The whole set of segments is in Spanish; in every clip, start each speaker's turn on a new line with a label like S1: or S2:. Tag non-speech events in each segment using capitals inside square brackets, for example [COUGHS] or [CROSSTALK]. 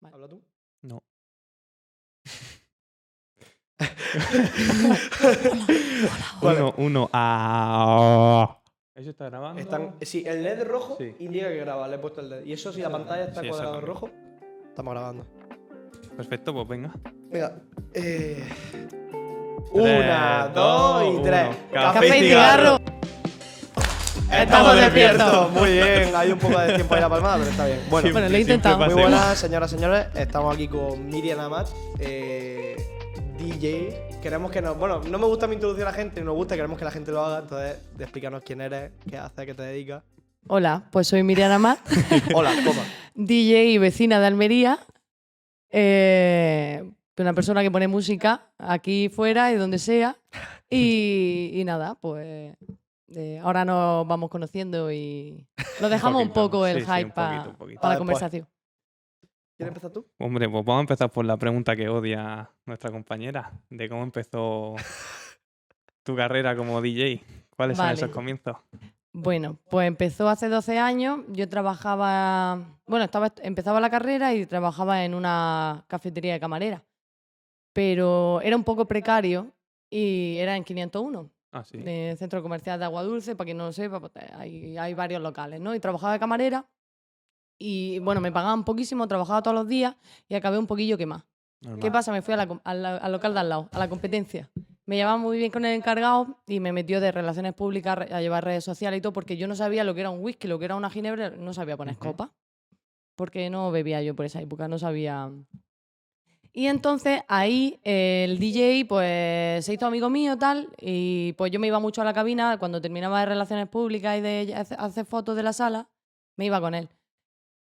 S1: Vale.
S2: ¿Habla tú?
S3: No.
S1: Vale.
S3: Uno, uno. Ah.
S4: Eso está grabando.
S2: Están, sí, el LED rojo
S4: Sí.
S2: indica que graba, le he puesto el LED. Y eso si la pantalla está
S3: Sí, eso
S2: cuadrada en
S3: también.
S2: rojo, estamos grabando.
S3: Perfecto, pues venga.
S2: Venga, eh... Una, dos y
S3: dos,
S2: tres.
S3: uno.
S1: Café y cigarro.
S2: Estamos despiertos. Muy bien, hay un poco de tiempo ahí la palmada, pero está bien. Bueno,
S1: Bueno, lo he intentado.
S2: muy buenas señoras señores. Estamos aquí con Miriam Amat, eh, DJ. Queremos que nos. Bueno, no me gusta mi introducción a la gente, nos gusta, queremos que la gente lo haga. Entonces, de explícanos quién eres, qué haces, qué te dedicas.
S1: Hola, pues soy Miriam [LAUGHS] Amat,
S2: Hola, coma.
S1: DJ y vecina de Almería. eh, una persona que pone música aquí fuera y donde sea. Y, y nada, pues eh, ahora nos vamos conociendo y lo dejamos un
S3: poquito,
S1: poco
S3: sí,
S1: el
S3: sí, un
S1: hype pa-
S3: poquito, un poquito.
S1: para la
S2: Vale, pues.
S1: conversación.
S2: ¿Quieres empezar tú?
S3: Hombre, pues vamos a empezar por la pregunta que odia nuestra compañera, de cómo empezó tu carrera como DJ. ¿Cuáles
S1: Vale.
S3: son esos comienzos?
S1: Bueno, pues empezó hace 12 años. Yo trabajaba, bueno, estaba, empezaba la carrera y trabajaba en una cafetería de camarera. Pero era un poco precario y era en 501,
S3: Ah, sí.
S1: de centro comercial de Agua Dulce, para quien no lo sepa, pues, hay, hay varios locales, ¿no? Y trabajaba de camarera y, bueno, me pagaban poquísimo, trabajaba todos los días y acabé un poquillo que más. ¿Qué pasa? Me fui a la com- al, la- al local de al lado, a la competencia. Me llevaba muy bien con el encargado y me metió de relaciones públicas re- a llevar redes sociales y todo porque yo no sabía lo que era un whisky, lo que era una ginebra, no sabía poner
S3: Ujú.
S1: copa. Porque no bebía yo por esa época, no sabía. Y entonces ahí eh, el DJ pues se hizo amigo mío tal y pues yo me iba mucho a la cabina cuando terminaba de relaciones públicas y de hace- hacer fotos de la sala, me iba con él.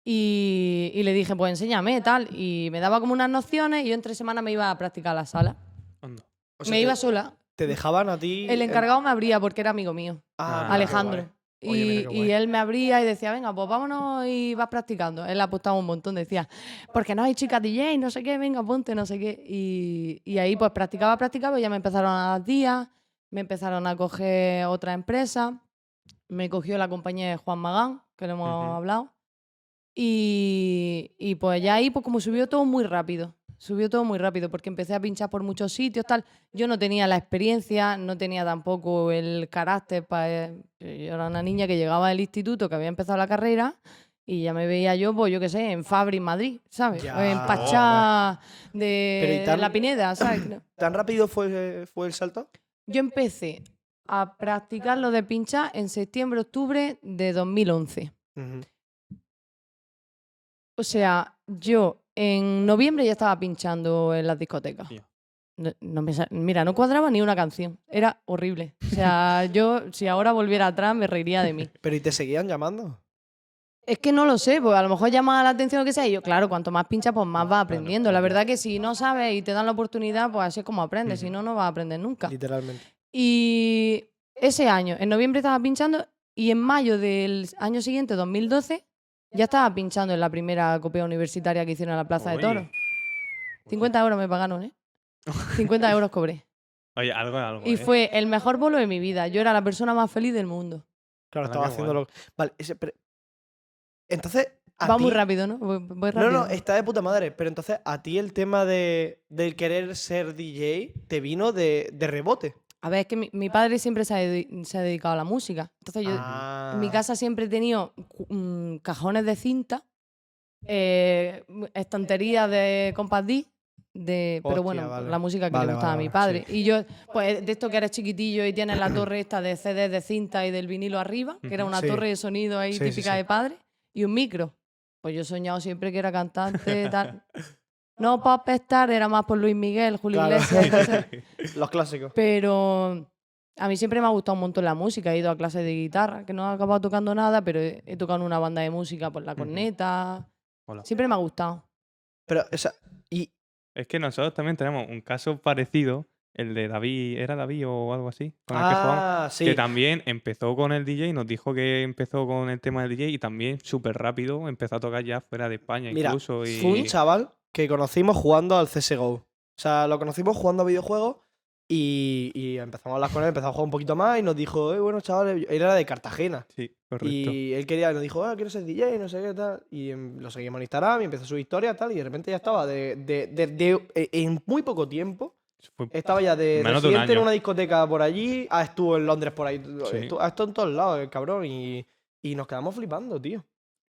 S1: Y, y le dije, pues enséñame, tal. Y me daba como unas nociones y yo entre semana me iba a practicar a la sala.
S3: Anda.
S2: O sea,
S1: me
S2: te-
S1: iba sola.
S2: Te dejaban a ti.
S1: El encargado me abría porque era amigo mío,
S2: Ah,
S3: qué
S1: Alejandro.
S2: guay. Oye, mira
S1: Y,
S2: qué
S1: y
S2: guay.
S1: él me abría y decía, venga, pues vámonos y vas practicando. Él apostaba un montón, decía, porque no hay chicas DJ, no sé qué, venga, ponte, no sé qué. Y, y ahí pues practicaba, practicaba, y ya me empezaron a dar días, me empezaron a coger otra empresa, me cogió la compañía de Juan Magán, que lo hemos
S3: Ujú.
S1: hablado. Y, y pues ya ahí, pues como subió todo muy rápido. Subió todo muy rápido porque empecé a pinchar por muchos sitios, tal. Yo no tenía la experiencia, no tenía tampoco el carácter para... Yo era una niña que llegaba del instituto, que había empezado la carrera y ya me veía yo, pues yo qué sé, en Fabri, Madrid, ¿sabes?
S2: Ya,
S1: O en Pachá
S2: Pero
S1: de
S2: y tan-
S1: La Pineda, ¿sabes? No.
S2: ¿Tan rápido fue, fue el salto?
S1: Yo empecé a practicar lo de pinchar en septiembre-octubre de 2011. O sea, yo en noviembre ya estaba pinchando en las discotecas.
S3: Hostia.
S1: No- no me sa- mira, no cuadraba ni una canción. Era horrible. O [LAUGHS] sea, yo si ahora volviera atrás me reiría de mí.
S2: Pero ¿y te seguían llamando?
S1: Es que no lo sé, pues a lo mejor llama la atención lo que sea. Y yo, claro, cuanto más pinchas, pues más vas aprendiendo. La verdad que si no sabes y te dan la oportunidad, pues así es como aprendes. Si no, no vas a aprender nunca.
S2: Literalmente.
S1: Y ese año, en noviembre estaba pinchando y en mayo del año siguiente, 2012, ya estaba pinchando en la primera copia universitaria que hicieron en la Plaza de
S3: Oye.
S1: Toros. 50 euros me
S2: [LAUGHS]
S1: pagaron, ¿eh? 50 euros cobré.
S3: Oye, algo es algo.
S1: Y
S3: ¿eh?
S1: fue el mejor bolo de mi vida. Yo era la persona más feliz del mundo.
S2: Claro,
S3: Anda,
S2: estaba
S3: qué
S2: haciendo
S3: guay.
S2: lo. Vale, ese- pero- entonces. a
S1: Va
S2: ti-
S1: muy rápido, ¿no? Voy, voy
S2: No,
S1: rápido.
S2: no, está de puta madre. Pero entonces, a ti el tema de, del querer ser DJ te vino de, de rebote.
S1: A ver, es que mi, mi padre siempre se ha, dedi- se ha dedicado a la música. Entonces yo, En mi casa siempre he tenido cu- mm, cajones de cinta, eh, estanterías de Compact D, de,
S2: Hostia,
S1: pero bueno,
S2: vale.
S1: la música que
S2: Vale,
S1: le gustaba
S2: vale,
S1: a mi
S2: vale,
S1: padre. Y yo, pues de esto que eres chiquitillo y
S2: [CLEARS THROAT]
S1: tienes la torre esta de CDs de cinta y del vinilo arriba, que era
S3: Ujú.
S1: una
S2: Sí.
S1: torre de sonido ahí
S2: Sí, sí,
S1: típica
S2: sí.
S1: de padre, y un micro. Pues yo he soñado siempre que era cantante,
S2: [LAUGHS]
S1: tal. No Pop Star, era más por Luis Miguel, Julio
S2: Claro.
S1: Iglesias, cosas.
S2: Los clásicos.
S1: Pero a mí siempre me ha gustado un montón la música. He ido a clases de guitarra, que no he acabado tocando nada, pero he, he tocado en una banda de música por la corneta.
S3: Hola.
S1: Siempre me ha gustado.
S2: Pero, o sea, y.
S3: Es que nosotros también tenemos un caso parecido, el de David, ¿era David o algo así? Con el que jugamos.
S2: ah, sí.
S3: Que también empezó con el DJ, nos dijo que empezó con el tema del DJ y también súper rápido empezó a tocar ya fuera de España
S2: Mira,
S3: incluso. Y...
S2: Fue un chaval que conocimos jugando al CSGO. O sea, lo conocimos jugando a videojuegos Y, y empezamos a hablar con él, empezamos a jugar un poquito más y nos dijo, eh, bueno, chavales, él era de Cartagena.
S3: Sí, correcto.
S2: Y él quería, nos dijo, ah, quiero ser DJ, no sé qué tal. Y em, lo seguimos en Instagram y empezó su historia tal. Y de repente ya estaba, de, de- de- de- eh, en muy poco tiempo,
S3: Fue-
S2: estaba ya de
S3: Menos de un
S2: residente en
S3: año.
S2: una discoteca por allí. Ah, estuvo en Londres por ahí.
S3: Sí.
S2: Estuvo, ha estado en todos lados, el cabrón. Y, y nos quedamos flipando, tío.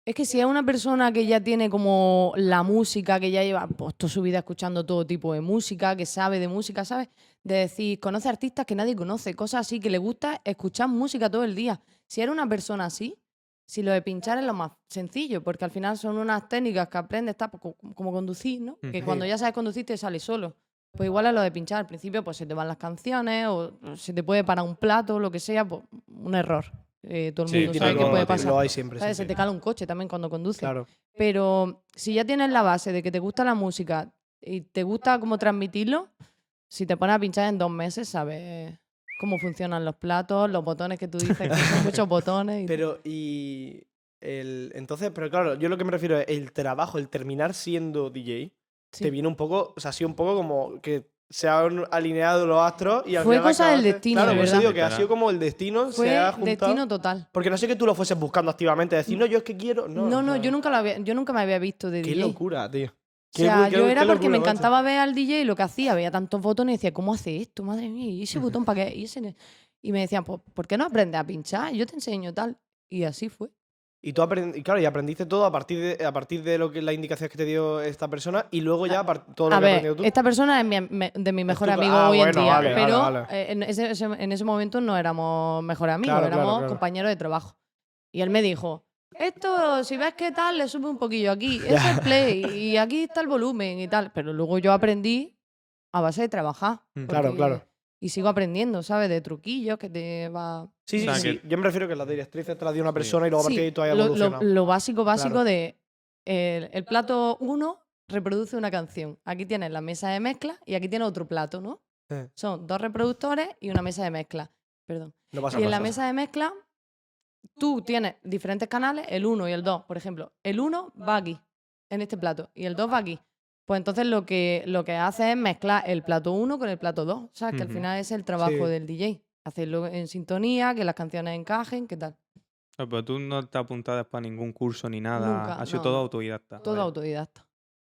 S1: Es que si es una persona que ya tiene como la música, que ya lleva pues, toda su vida escuchando todo tipo de música, que sabe de música, ¿sabes? De decir, conoce artistas que nadie conoce, cosas así, que le gusta escuchar música todo el día. Si eres una persona así, si lo de pinchar es lo más sencillo, porque al final son unas técnicas que aprendes, está, co- como conducir, ¿no? Que
S3: Ujú.
S1: cuando ya sabes conducir te sale solo. Pues igual es lo de pinchar, al principio pues se te van las canciones o se te puede parar un plato, lo que sea, pues un error. Eh, todo el
S3: Sí,
S1: mundo
S3: tiene
S1: sabe que
S3: algo-
S1: puede
S3: tiene-
S1: pasar.
S2: Lo hay siempre.
S1: ¿Sabes? Se
S2: siempre.
S1: te cala un coche también cuando conduces.
S2: Claro.
S1: Pero si ya tienes la base de que te gusta la música y te gusta cómo transmitirlo, si te pones a pinchar en dos meses, sabes cómo funcionan los platos, los botones que tú dices, que
S2: [LAUGHS]
S1: son muchos botones. y-
S2: Pero, y. El, entonces, pero claro, yo lo que me refiero es el trabajo, el terminar siendo DJ.
S1: Sí.
S2: Te viene un poco, o sea, ha sido un poco como que se han alineado los astros y al
S1: Fue
S2: final
S1: cosa del
S2: acabaste-
S1: destino,
S2: Claro,
S1: de
S2: por eso
S1: verdad.
S2: digo que ha
S3: Literal.
S2: sido como el destino se
S1: Fue
S2: ha juntado.
S1: destino total.
S2: Porque no sé que tú lo fueses buscando activamente, decir, no, yo es que quiero. No,
S1: No, no,
S2: o sea,
S1: yo nunca lo había, yo nunca me había visto de
S2: Qué
S1: DJ.
S2: locura, tío.
S1: O sea, yo era porque me encantaba ver al DJ y lo que hacía, veía tantos botones y decía, ¿cómo hace esto? Madre mía,
S2: [LAUGHS]
S1: ¿y ese botón para qué? ¿Y, ese ne-?" y me decían, "Pues, ¿por qué no aprendes a pinchar? Yo te enseño tal. Y así fue.
S2: Y tú aprendiste, claro, y aprendiste todo a partir de, a partir de lo que las indicaciones que te dio esta persona y luego ya a par- todo lo
S1: A
S2: que has
S1: ver,
S2: aprendido tú.
S1: esta persona es mi am- me- de mi mejor
S2: tu-
S1: amigo
S2: ah,
S1: hoy en
S2: bueno,
S1: día,
S2: vale, vale,
S1: pero
S2: vale.
S1: eh, en, ese, ese- en ese momento no éramos mejores amigos,
S2: Claro, claro,
S1: éramos
S2: claro.
S1: compañeros de trabajo. Y él me dijo, esto, si ves que tal, le sube un poquillo
S2: [LAUGHS]
S1: aquí, ese es play, y aquí está el volumen y tal. Pero luego yo aprendí a base de trabajar.
S3: Mm.
S2: Claro,
S1: porque-
S2: claro.
S1: Y sigo aprendiendo, ¿sabes? De truquillos que te va...
S2: Sí, sí,
S3: O sea,
S2: sí. Yo me refiero que las directrices te las dio una
S3: Sí.
S2: persona y luego a partir
S1: Sí,
S2: de ahí tú has
S1: lo- lo,
S2: evolucionado.
S1: lo básico, básico
S2: Claro.
S1: de el, el plato 1 reproduce una canción. Aquí tienes la mesa de mezcla y aquí tienes otro plato, ¿no?
S2: Eh.
S1: Son dos reproductores y una mesa de mezcla. Perdón.
S2: No pasa
S1: Y en la
S2: nada.
S1: mesa de mezcla tú tienes diferentes canales, el 1 y el 2. Por ejemplo, el 1 va aquí, en este plato, y el 2 va aquí. Pues entonces lo que, lo que hace es mezclar el plato 1 con el plato 2. ¿Sabes? Que al
S3: Ujú.
S1: final es el trabajo
S2: Sí.
S1: del DJ. Hacerlo en sintonía, que las canciones encajen, ¿qué tal?
S3: No, pero tú no te apuntabas para ningún curso ni nada.
S1: Nunca,
S3: ha sido
S1: no.
S3: todo autodidacta.
S1: Todo
S3: Vale.
S1: autodidacta.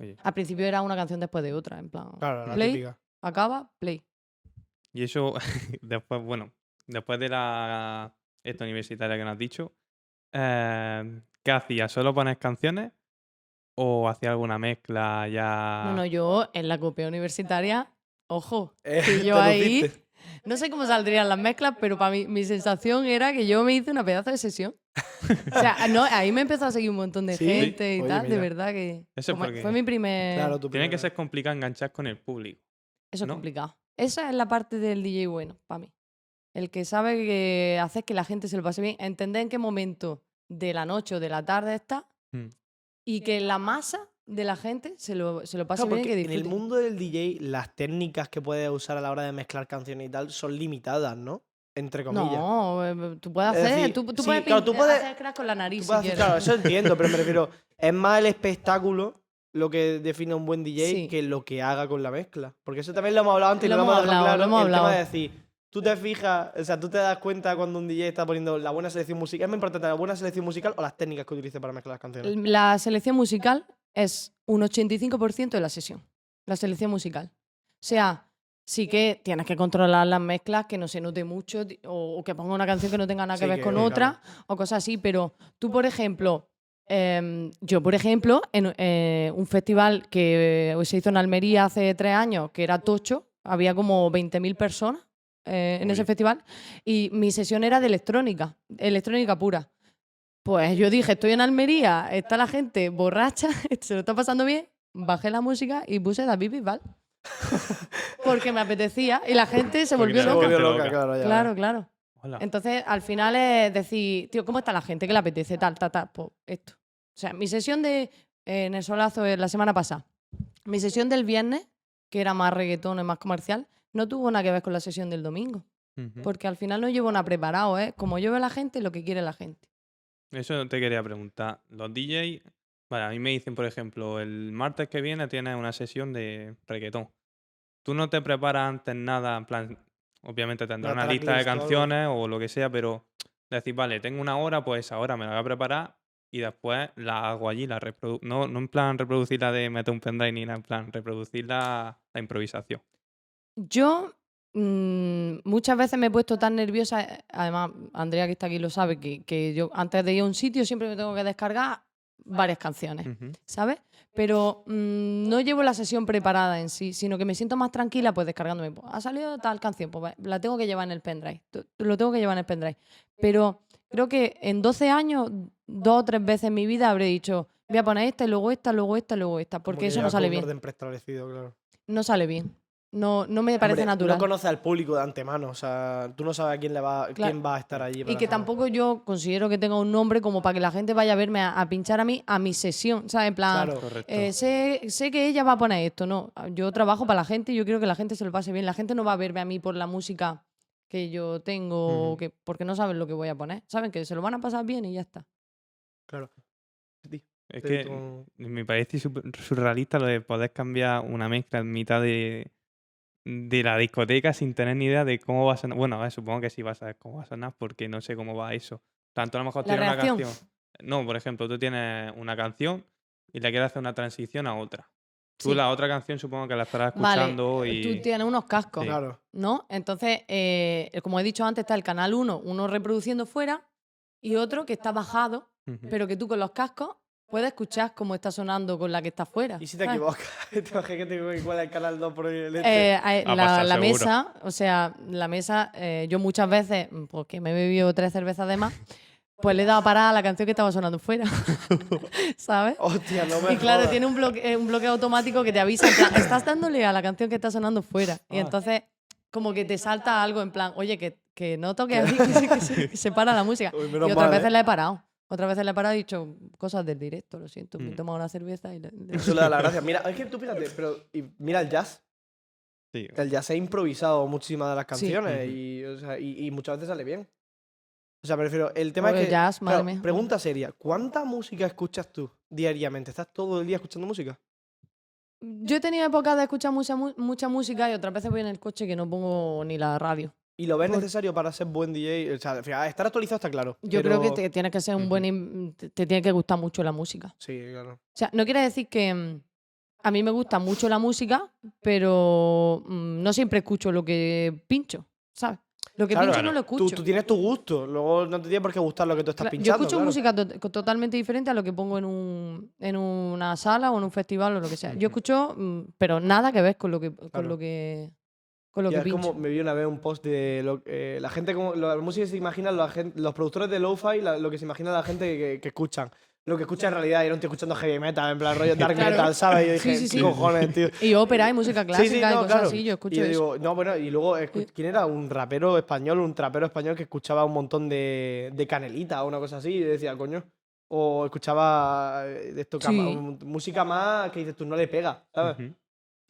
S3: Oye.
S1: Al principio era una canción después de otra, en plan.
S2: Claro, la
S1: play,
S2: típica.
S1: acaba, play.
S3: Y eso, [LAUGHS] después, bueno, después de la esta universitaria que nos has dicho, eh, ¿qué hacías? ¿Solo pones canciones? ¿O hacías alguna mezcla
S2: Ah.
S3: ya?
S1: No, no, yo en la copia universitaria,
S2: [LAUGHS]
S1: ojo,
S2: Eh,
S1: que yo
S2: te
S1: ahí.
S2: luciste.
S1: No sé cómo saldrían las mezclas, pero para mí mi sensación era que yo me hice una pedazo de sesión. o sea,
S2: [LAUGHS]
S1: no, ahí me empezó a seguir un montón de
S2: Sí.
S1: gente y
S2: Oye,
S1: tal, de
S2: mira.
S1: verdad que.
S3: Eso es
S1: como-
S3: porque-
S1: Fue mi primer.
S2: Claro, tu
S3: Tiene que
S2: primera.
S3: ser complicado enganchar con el público.
S1: Eso es
S3: ¿no?
S1: complicado. Esa es la parte del DJ bueno, para mí. El que sabe que hace que la gente se lo pase bien, entender en qué momento de la noche o de la tarde está
S3: Mm.
S2: Hmm.
S1: y que la masa de la gente se lo, se lo pase
S2: Claro,
S1: bien y
S2: porque
S1: que
S2: en el
S1: disfrute.
S2: mundo del DJ, las técnicas que puedes usar a la hora de mezclar canciones y tal son limitadas, ¿no? Entre comillas.
S1: No, eh, tú puedes
S2: Es
S1: hacer,
S2: decir,
S1: tú, tú
S2: sí,
S1: puedes
S2: claro, tú
S1: pin-
S2: puedes-
S1: hacer crack con la nariz
S2: Tú
S1: si
S2: puedes hacer-
S1: quieres.
S2: claro, eso entiendo, pero me
S1: [LAUGHS]
S2: refiero. Es más el espectáculo lo que define a un buen DJ
S1: Sí.
S2: que lo que haga con la mezcla. Porque eso también lo hemos hablado antes y
S1: Lo
S2: lo, hemos
S1: hemos
S2: dejado
S1: hablado,
S2: claro.
S1: lo hemos
S2: el tema
S1: hablado.
S2: de decir, tú te fijas, o sea, tú te das cuenta cuando un DJ está poniendo la buena selección musical. Es más importante la buena selección musical o las técnicas que utilice para mezclar las canciones.
S1: La selección musical es un 85% de la sesión. La selección musical. O sea, sí que tienes que controlar las mezclas, que no se note mucho, ti- o, o que ponga una canción que no tenga nada que
S2: Sí,
S1: ver
S2: que-
S1: con
S2: claro.
S1: otra, o cosas así. Pero tú, por ejemplo, em, yo, por ejemplo, en eh, un festival que eh, se hizo en Almería hace tres años, que era Tocho, había como 20.000 personas eh, en ese
S3: Uy.
S1: festival, y mi sesión era de electrónica, electrónica pura. Pues yo dije, estoy en Almería, está la gente borracha, [LAUGHS] se lo está pasando bien. Bajé la música y puse David Bisbal. [LAUGHS] Porque me apetecía y la gente se
S3: Porque
S1: volvió
S2: Se
S3: te loca.
S1: loca.
S2: volvió
S3: Loca.
S2: loca, claro, ya.
S1: Claro, claro.
S3: Hola.
S1: Entonces, al final es decir, tío, ¿cómo está la gente? ¿Qué le apetece? Tal, tal, tal. Pues esto. O sea, mi sesión de. eh, en el solazo eh, la semana pasada. Mi sesión del viernes, que era más reggaetón y más comercial, no tuvo nada que ver con la sesión del domingo.
S3: Ujú.
S1: Porque al final no llevo nada preparado, ¿eh? Como yo veo a la gente, lo que quiere la gente.
S3: Eso te quería preguntar. Los DJ, vale, a mí me dicen, por ejemplo, el martes que viene tienes una sesión de reggaetón. tú no te preparas antes nada, en plan, obviamente tendrás
S2: Una
S3: una lista de
S2: tracklist o algo.
S3: canciones o lo que sea, pero decir, vale, tengo una hora, pues esa hora me la voy a preparar y después la hago allí, la reprodu- no, no en plan reproducirla de meter un pendrive ni nada, en plan reproducirla
S2: [LAUGHS]
S3: la improvisación.
S1: Yo mm, muchas veces me he puesto tan nerviosa, eh, además Andrea que está aquí lo sabe, que, que yo antes de ir a un sitio siempre me tengo que descargar varias canciones,
S2: Mm.
S3: Ujú.
S1: ¿sabes? Pero mm, no llevo la sesión preparada en sí, sino que me siento más tranquila pues descargándome. Pues, ha salido tal canción, pues va, la tengo que llevar en el pendrive, tu- lo tengo que llevar en el pendrive. Pero creo que en 12 años, dos o tres veces en mi vida habré dicho, voy a poner esta, y luego esta, luego esta, y luego esta, porque eso no sale bien.
S2: Un orden preestablecido, claro.
S1: No sale bien. No, no me parece
S2: Hombre,
S1: natural.
S2: No conoces al público de antemano, o sea, tú no sabes a quién, le va,
S1: Claro.
S2: quién va a estar allí.
S1: Y
S2: para
S1: que
S2: hacer-
S1: tampoco yo considero que tenga un nombre como para que la gente vaya a verme a, a pinchar a mí a mi sesión, ¿sabes? En plan,
S2: Claro.
S3: Correcto.
S1: eh, sé, sé que ella va a poner esto, no. Yo trabajo para la gente y yo quiero que la gente se lo pase bien. La gente no va a verme a mí por la música que yo tengo,
S3: Ujú.
S1: que, porque no saben lo que voy a poner. Saben que se lo van a pasar bien y ya está.
S2: de
S3: es que
S2: tu-
S3: me parece sup- surrealista lo de poder cambiar una mezcla en mitad de, de la discoteca sin tener ni idea de cómo va a sonar. Bueno, a ver, supongo que sí vas a saber cómo va a sonar porque no sé cómo va eso. Tanto a lo mejor
S1: La
S3: tienes una
S1: reacción.
S3: canción. No, por ejemplo, tú tienes una canción y le quieres hacer una transición a otra. Tú
S1: Sí.
S3: la otra canción supongo que la estarás
S1: Vale, eh,
S3: escuchando
S1: Tú
S3: y...
S1: tienes unos cascos.
S3: Sí.
S2: Claro.
S1: ¿no? Entonces, eh, como he dicho antes, está el canal 1, uno reproduciendo fuera y otro que está bajado,
S3: Ujú.
S1: pero que tú con los cascos puedes escuchar cómo está sonando con la que está fuera.
S2: Y si te
S1: ¿sabes?
S2: equivocas, [LAUGHS] te imaginas que te equivocas igual al canal 2 por el este.
S1: Eh, eh,
S3: Ha
S1: la,
S3: pasado
S1: la
S3: seguro.
S1: mesa, o sea, la mesa, eh, yo muchas veces, mm, porque me he bebido tres cervezas de más, pues le he dado parada a la canción que estaba sonando fuera, [LAUGHS] ¿sabes?
S2: Hostia, Oh, no me
S1: Y claro,
S2: jodas.
S1: tiene un bloque, eh, un bloqueo automático que te avisa, en plan, estás dándole a la canción que está sonando fuera. Y
S2: Ah.
S1: entonces, como que te salta algo en plan, oye, que, que no toques aquí, que se, que se- que se para la música.
S2: Uy,
S1: Y
S2: [LAUGHS] menos
S1: otras
S2: mal,
S1: veces
S2: ¿eh?
S1: la he parado. Otras veces la he parado y he dicho cosas del directo, lo siento, me he
S3: Mm.
S1: tomado una cerveza y... la- la-
S2: Eso le da la gracia. Mira, es que tú fíjate, pero y mira el jazz.
S3: Sí.
S2: que El jazz se ha improvisado muchísimas de las
S1: Sí.
S2: canciones
S3: Ujú.
S2: y, o sea, y, y muchas veces sale bien. O sea, prefiero. El tema
S1: Joder,
S2: es que.
S1: jazz, madre
S2: claro,
S1: mía.
S2: pregunta seria: ¿cuánta música escuchas tú diariamente? ¿Estás todo el día escuchando música?
S1: Yo he tenido épocas de escuchar mucha, mu- mucha música y otras veces voy en el coche que no pongo ni la radio.
S2: ¿Y lo ves
S1: Por-
S2: necesario para ser buen DJ? O sea, al final, estar actualizado está claro.
S1: Yo
S2: pero-
S1: creo que te tienes que ser un buen... in- Te, te tiene que gustar mucho la música.
S2: Sí, claro.
S1: O sea, no quiere decir que mm, a mí me gusta mucho la música, pero mm, no siempre escucho lo que pincho, ¿sabes? Lo que
S2: Claro,
S1: pincho
S3: claro.
S1: no lo
S2: Tú-
S1: escucho.
S2: Tú, tienes tu gusto, luego no te tiene por qué gustar lo que tú estás
S1: Cla-
S2: pinchando.
S1: Yo escucho
S2: claro.
S1: música to- co- totalmente diferente a lo que pongo en, un, en una sala o en un festival o lo que sea.
S3: Ujú.
S1: Yo escucho, mm, pero nada que ver con lo que con
S2: Claro.
S1: lo que con lo
S2: Ya
S1: que
S2: es
S1: pincho.
S2: como me vi una vez un post de lo- eh, la gente, como la música que se imagina, la gen- los productores de lo-fi, la- lo que se imagina la gente que, que escuchan. Lo que escucha en realidad, yo no estoy escuchando heavy metal, en
S1: [LAUGHS]
S2: plan rollo dark
S1: Claro.
S2: metal, ¿sabes? Yo dije,
S1: Sí,
S2: ¿qué
S1: sí, sí.
S2: cojones, tío?
S1: Y ópera y música clásica y
S2: no,
S1: cosas
S2: claro.
S1: así, yo escucho
S2: y yo
S1: eso.
S2: digo, no, bueno, y luego, escu- ¿quién era? Un rapero español, un trapero español que escuchaba un montón de, de canelita o una cosa así, y decía, coño. O escuchaba eh, de esto, cama-
S1: Sí.
S2: un- música más que dices tú no le pega, ¿sabes?
S3: Ujú.
S1: Pero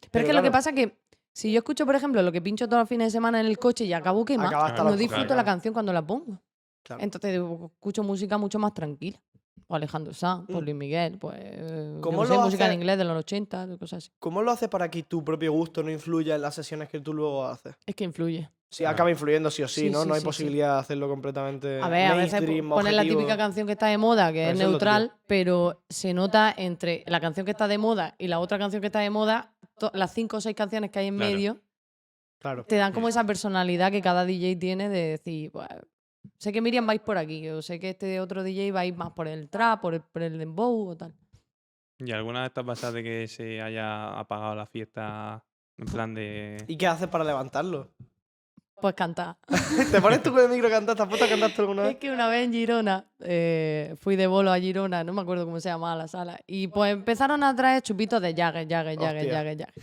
S1: es que
S2: Pero
S1: lo que
S2: claro.
S1: pasa es que si yo escucho, por ejemplo, lo que pincho todos los fines de semana en el coche y acabo quemado,
S2: Acaba hasta
S3: Claro,
S1: no
S2: los-
S1: disfruto la
S2: claro.
S1: canción cuando la pongo.
S2: Claro.
S1: Entonces digo, pues, escucho música mucho más tranquila. O Alejandro Sanz, pues
S2: Mm.
S1: Luis Miguel, pues eh, yo
S2: ¿Cómo
S1: no sé,
S2: lo
S1: música
S2: hace-
S1: en inglés de los 80, de cosas así.
S2: ¿Cómo lo haces para que tu propio gusto no influya en las sesiones que tú luego haces?
S1: Es que influye.
S2: Sí,
S3: Claro.
S2: acaba influyendo sí o sí,
S1: Sí,
S2: ¿no?
S1: sí,
S2: no hay
S1: sí, sí.
S2: posibilidad de hacerlo completamente
S1: A ver, a veces
S2: Eh, mainstream,
S1: po- pones la
S2: objetivo.
S1: típica canción que está de moda, que
S2: Eso
S1: es
S2: es lo
S1: neutral, pero se nota entre la canción que está de moda y la otra canción que está de moda, to- las cinco o seis canciones que hay en
S3: Claro.
S1: medio, [LAUGHS]
S2: Claro.
S1: te dan como esa personalidad que cada DJ tiene de decir, "Buah, sé que Miriam va a ir por aquí, o sé que este otro DJ va a ir más por el trap, por el, por el dembow o tal.
S3: ¿Y alguna vez te ha pasado de que se haya apagado la fiesta en plan de...
S2: ¿Y qué haces para levantarlo?
S1: Pues cantar.
S2: ¿Te pones tú con el micro a cantar? ¿Te has puesto a cantar tú alguna
S1: Es
S2: vez?
S1: [LAUGHS] que una vez en Girona, eh, fui de bolo a Girona, no me acuerdo cómo se llamaba la sala, y pues empezaron a traer chupitos de Jagger, Jagger, Jagger,
S2: Hostia.
S1: Jagger, Jagger.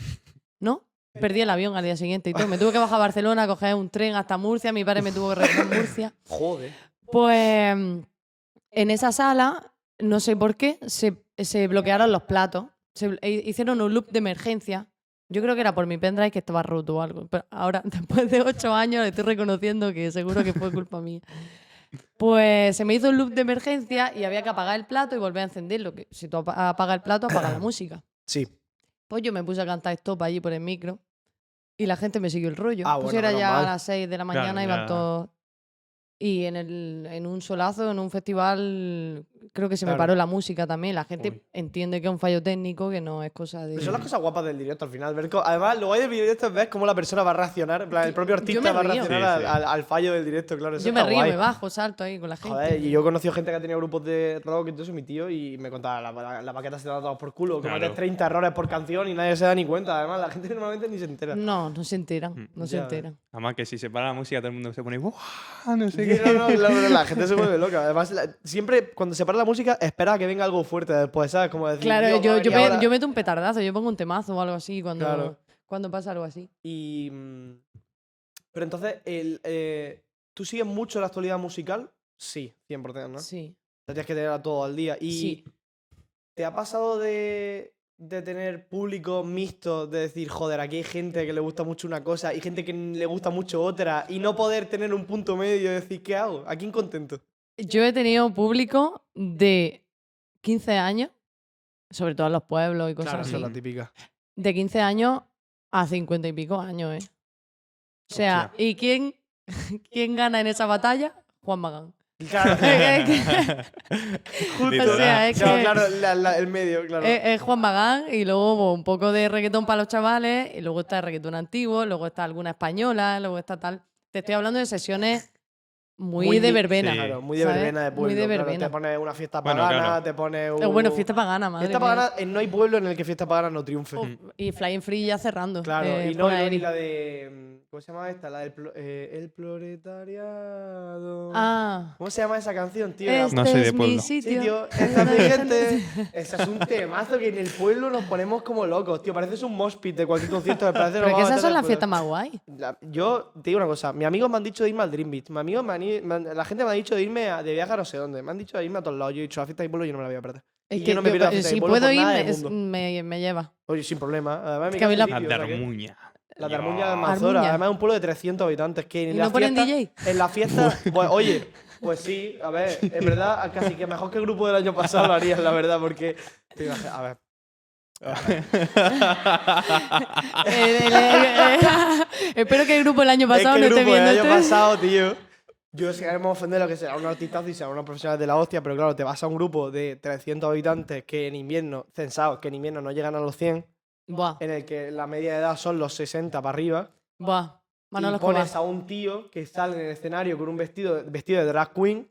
S1: ¿No? Perdí el avión al día siguiente y todo. Me tuve que bajar a Barcelona, coger un tren hasta Murcia, mi padre me tuvo que recoger en Murcia.
S2: Joder.
S1: Pues mm, en esa sala, no sé por qué, se, se bloquearon los platos. Se bl- e- hicieron un loop de emergencia. Yo creo que era por mi pendrive que estaba roto o algo. Pero ahora, [LAUGHS] después de ocho años, estoy reconociendo que seguro que fue culpa mía. Pues se me hizo un loop de emergencia y había que apagar el plato y volver a encenderlo. Que si tú apa- apagas el plato, apaga la música.
S2: Sí.
S1: Pues yo me puse a cantar stop allí por el micro. Y la gente me siguió el rollo.
S2: Ah,
S1: pues
S2: bueno,
S1: era
S2: menos
S1: ya
S2: mal.
S1: a las 6 de la
S3: Claro,
S1: mañana, iban
S3: ya.
S1: todos. Y en, el, en un solazo, en un festival, creo que se
S2: Claro.
S1: me paró la música también. La gente
S3: Uy.
S1: entiende que es un fallo técnico, que no es cosa de.
S2: Pero
S1: [LAUGHS]
S2: son las cosas guapas del directo al final. Ver co- además, lo guay del directo es ver cómo la persona va a reaccionar. en plan, el propio
S1: Yo- yo
S2: artista
S1: me
S2: va a
S1: río.
S2: reaccionar
S3: Sí,
S2: al,
S3: sí.
S2: al- al fallo del directo, claro. Eso
S1: Yo me
S2: está
S1: río,
S2: guay.
S1: me bajo, salto ahí con la gente.
S2: Joder, y yo he conocido gente que ha tenido grupos de rock y todo eso, mi tío, y me contaba, la, la, la baqueta se da todos por culo, que
S3: Claro.
S2: metes 30 errores por canción y nadie se da ni cuenta. Además, la gente normalmente ni se entera.
S1: No, no se
S3: Mm.
S1: enteran, no se
S2: Ya ves.
S1: enteran.
S3: Además que si se para la música todo el mundo se pone "Buah", no sé
S2: Sí,
S3: qué.
S2: no, no, la, la- la gente se vuelve loca. Además, la- siempre cuando se para la música, espera a que venga algo fuerte después, ¿sabes? Como decir,
S1: Claro,
S2: "Dios, va a
S1: yo, yo,
S2: venir
S1: pe-
S2: ahora".
S1: yo meto un petardazo, yo pongo un temazo o algo así cuando,
S2: Claro.
S1: cuando pasa algo así.
S2: Y. mm, Pero entonces, el, eh, ¿tú sigues mucho la actualidad musical? Sí, 100%, ¿no?
S1: Sí.
S2: La Tienes que tener a todo al día. Y
S1: sí.
S2: ¿Te ha pasado de, de tener público mixto, de decir, joder, aquí hay gente que le gusta mucho una cosa y gente que n- le gusta mucho otra y no poder tener un punto medio y decir, ¿qué hago? ¿A quién contento?
S1: Yo he tenido público de 15 años, sobre todo en los pueblos y cosas
S3: Claro, Mm.
S1: así.
S3: eso es lo
S2: típica.
S1: De 15 años a 50 y pico años, ¿eh? O sea,
S3: Hostia.
S1: ¿y quién, [LAUGHS] quién gana en esa batalla? Juan Magán.
S2: Claro,
S3: [LAUGHS] Justo.
S1: O sea, [LAUGHS] es
S2: claro,
S1: que- Eh,
S2: claro, la- la- el medio, claro.
S1: Es, es Juan Magán y luego pues, un poco de reggaetón para los chavales, y luego está el reggaetón antiguo, luego está alguna española, luego está tal. Te estoy hablando de sesiones muy, de
S2: di-
S1: verbena.
S3: Sí.
S2: Claro, muy de
S1: ¿sabes?
S2: verbena de
S1: Muy
S2: pueblo.
S1: de
S2: claro,
S1: verbena.
S2: te pones una fiesta
S3: Bueno,
S2: pagana,
S3: claro.
S2: te pones un...
S1: Eh, Bueno, fiesta pagana, madre.
S2: Fiesta
S1: mía.
S2: pagana, eh, no hay pueblo en el que fiesta pagana no triunfe.
S1: Oh, y Flying Free ya cerrando.
S2: Claro,
S1: eh,
S2: y no,
S1: por
S2: y no,
S1: Aeri.
S2: y la de... mm, ¿Cómo se llama esta? La del... plo- eh, el proletariado...
S1: Ah.
S2: ¿Cómo se llama esa canción, tío? La-
S1: Este
S3: No soy de
S1: es mi
S3: pueblo.
S1: sitio. [LAUGHS]
S2: tío, está muy gente. Ese es un temazo que en el pueblo nos ponemos como locos, tío. Pareces un mosh pit de cualquier concierto. Me parece
S1: Pero que esas son las
S2: fiesta
S1: fiestas más guay.
S2: Yo te digo una cosa. Mis amigos me han dicho de irme al Dream Beat. Mis amigos me han i- me han- la gente me ha dicho de irme a- de viaje a no sé dónde. Me han dicho de irme a todos lados. Yo he dicho, la fiesta de pueblo yo no me la voy a perder.
S1: Es
S2: Y
S1: que
S2: yo no me pierdo la
S1: yo-
S2: fiesta de
S1: si
S2: pueblo
S1: puedo
S2: por nada
S1: irme,
S2: del
S1: es-
S2: mundo.
S1: me, me lleva.
S2: Oye, sin problema. Además, me
S1: que a mí
S2: encanta
S1: la-
S2: el
S3: La
S2: sitio, o sea que-
S3: Darmuña.
S2: la de Armuña de
S3: Dios.
S2: Almanzora.
S1: Armuña.
S2: Además, es un pueblo de 300 habitantes. Que en
S1: ¿Y
S2: la
S1: no ponen
S2: fiesta-
S1: DJ?
S2: En la fiesta. bueno, oye, pues sí, a ver, es verdad, casi que mejor que el grupo del año pasado lo harían, la verdad, porque. te imaginas- A ver.
S1: Eh,
S2: [LAUGHS]
S1: eh, eh, eh, [LAUGHS] espero que el grupo el año pasado
S2: Ah. es que el
S1: no esté
S2: grupo
S1: viendo este.
S2: del año
S1: esto.
S2: pasado, tío. Yo sé que me ofender lo que será un artistazo y será unos profesionales de la hostia, pero claro, te vas a un grupo de 300 habitantes que en invierno, censados, que en invierno no llegan a los 100,
S1: Buah,
S2: en el que la media de edad son los 60 para arriba.
S1: buah. Manolo
S2: y pones
S1: Escobar.
S2: a un tío que sale en el escenario con un vestido, vestido de drag queen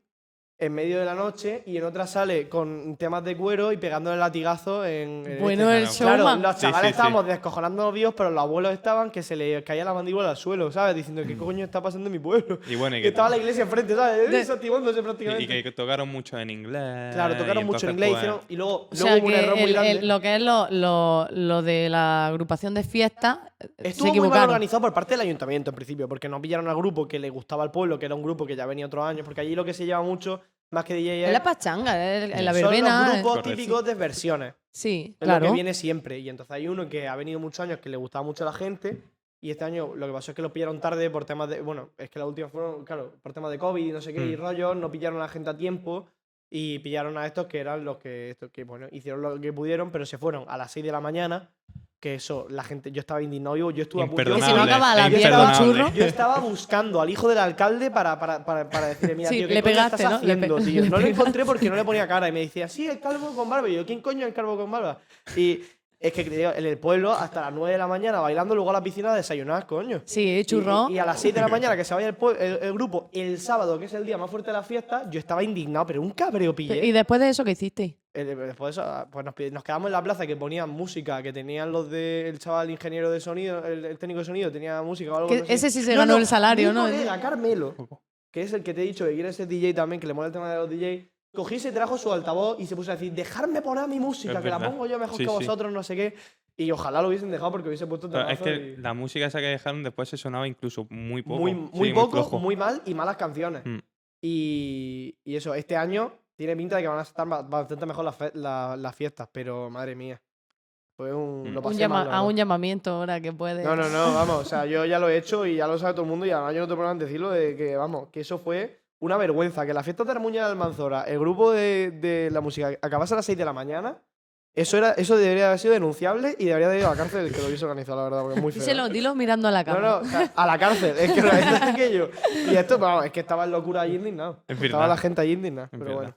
S2: en medio de la noche y en otra sale con temas de cuero y pegándole latigazo en... en
S1: Bueno,
S2: este-
S3: Claro,
S1: el
S2: Claro,
S1: showman.
S2: los
S3: Sí,
S2: chavales
S3: sí, sí.
S2: estábamos descojonándonos Dios, pero los abuelos estaban que se le caía la mandíbula al suelo, ¿sabes? Diciendo, ¿qué coño está pasando en mi pueblo?
S3: Y bueno,
S2: Que
S3: y Mm. que,
S2: estaba la iglesia enfrente, ¿sabes?
S1: De-
S2: Desactivándose
S3: y-
S2: prácticamente.
S3: y que tocaron mucho en inglés.
S2: claro, tocaron
S3: y
S2: mucho en
S3: entonces,
S2: inglés
S3: pues,
S2: hicieron- y luego,
S1: O
S2: luego
S1: sea,
S2: hubo un
S1: que
S2: error muy
S1: el-
S2: grande.
S1: el- lo que es lo, lo, lo de la agrupación de fiestas, eh, se
S2: Estuvo muy mal
S1: equivocaron.
S2: organizado por parte del ayuntamiento en principio, porque no pillaron al grupo que le gustaba al pueblo, que era un grupo que ya venía otros años, porque allí lo que se lleva mucho, más que DJ,
S1: es la pachanga, es la
S3: Son
S1: verbena.
S2: eh. son los
S1: eh.
S2: grupos
S3: Correcto.
S2: típicos de versiones.
S1: Sí,
S2: Es
S1: claro.
S2: lo que viene siempre. Y entonces hay uno que ha venido muchos años que le gustaba mucho a la gente. Y este año lo que pasó es que lo pillaron tarde por temas de. Bueno, es que la última fueron, claro, por temas de COVID y no sé qué, y
S3: Mm.
S2: rollos, no pillaron a la gente a tiempo. Y pillaron a estos que eran los que, estos que, bueno, hicieron lo que pudieron, pero se fueron a las 6 de la mañana. Que eso, la gente, yo estaba indignado, yo, yo estuve
S3: Eh,
S2: a punto.
S1: Que si
S3: Imperdonable.
S1: no acaba a las
S3: es
S1: 10 con
S3: imperdonable.
S1: churro.
S2: Yo estaba buscando al hijo del alcalde para, para, para, para decirle, mira,
S1: Sí,
S2: tío, ¿qué
S1: le
S2: coño
S1: pegaste,
S2: estás
S1: ¿no? Le pe-
S2: haciendo, tío?
S1: [LAUGHS] le
S2: No lo encontré porque no le ponía cara. Y me decía, sí, el calvo con barba. Y yo, ¿quién coño es el calvo con barba? Y es que creo, en el pueblo hasta las 9 de la mañana bailando, luego a la piscina a desayunar, coño.
S1: Sí,
S2: Y-
S1: churro.
S2: Y, a las 6 de la mañana que se vaya el, pue- el- el grupo el sábado, que es el día más fuerte de la fiesta, yo estaba indignado, pero un cabreo pillé.
S1: Y después de eso, ¿qué hiciste?
S2: Eh, de- Después de eso, pues nos, pi- nos quedamos en la plaza que ponían música, que tenían los del chaval ingeniero de sonido, el, el técnico de sonido tenía música o algo
S1: Que
S2: así.
S1: ese sí se ganó el salario,
S2: mi
S1: ¿no?
S2: colega, Carmelo,
S3: Ojo.
S2: que es el que te he dicho que quiere ser DJ también, que le mola el tema de los DJ, cogí se trajo su altavoz y se puso a decir, dejarme poner mi música,
S3: Es
S2: que la
S3: verdad.
S2: pongo yo mejor
S3: Sí,
S2: que
S3: sí.
S2: vosotros, no sé qué. Y ojalá lo hubiesen dejado porque hubiese puesto
S3: Pero es
S2: temazo
S3: que
S2: y-
S3: la música esa que dejaron después se sonaba incluso muy poco.
S2: muy,
S3: sí,
S2: muy poco,
S3: flojo.
S2: muy, mal y malas canciones.
S3: Mm.
S2: Y, y eso, este año tiene pinta de que van a estar ba- bastante mejor las, fe- la- las fiestas, pero madre mía. Fue un.
S3: Mm.
S2: Lo
S1: Un
S2: pasé
S1: llama-
S2: mal, la
S1: a un
S2: verdad.
S1: llamamiento ahora que puede.
S2: No, no, no, vamos, o sea, yo ya lo he hecho y ya lo sabe todo el mundo y además yo no te puedo decirlo de que, vamos, que eso fue una vergüenza, que la fiesta de Armuña de Almanzora, el grupo de, de la música acabase a las 6 de la mañana Eso, era, eso debería haber sido denunciable y debería haber ido a la cárcel el que lo hubiese organizado, la verdad, porque es muy feo.
S1: Díselo, dilo mirando a
S2: [LAUGHS] No,
S1: la cámara.
S2: no, o sea, a la cárcel. Es que lo es aquello. Y esto, vamos, es que estaba en locura allí indignado.
S3: Es
S2: Estaba
S3: verdad.
S2: la gente allí indignada.
S3: Es
S2: Pero
S3: verdad.
S2: bueno.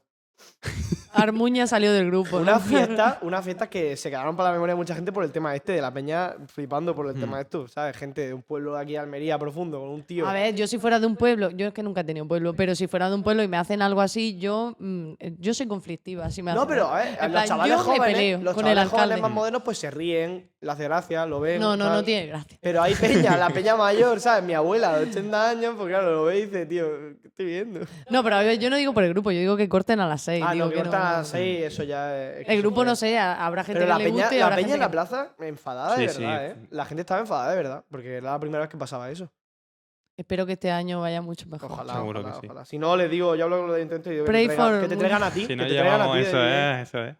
S1: Armuña salió del grupo. ¿no?
S2: Una
S1: [LAUGHS]
S2: fiesta, una fiesta que se quedaron para la memoria de mucha gente por el tema este, de la peña flipando por el
S3: Mm.
S2: tema de esto, ¿sabes? Gente de un pueblo de aquí de Almería profundo, con un tío.
S1: A ver, yo si fuera de un pueblo, yo es que nunca he tenido pueblo, pero si fuera de un pueblo y me hacen algo así, yo, mm, eh, yo soy conflictiva. Si me
S2: no,
S1: hacen
S2: pero
S1: algo.
S2: a ver,
S1: En
S2: los
S1: plan,
S2: chavales
S1: yo me peleo
S2: jóvenes, los
S1: con
S2: chavales
S1: el
S2: jóvenes
S1: alcalde.
S2: más modernos pues se ríen, le hace gracia, lo ven.
S1: No, no,
S2: tal.
S1: no tiene gracia.
S2: Pero hay peña,
S1: [LAUGHS]
S2: la peña mayor, ¿sabes? Mi abuela de 80 años, pues claro, lo ve y dice, tío, ¿qué estoy viendo?
S1: No, pero a ver, yo no digo por el grupo, yo digo que corten a las seis.
S2: ah,
S1: digo
S2: no, que
S1: que
S2: no
S1: no-
S2: está así, eso ya es... es que
S1: El grupo
S2: eso
S1: no
S2: es.
S1: sé, a- habrá gente
S2: Pero
S1: que
S2: la
S1: le
S2: peña,
S1: guste y
S2: la
S1: habrá
S2: peña en
S1: gente
S2: la
S1: que-
S2: plaza enfadada, de
S3: Sí, sí.
S2: verdad, ¿eh? La gente estaba enfadada, de verdad, porque era la primera vez que pasaba eso.
S1: Espero que este año vaya mucho mejor.
S2: Ojalá,
S3: Seguro
S2: ojalá,
S3: que sí.
S2: ojalá. Si no, les digo, yo hablo con los de intento y digo que
S1: Pray
S2: te, traigan,
S1: for
S2: que te traigan a ti.
S3: Si
S2: que
S3: no
S2: te traigan a
S3: llevamos,
S2: ti.
S3: eso ¿eh?
S2: de-
S3: es, eso es.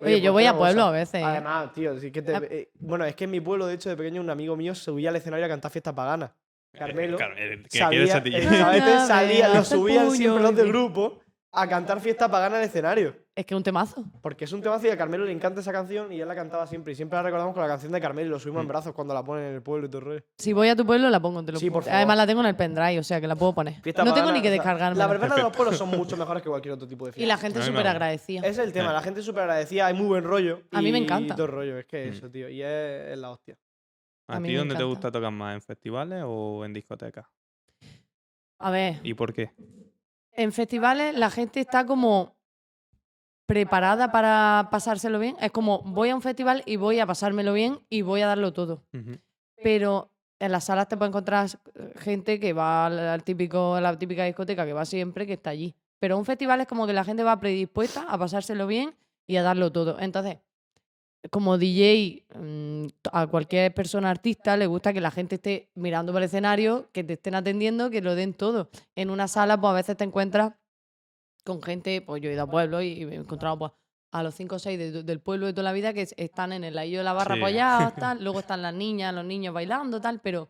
S1: Oye, yo voy a
S2: pues,
S1: pueblo
S2: una
S1: a veces. ¿eh?
S2: cosa. Además, tío, sí que te-
S1: Ah.
S2: eh, bueno, es que en mi pueblo, de hecho, de pequeño, un amigo mío subía al escenario a cantar fiestas paganas. Carmelo.
S3: Eh, Carmelo, que quieres
S2: Sabía,
S3: a ti?
S2: el chavete
S1: Nada,
S2: salía, lo
S1: vea.
S2: subían
S1: Puño,
S2: siempre los del
S1: Ah, dice.
S2: grupo a cantar fiestas paganas al escenario.
S1: Es que un temazo.
S2: Porque es un tema así, a Carmelo le encanta esa canción y él la cantaba siempre. Y siempre la recordamos con la canción de Carmelo y lo subimos en
S3: Mm.
S2: brazos cuando la ponen en el pueblo y todo el rollo.
S1: Si voy a tu pueblo, la pongo. Te lo
S2: Sí, por
S1: juro. Además,
S2: favor.
S1: la tengo en el pendrive, o sea que la puedo poner.
S2: Fiesta
S1: no tengo
S2: pagana,
S1: ni que
S2: o sea,
S1: descargarme.
S2: La verbena de los pueblos son mucho mejores que cualquier otro tipo de fiesta.
S1: [LAUGHS] Y la gente
S3: A mí me
S1: súper
S3: mola.
S1: agradecida.
S2: Ese es el tema,
S3: Eh.
S2: la gente es súper agradecida, hay muy buen rollo.
S1: A mí me
S2: y
S1: encanta.
S2: todo el rollo, es que
S3: Mm.
S2: eso, tío. Y es, es la hostia.
S1: [LAUGHS] A
S3: ¿A
S1: mí
S3: ti
S1: me
S3: dónde te
S1: encanta.
S3: gusta tocar más? ¿En festivales o en discotecas?
S1: A ver,
S3: ¿Y por qué?
S1: en festivales la gente está como preparada para pasárselo bien. Es como voy a un festival y voy a pasármelo bien y voy a darlo todo.
S3: Ujú.
S1: pero en las salas te puedes encontrar eh, gente que va al, al típico, a la típica discoteca que va siempre, que está allí. Pero un festival es como que la gente va predispuesta a pasárselo bien y a darlo todo. Entonces, como DJ, mm, a cualquier persona artista le gusta que la gente esté mirando para el escenario, que te estén atendiendo, que lo den todo. En una sala, pues a veces te encuentras con gente, pues yo he ido a pueblos y y me he encontrado pues, a los 5 o 6 del pueblo de toda la vida que es- están en el ladillo de la barra
S3: Sí.
S1: apoyados, tal, luego están las niñas, los niños bailando, tal, pero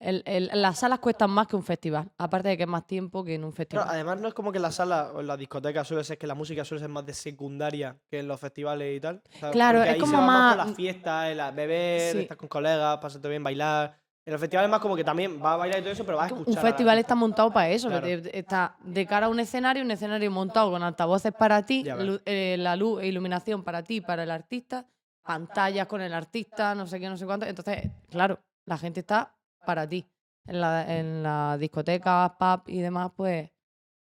S1: el- el- las salas cuestan más que un festival, aparte de que es más tiempo que en un
S2: Claro,
S1: festival.
S2: además, no es como que en la sala o en la discoteca suele ser que la música suele ser más de secundaria que en los festivales y tal. ¿sabes?
S1: Claro,
S2: Porque
S1: es
S2: ahí
S1: como
S2: se va más.
S1: más-
S2: por las fiestas, el a- beber,
S1: Sí.
S2: estar con colegas, pasarte bien, bailar. En los festivales, más como que también va a bailar y todo eso, pero vas a escuchar.
S1: un
S2: a la
S1: festival
S2: artista.
S1: está montado para eso, que
S2: Claro.
S1: te- está de cara a un escenario, un escenario montado con altavoces para ti,
S2: Ya ves.
S1: lu- eh, la luz e iluminación para ti, para el artista, pantallas con el artista, no sé qué, no sé cuánto. Entonces, claro, la gente está para ti. En las en las discotecas, pub y demás, pues
S2: No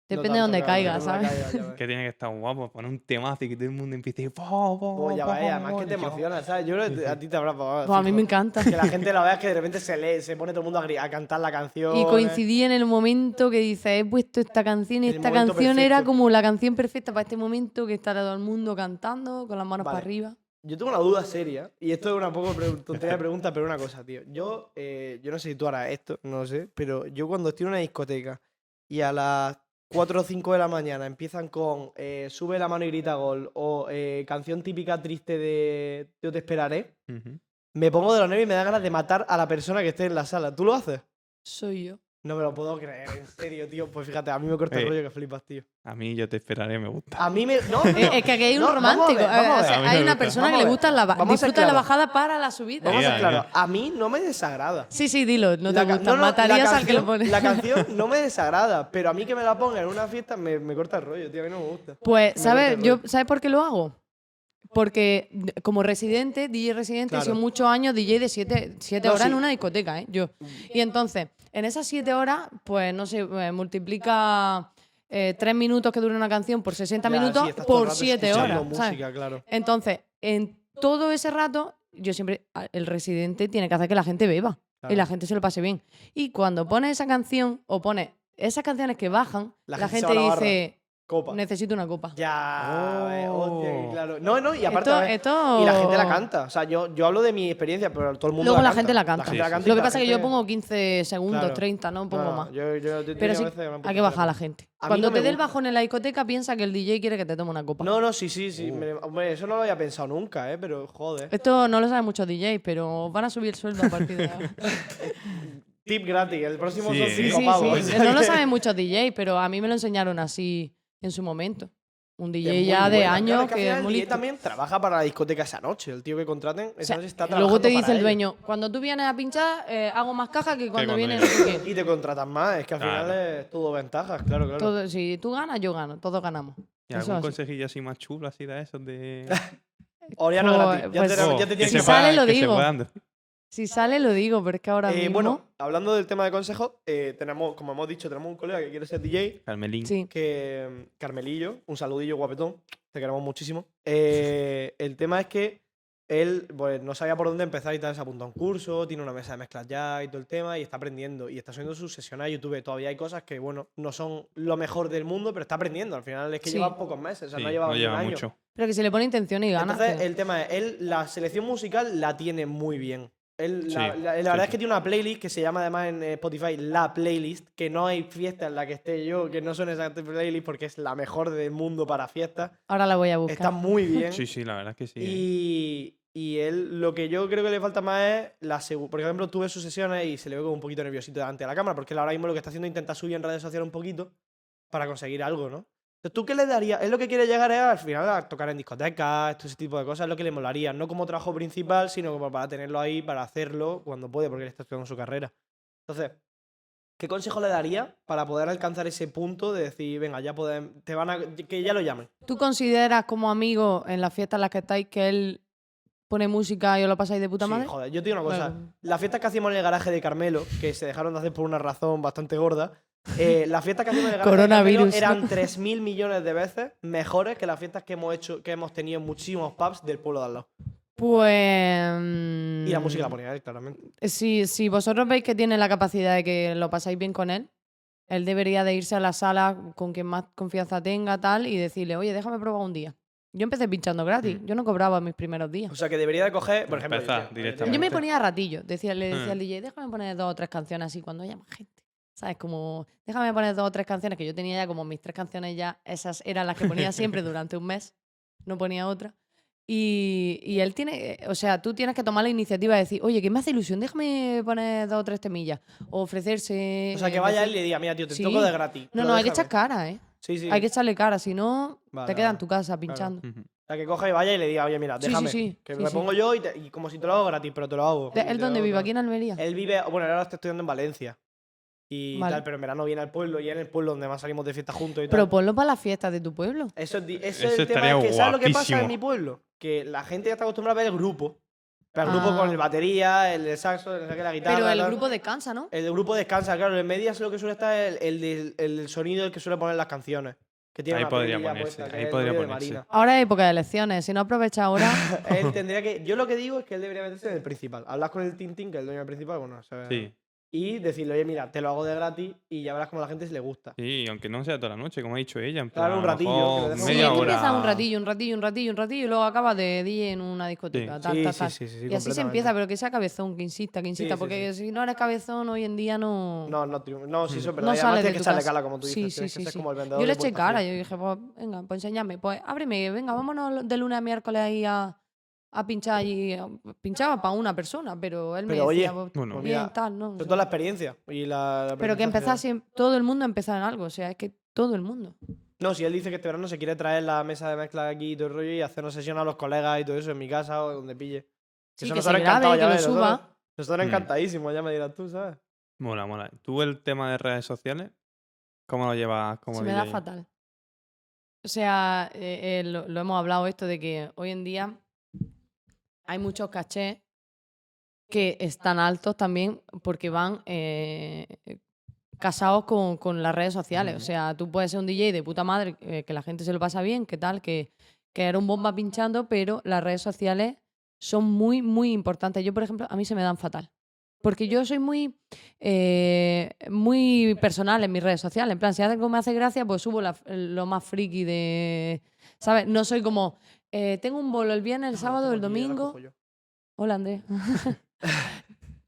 S1: depende de
S2: tanto,
S1: dónde
S2: claro,
S1: caiga,
S2: depende de
S1: ¿sabes?
S2: dónde caiga, ya ves.
S1: [LAUGHS]
S3: Que tiene que estar guapo, poner un temazo y que todo el mundo empiece. "Bo, bo,
S2: Pues ya
S3: bo,
S2: vaya,
S3: bo,
S2: además que te
S3: bo".
S2: emociona, ¿sabes? Yo creo que a ti te habrá pasado.
S1: Pues a mí
S2: fijo.
S1: me encanta.
S2: Que la gente la vea que de repente se lee, se pone todo el mundo a, gri- a cantar la canción. eh,
S1: Y coincidí en el momento que dice, he puesto esta canción y
S2: El
S1: esta
S2: momento
S1: canción era
S2: perfecto.
S1: como la canción perfecta para este momento que está todo el mundo cantando con las manos
S2: Vale.
S1: para arriba.
S2: Yo tengo una duda seria, y esto es una poco pre- tontería de pregunta, pero una cosa, tío. Yo, eh, yo no sé si tú harás esto, no lo sé, pero yo cuando estoy en una discoteca y a las 4 o 5 de la mañana empiezan con eh, Sube la mano y grita gol o eh, canción típica triste de Yo te esperaré,
S3: Ujú.
S2: me pongo de los nervios y me da ganas de matar a la persona que esté en la sala. ¿Tú lo haces?
S1: Soy yo.
S2: No me lo puedo creer, en serio, tío. Pues fíjate, a mí me corta el
S3: Ey.
S2: rollo que flipas, tío.
S3: A mí yo te esperaré, me gusta.
S2: A mí me... No, no,
S1: Es que aquí hay un
S2: No, vamos a ver,
S1: romántico.
S2: vamos a
S1: eh, o
S2: ver.
S1: sea,
S3: A mí me
S1: hay una
S3: gusta.
S1: persona
S2: Vamos
S1: que
S2: a
S1: le
S2: ver,
S1: gusta la ba-
S2: vamos a ser
S1: disfruta la
S2: claros.
S1: bajada para la subida.
S2: Vamos a
S3: Ya,
S2: ser claros.
S3: ya.
S2: A mí no me desagrada.
S1: Sí, sí, dilo, no
S2: La
S1: te
S2: ca-
S1: gusta.
S2: no, no, la
S1: Matarías al que lo
S2: canción-
S1: pone.
S2: La
S1: [LAUGHS]
S2: canción no me desagrada, pero a mí que me la pongan en una fiesta me, me corta el rollo, tío. A mí no me gusta.
S1: Pues,
S2: Me
S1: ¿sabes?
S2: gusta el
S1: Yo, ¿Sabes por qué lo hago? Porque d- como residente, DJ residente, he sido
S2: Claro.
S1: muchos años DJ de siete, siete
S2: No,
S1: horas
S2: sí.
S1: en una discoteca, ¿eh? Yo. Y entonces, en esas siete horas, pues no sé, eh, multiplica eh, tres minutos que dura una canción por 60
S2: Ya, sí,
S1: minutos
S2: estás todo el
S1: por
S2: rato
S1: siete
S2: escuchando
S1: horas. ¿sabes?
S2: música, claro.
S1: Entonces, en todo ese rato, yo siempre, a- el residente tiene que hacer que la gente beba y
S2: Claro.
S1: la gente se lo pase bien. Y cuando pone esa canción o pone esas canciones que bajan,
S2: La
S1: la,
S2: gente se
S1: gente,
S2: va a la barra.
S1: dice,
S2: Copa.
S1: necesito una copa.
S2: Ya, eh, hostia,
S3: Oh.
S2: que claro. No, no, y aparte.
S1: Esto-
S2: a ver,
S1: esto-
S2: Y la gente la canta. O sea, yo, yo hablo de mi experiencia, pero todo el mundo.
S1: Luego la,
S2: la,
S1: gente la
S2: La
S1: canta.
S2: gente
S3: Sí,
S2: la
S3: sí,
S2: canta y
S1: Lo que
S2: la
S1: pasa es que yo
S2: gente-
S1: pongo 15 segundos,
S2: Claro.
S1: 30, no pongo
S2: No, no,
S1: más.
S2: yo- yo- yo-
S1: Pero
S2: yo
S1: sí,
S2: a veces me han
S1: hay
S2: puesto
S1: que bajar a la
S2: cerebro.
S1: gente.
S2: A mí
S1: Cuando
S2: no me
S1: te dé el
S2: gusta.
S1: bajón en la discoteca, piensa que el DJ quiere que te tome una copa.
S2: No, no, sí, sí, sí.
S3: Uh.
S2: me- hombre, eso no lo había pensado nunca, ¿eh? Pero joder.
S1: Esto no lo saben muchos DJs, pero os van a subir el sueldo a partir
S2: [LAUGHS]
S1: de ahora.
S2: Tip gratis. El próximo
S3: Sí,
S2: son
S3: eh.
S1: Sí,
S2: cinco
S1: sí,
S2: [LAUGHS] pavos.
S1: sí. No lo saben muchos DJs, pero a mí me lo enseñaron así en su momento. Un
S2: es
S1: DJ
S2: muy
S1: ya de
S2: buena. Claro,
S1: años
S2: que al
S1: que
S2: final
S1: es
S2: el
S1: muy
S2: DJ
S1: listo.
S2: también trabaja para la discoteca esa noche. El tío que contraten
S1: O
S2: esa
S1: sea,
S2: noche está trabajando
S1: luego te dice
S2: para
S1: el
S2: ello.
S1: dueño, cuando tú vienes a pinchar, eh, hago más caja que cuando
S3: cuando
S1: viene no
S3: viene.
S1: sé qué".
S2: Y te contratan más. Es que al
S3: Claro.
S2: final es todo ventajas, claro, claro.
S1: Todo- si tú ganas, yo gano, todos ganamos.
S3: ¿Y
S1: Eso
S3: algún
S1: así.
S3: consejillo así más chulo así de esos
S2: [LAUGHS]
S3: de...
S2: Oriana
S1: Pues-
S2: gratis. Ya
S1: pues-
S2: te,
S1: Oh,
S2: ya te
S3: que
S2: tienes
S1: si
S2: que
S3: se
S1: sale,
S3: puedan-
S1: lo
S3: que se
S1: digo.
S3: puedan decir.
S1: Si sale, lo digo, pero es que ahora
S2: Eh,
S1: mismo.
S2: bueno, hablando del tema de consejos, eh, tenemos, como hemos dicho, tenemos un colega que quiere ser DJ,
S3: Carmelín.
S1: sí.
S2: que mm, Carmelillo, un saludillo guapetón, te queremos muchísimo. Eh, el tema es que él pues, no sabía por dónde empezar y tal, se apuntó a un curso, tiene una mesa de mezclas ya y todo el tema, y está aprendiendo, y está subiendo sus sesiones a YouTube. Todavía hay cosas que, bueno, no son lo mejor del mundo, pero está aprendiendo. Al final es que
S1: Sí.
S2: lleva pocos meses, o sea,
S3: Sí,
S2: no lleva,
S3: no
S2: un
S3: lleva
S2: año.
S3: mucho.
S1: Pero que si le pone intención y gana.
S2: Entonces,
S1: que-
S2: el tema es, él la selección musical la tiene muy bien. Él, la,
S3: Sí,
S2: la- la
S3: sí,
S2: verdad es
S3: sí.
S2: que tiene una playlist que se llama además en eh, Spotify La Playlist, que no hay fiesta en la que esté yo, que no son esa playlist porque es la mejor del mundo para fiestas.
S1: Ahora la voy a buscar.
S2: Está muy bien.
S3: Sí, sí, la verdad es que sí. ¿eh?
S2: Y, y él, lo que yo creo que le falta más es la segu- Por ejemplo, tuve sus sesiones y se le ve como un poquito nerviosito delante de la cámara, porque él ahora mismo lo que está haciendo es intentar subir en redes sociales un poquito para conseguir algo, ¿no? Entonces, ¿tú qué le darías? Es lo que quiere llegar es al final a tocar en discotecas, todo ese tipo de cosas, es lo que le molaría, no como trabajo principal, sino como para tenerlo ahí, para hacerlo cuando puede, porque él está estudiando su carrera. Entonces, ¿qué consejo le daría para poder alcanzar ese punto de decir, venga, ya pueden, te van a, que ya lo llamen?
S1: ¿Tú consideras como amigo en las fiestas en las que estáis que él pone música y os lo pasáis de puta
S2: Sí,
S1: madre?
S2: joder, yo te digo una cosa.
S1: Bueno.
S2: Las fiestas que hacíamos en el garaje de Carmelo, que se dejaron de hacer por una razón bastante gorda, eh, las fiestas que hacíamos en el garaje
S1: Coronavirus,
S2: de
S1: ¿no?
S2: Carmelo eran 3.000 millones de veces mejores que las fiestas que hemos hecho, que hemos tenido en muchísimos pubs del pueblo de al lado.
S1: Pues.
S2: Y la música la
S1: mm,
S2: ponía él, claramente.
S1: Si, si vosotros veis que tiene la capacidad de que lo pasáis bien con él, él debería de irse a la sala con quien más confianza tenga, tal, y decirle, oye, déjame probar un día. Yo empecé pinchando gratis,
S3: Mm.
S1: yo no cobraba mis primeros días.
S2: O sea, que debería de coger, por ejemplo...
S3: Empezar
S2: decía,
S3: directamente.
S1: Yo me
S3: Obviamente.
S1: ponía a ratillo, decía, le decía
S3: Mm.
S1: al DJ, déjame poner dos o tres canciones así cuando haya más gente. ¿Sabes? Como, déjame poner dos o tres canciones, que yo tenía ya como mis tres canciones ya, esas eran las que ponía
S2: [LAUGHS]
S1: siempre durante un mes, no ponía otra. Y, y él tiene, o sea, tú tienes que tomar la iniciativa de decir, oye, que me hace ilusión, déjame poner dos o tres temillas, o ofrecerse.
S2: O sea, que
S1: eh,
S2: vaya él y
S1: decir-
S2: le diga, mira, tío, te
S1: Sí.
S2: toco de gratis.
S1: No,
S2: pero
S1: no, hay que
S2: déjame".
S1: echar cara, ¿eh?
S2: Sí, sí.
S1: Hay que echarle cara, si no,
S2: Vale,
S1: te queda en
S2: vale.
S1: tu casa pinchando.
S3: Ujú.
S2: O sea, que coja y vaya y le diga, oye, mira,
S1: Sí, sí,
S2: déjame.
S1: sí,
S2: que
S1: sí,
S2: me
S1: sí.
S2: pongo yo y, te- y como si te lo hago gratis, pero te lo hago.
S1: ¿De-
S2: Y
S1: ¿Él
S2: te
S1: dónde
S2: hago
S1: vive?
S2: tal.
S1: ¿Aquí en Almería?
S2: Él vive, bueno, él ahora está estudiando en Valencia. Y
S1: Vale.
S2: tal, pero en verano viene al pueblo y en el pueblo donde más salimos de fiesta juntos y tal.
S1: Proponlo para las fiestas de tu pueblo.
S2: eso es, di- eso es
S3: Eso
S2: el tema,
S3: estaría
S2: es que ¿sabes lo que pasa en
S3: guapísimo.
S2: mi pueblo? Que la gente ya está acostumbrada a ver el grupo. Pero el grupo
S1: Ah.
S2: con el batería, el saxo, el, la guitarra.
S1: Pero el
S2: tal.
S1: grupo descansa, ¿no?
S2: El grupo descansa, claro. En medias lo que suele estar el, el, del- el del sonido el que suele poner las canciones. Que tiene
S3: Ahí
S2: una
S3: podría
S2: perilla
S3: ponerse,
S2: puesta, que
S3: ahí
S2: es el
S3: podría
S2: rollo de
S3: ponerse.
S2: Marina.
S1: Ahora es época de elecciones, si no aprovecha
S2: [LAUGHS]
S1: ahora. pues,
S2: Él tendría que. Yo lo que digo es que él debería meterse en el principal. Hablas con el Tintín, que es el dueño del principal, bueno, sabes.
S3: Sí,
S2: y decirle, oye, mira, te lo hago de gratis y ya verás como a la gente se le gusta.
S3: sí, aunque no sea toda la noche, como ha dicho ella. En plan,
S2: Claro, un
S3: a lo
S2: ratillo,
S3: mejor
S2: que le demos
S1: Sí,
S3: media
S1: es que
S3: hora.
S1: empieza un ratillo, un ratillo, un ratillo, un ratillo, y luego acaba de DJ en una discoteca.
S3: Sí.
S1: tal, tal, tal.
S2: sí, sí,
S1: y así se empieza, pero que sea cabezón, que insista, que insista,
S2: sí,
S1: porque si no eres cabezón hoy en día no.
S2: No, no, triunfa- no, sí,
S3: Mm.
S2: eso es
S1: no
S2: verdad. y además
S1: sales de
S2: tienes que
S1: tu
S2: echarle
S1: casa.
S2: cara, como tú dices. tienes
S1: Sí, sí,
S2: que
S1: sí,
S2: ser
S1: sí.
S2: como el vendedor
S1: Yo
S2: de
S1: le eché
S2: puerta
S1: cara,
S2: fría.
S1: yo dije, pues venga, pues enséñame, pues ábreme, venga, vámonos de lunes a miércoles ahí a, a pinchar allí. Pinchaba para una persona, pero él
S2: Pero,
S1: me
S2: oye,
S1: decía, pues,
S3: bueno.
S1: bien,
S2: Mira,
S1: tal, ¿no?
S2: Sobre todo la experiencia. Y la, la
S1: Pero que
S2: aprendizaje.
S1: empezase, todo el mundo empezara en algo, o sea, es que todo el mundo.
S2: No, si él dice que este verano se quiere traer la mesa de mezcla aquí y todo el rollo y hacer una sesión a los colegas y todo eso en mi casa o donde pille.
S1: Sí,
S2: eso
S1: que se
S2: nosotros
S1: grabe,
S2: encantados,
S1: que
S2: ya
S1: lo
S2: ves,
S1: suba.
S2: Nosotros, nosotros
S3: Mm.
S2: encantadísimos, ya me dirás tú, ¿sabes?
S3: Mola, mola. ¿Tú el tema de redes sociales? ¿Cómo lo llevas? Como
S1: Se me da
S3: DJ?
S1: fatal. O sea, eh, eh, lo, lo hemos hablado esto de que hoy en día hay muchos cachés que están altos también porque van eh, casados con, con las redes sociales. O
S3: Ujú.
S1: sea, tú puedes ser un DJ de puta madre, eh, que la gente se lo pasa bien, que tal, que, que era un bomba pinchando, pero las redes sociales son muy, muy importantes. Yo, por ejemplo, a mí se me dan fatal. Porque yo soy muy, eh, muy personal en mis redes sociales. En plan, si algo me hace gracia, pues subo la- lo más friki de... ¿Sabes? No soy como, eh, tengo un bolo el viernes, el
S2: Ah,
S1: sábado, el domingo. Hola,
S2: [LAUGHS]
S1: Andrés. [LAUGHS]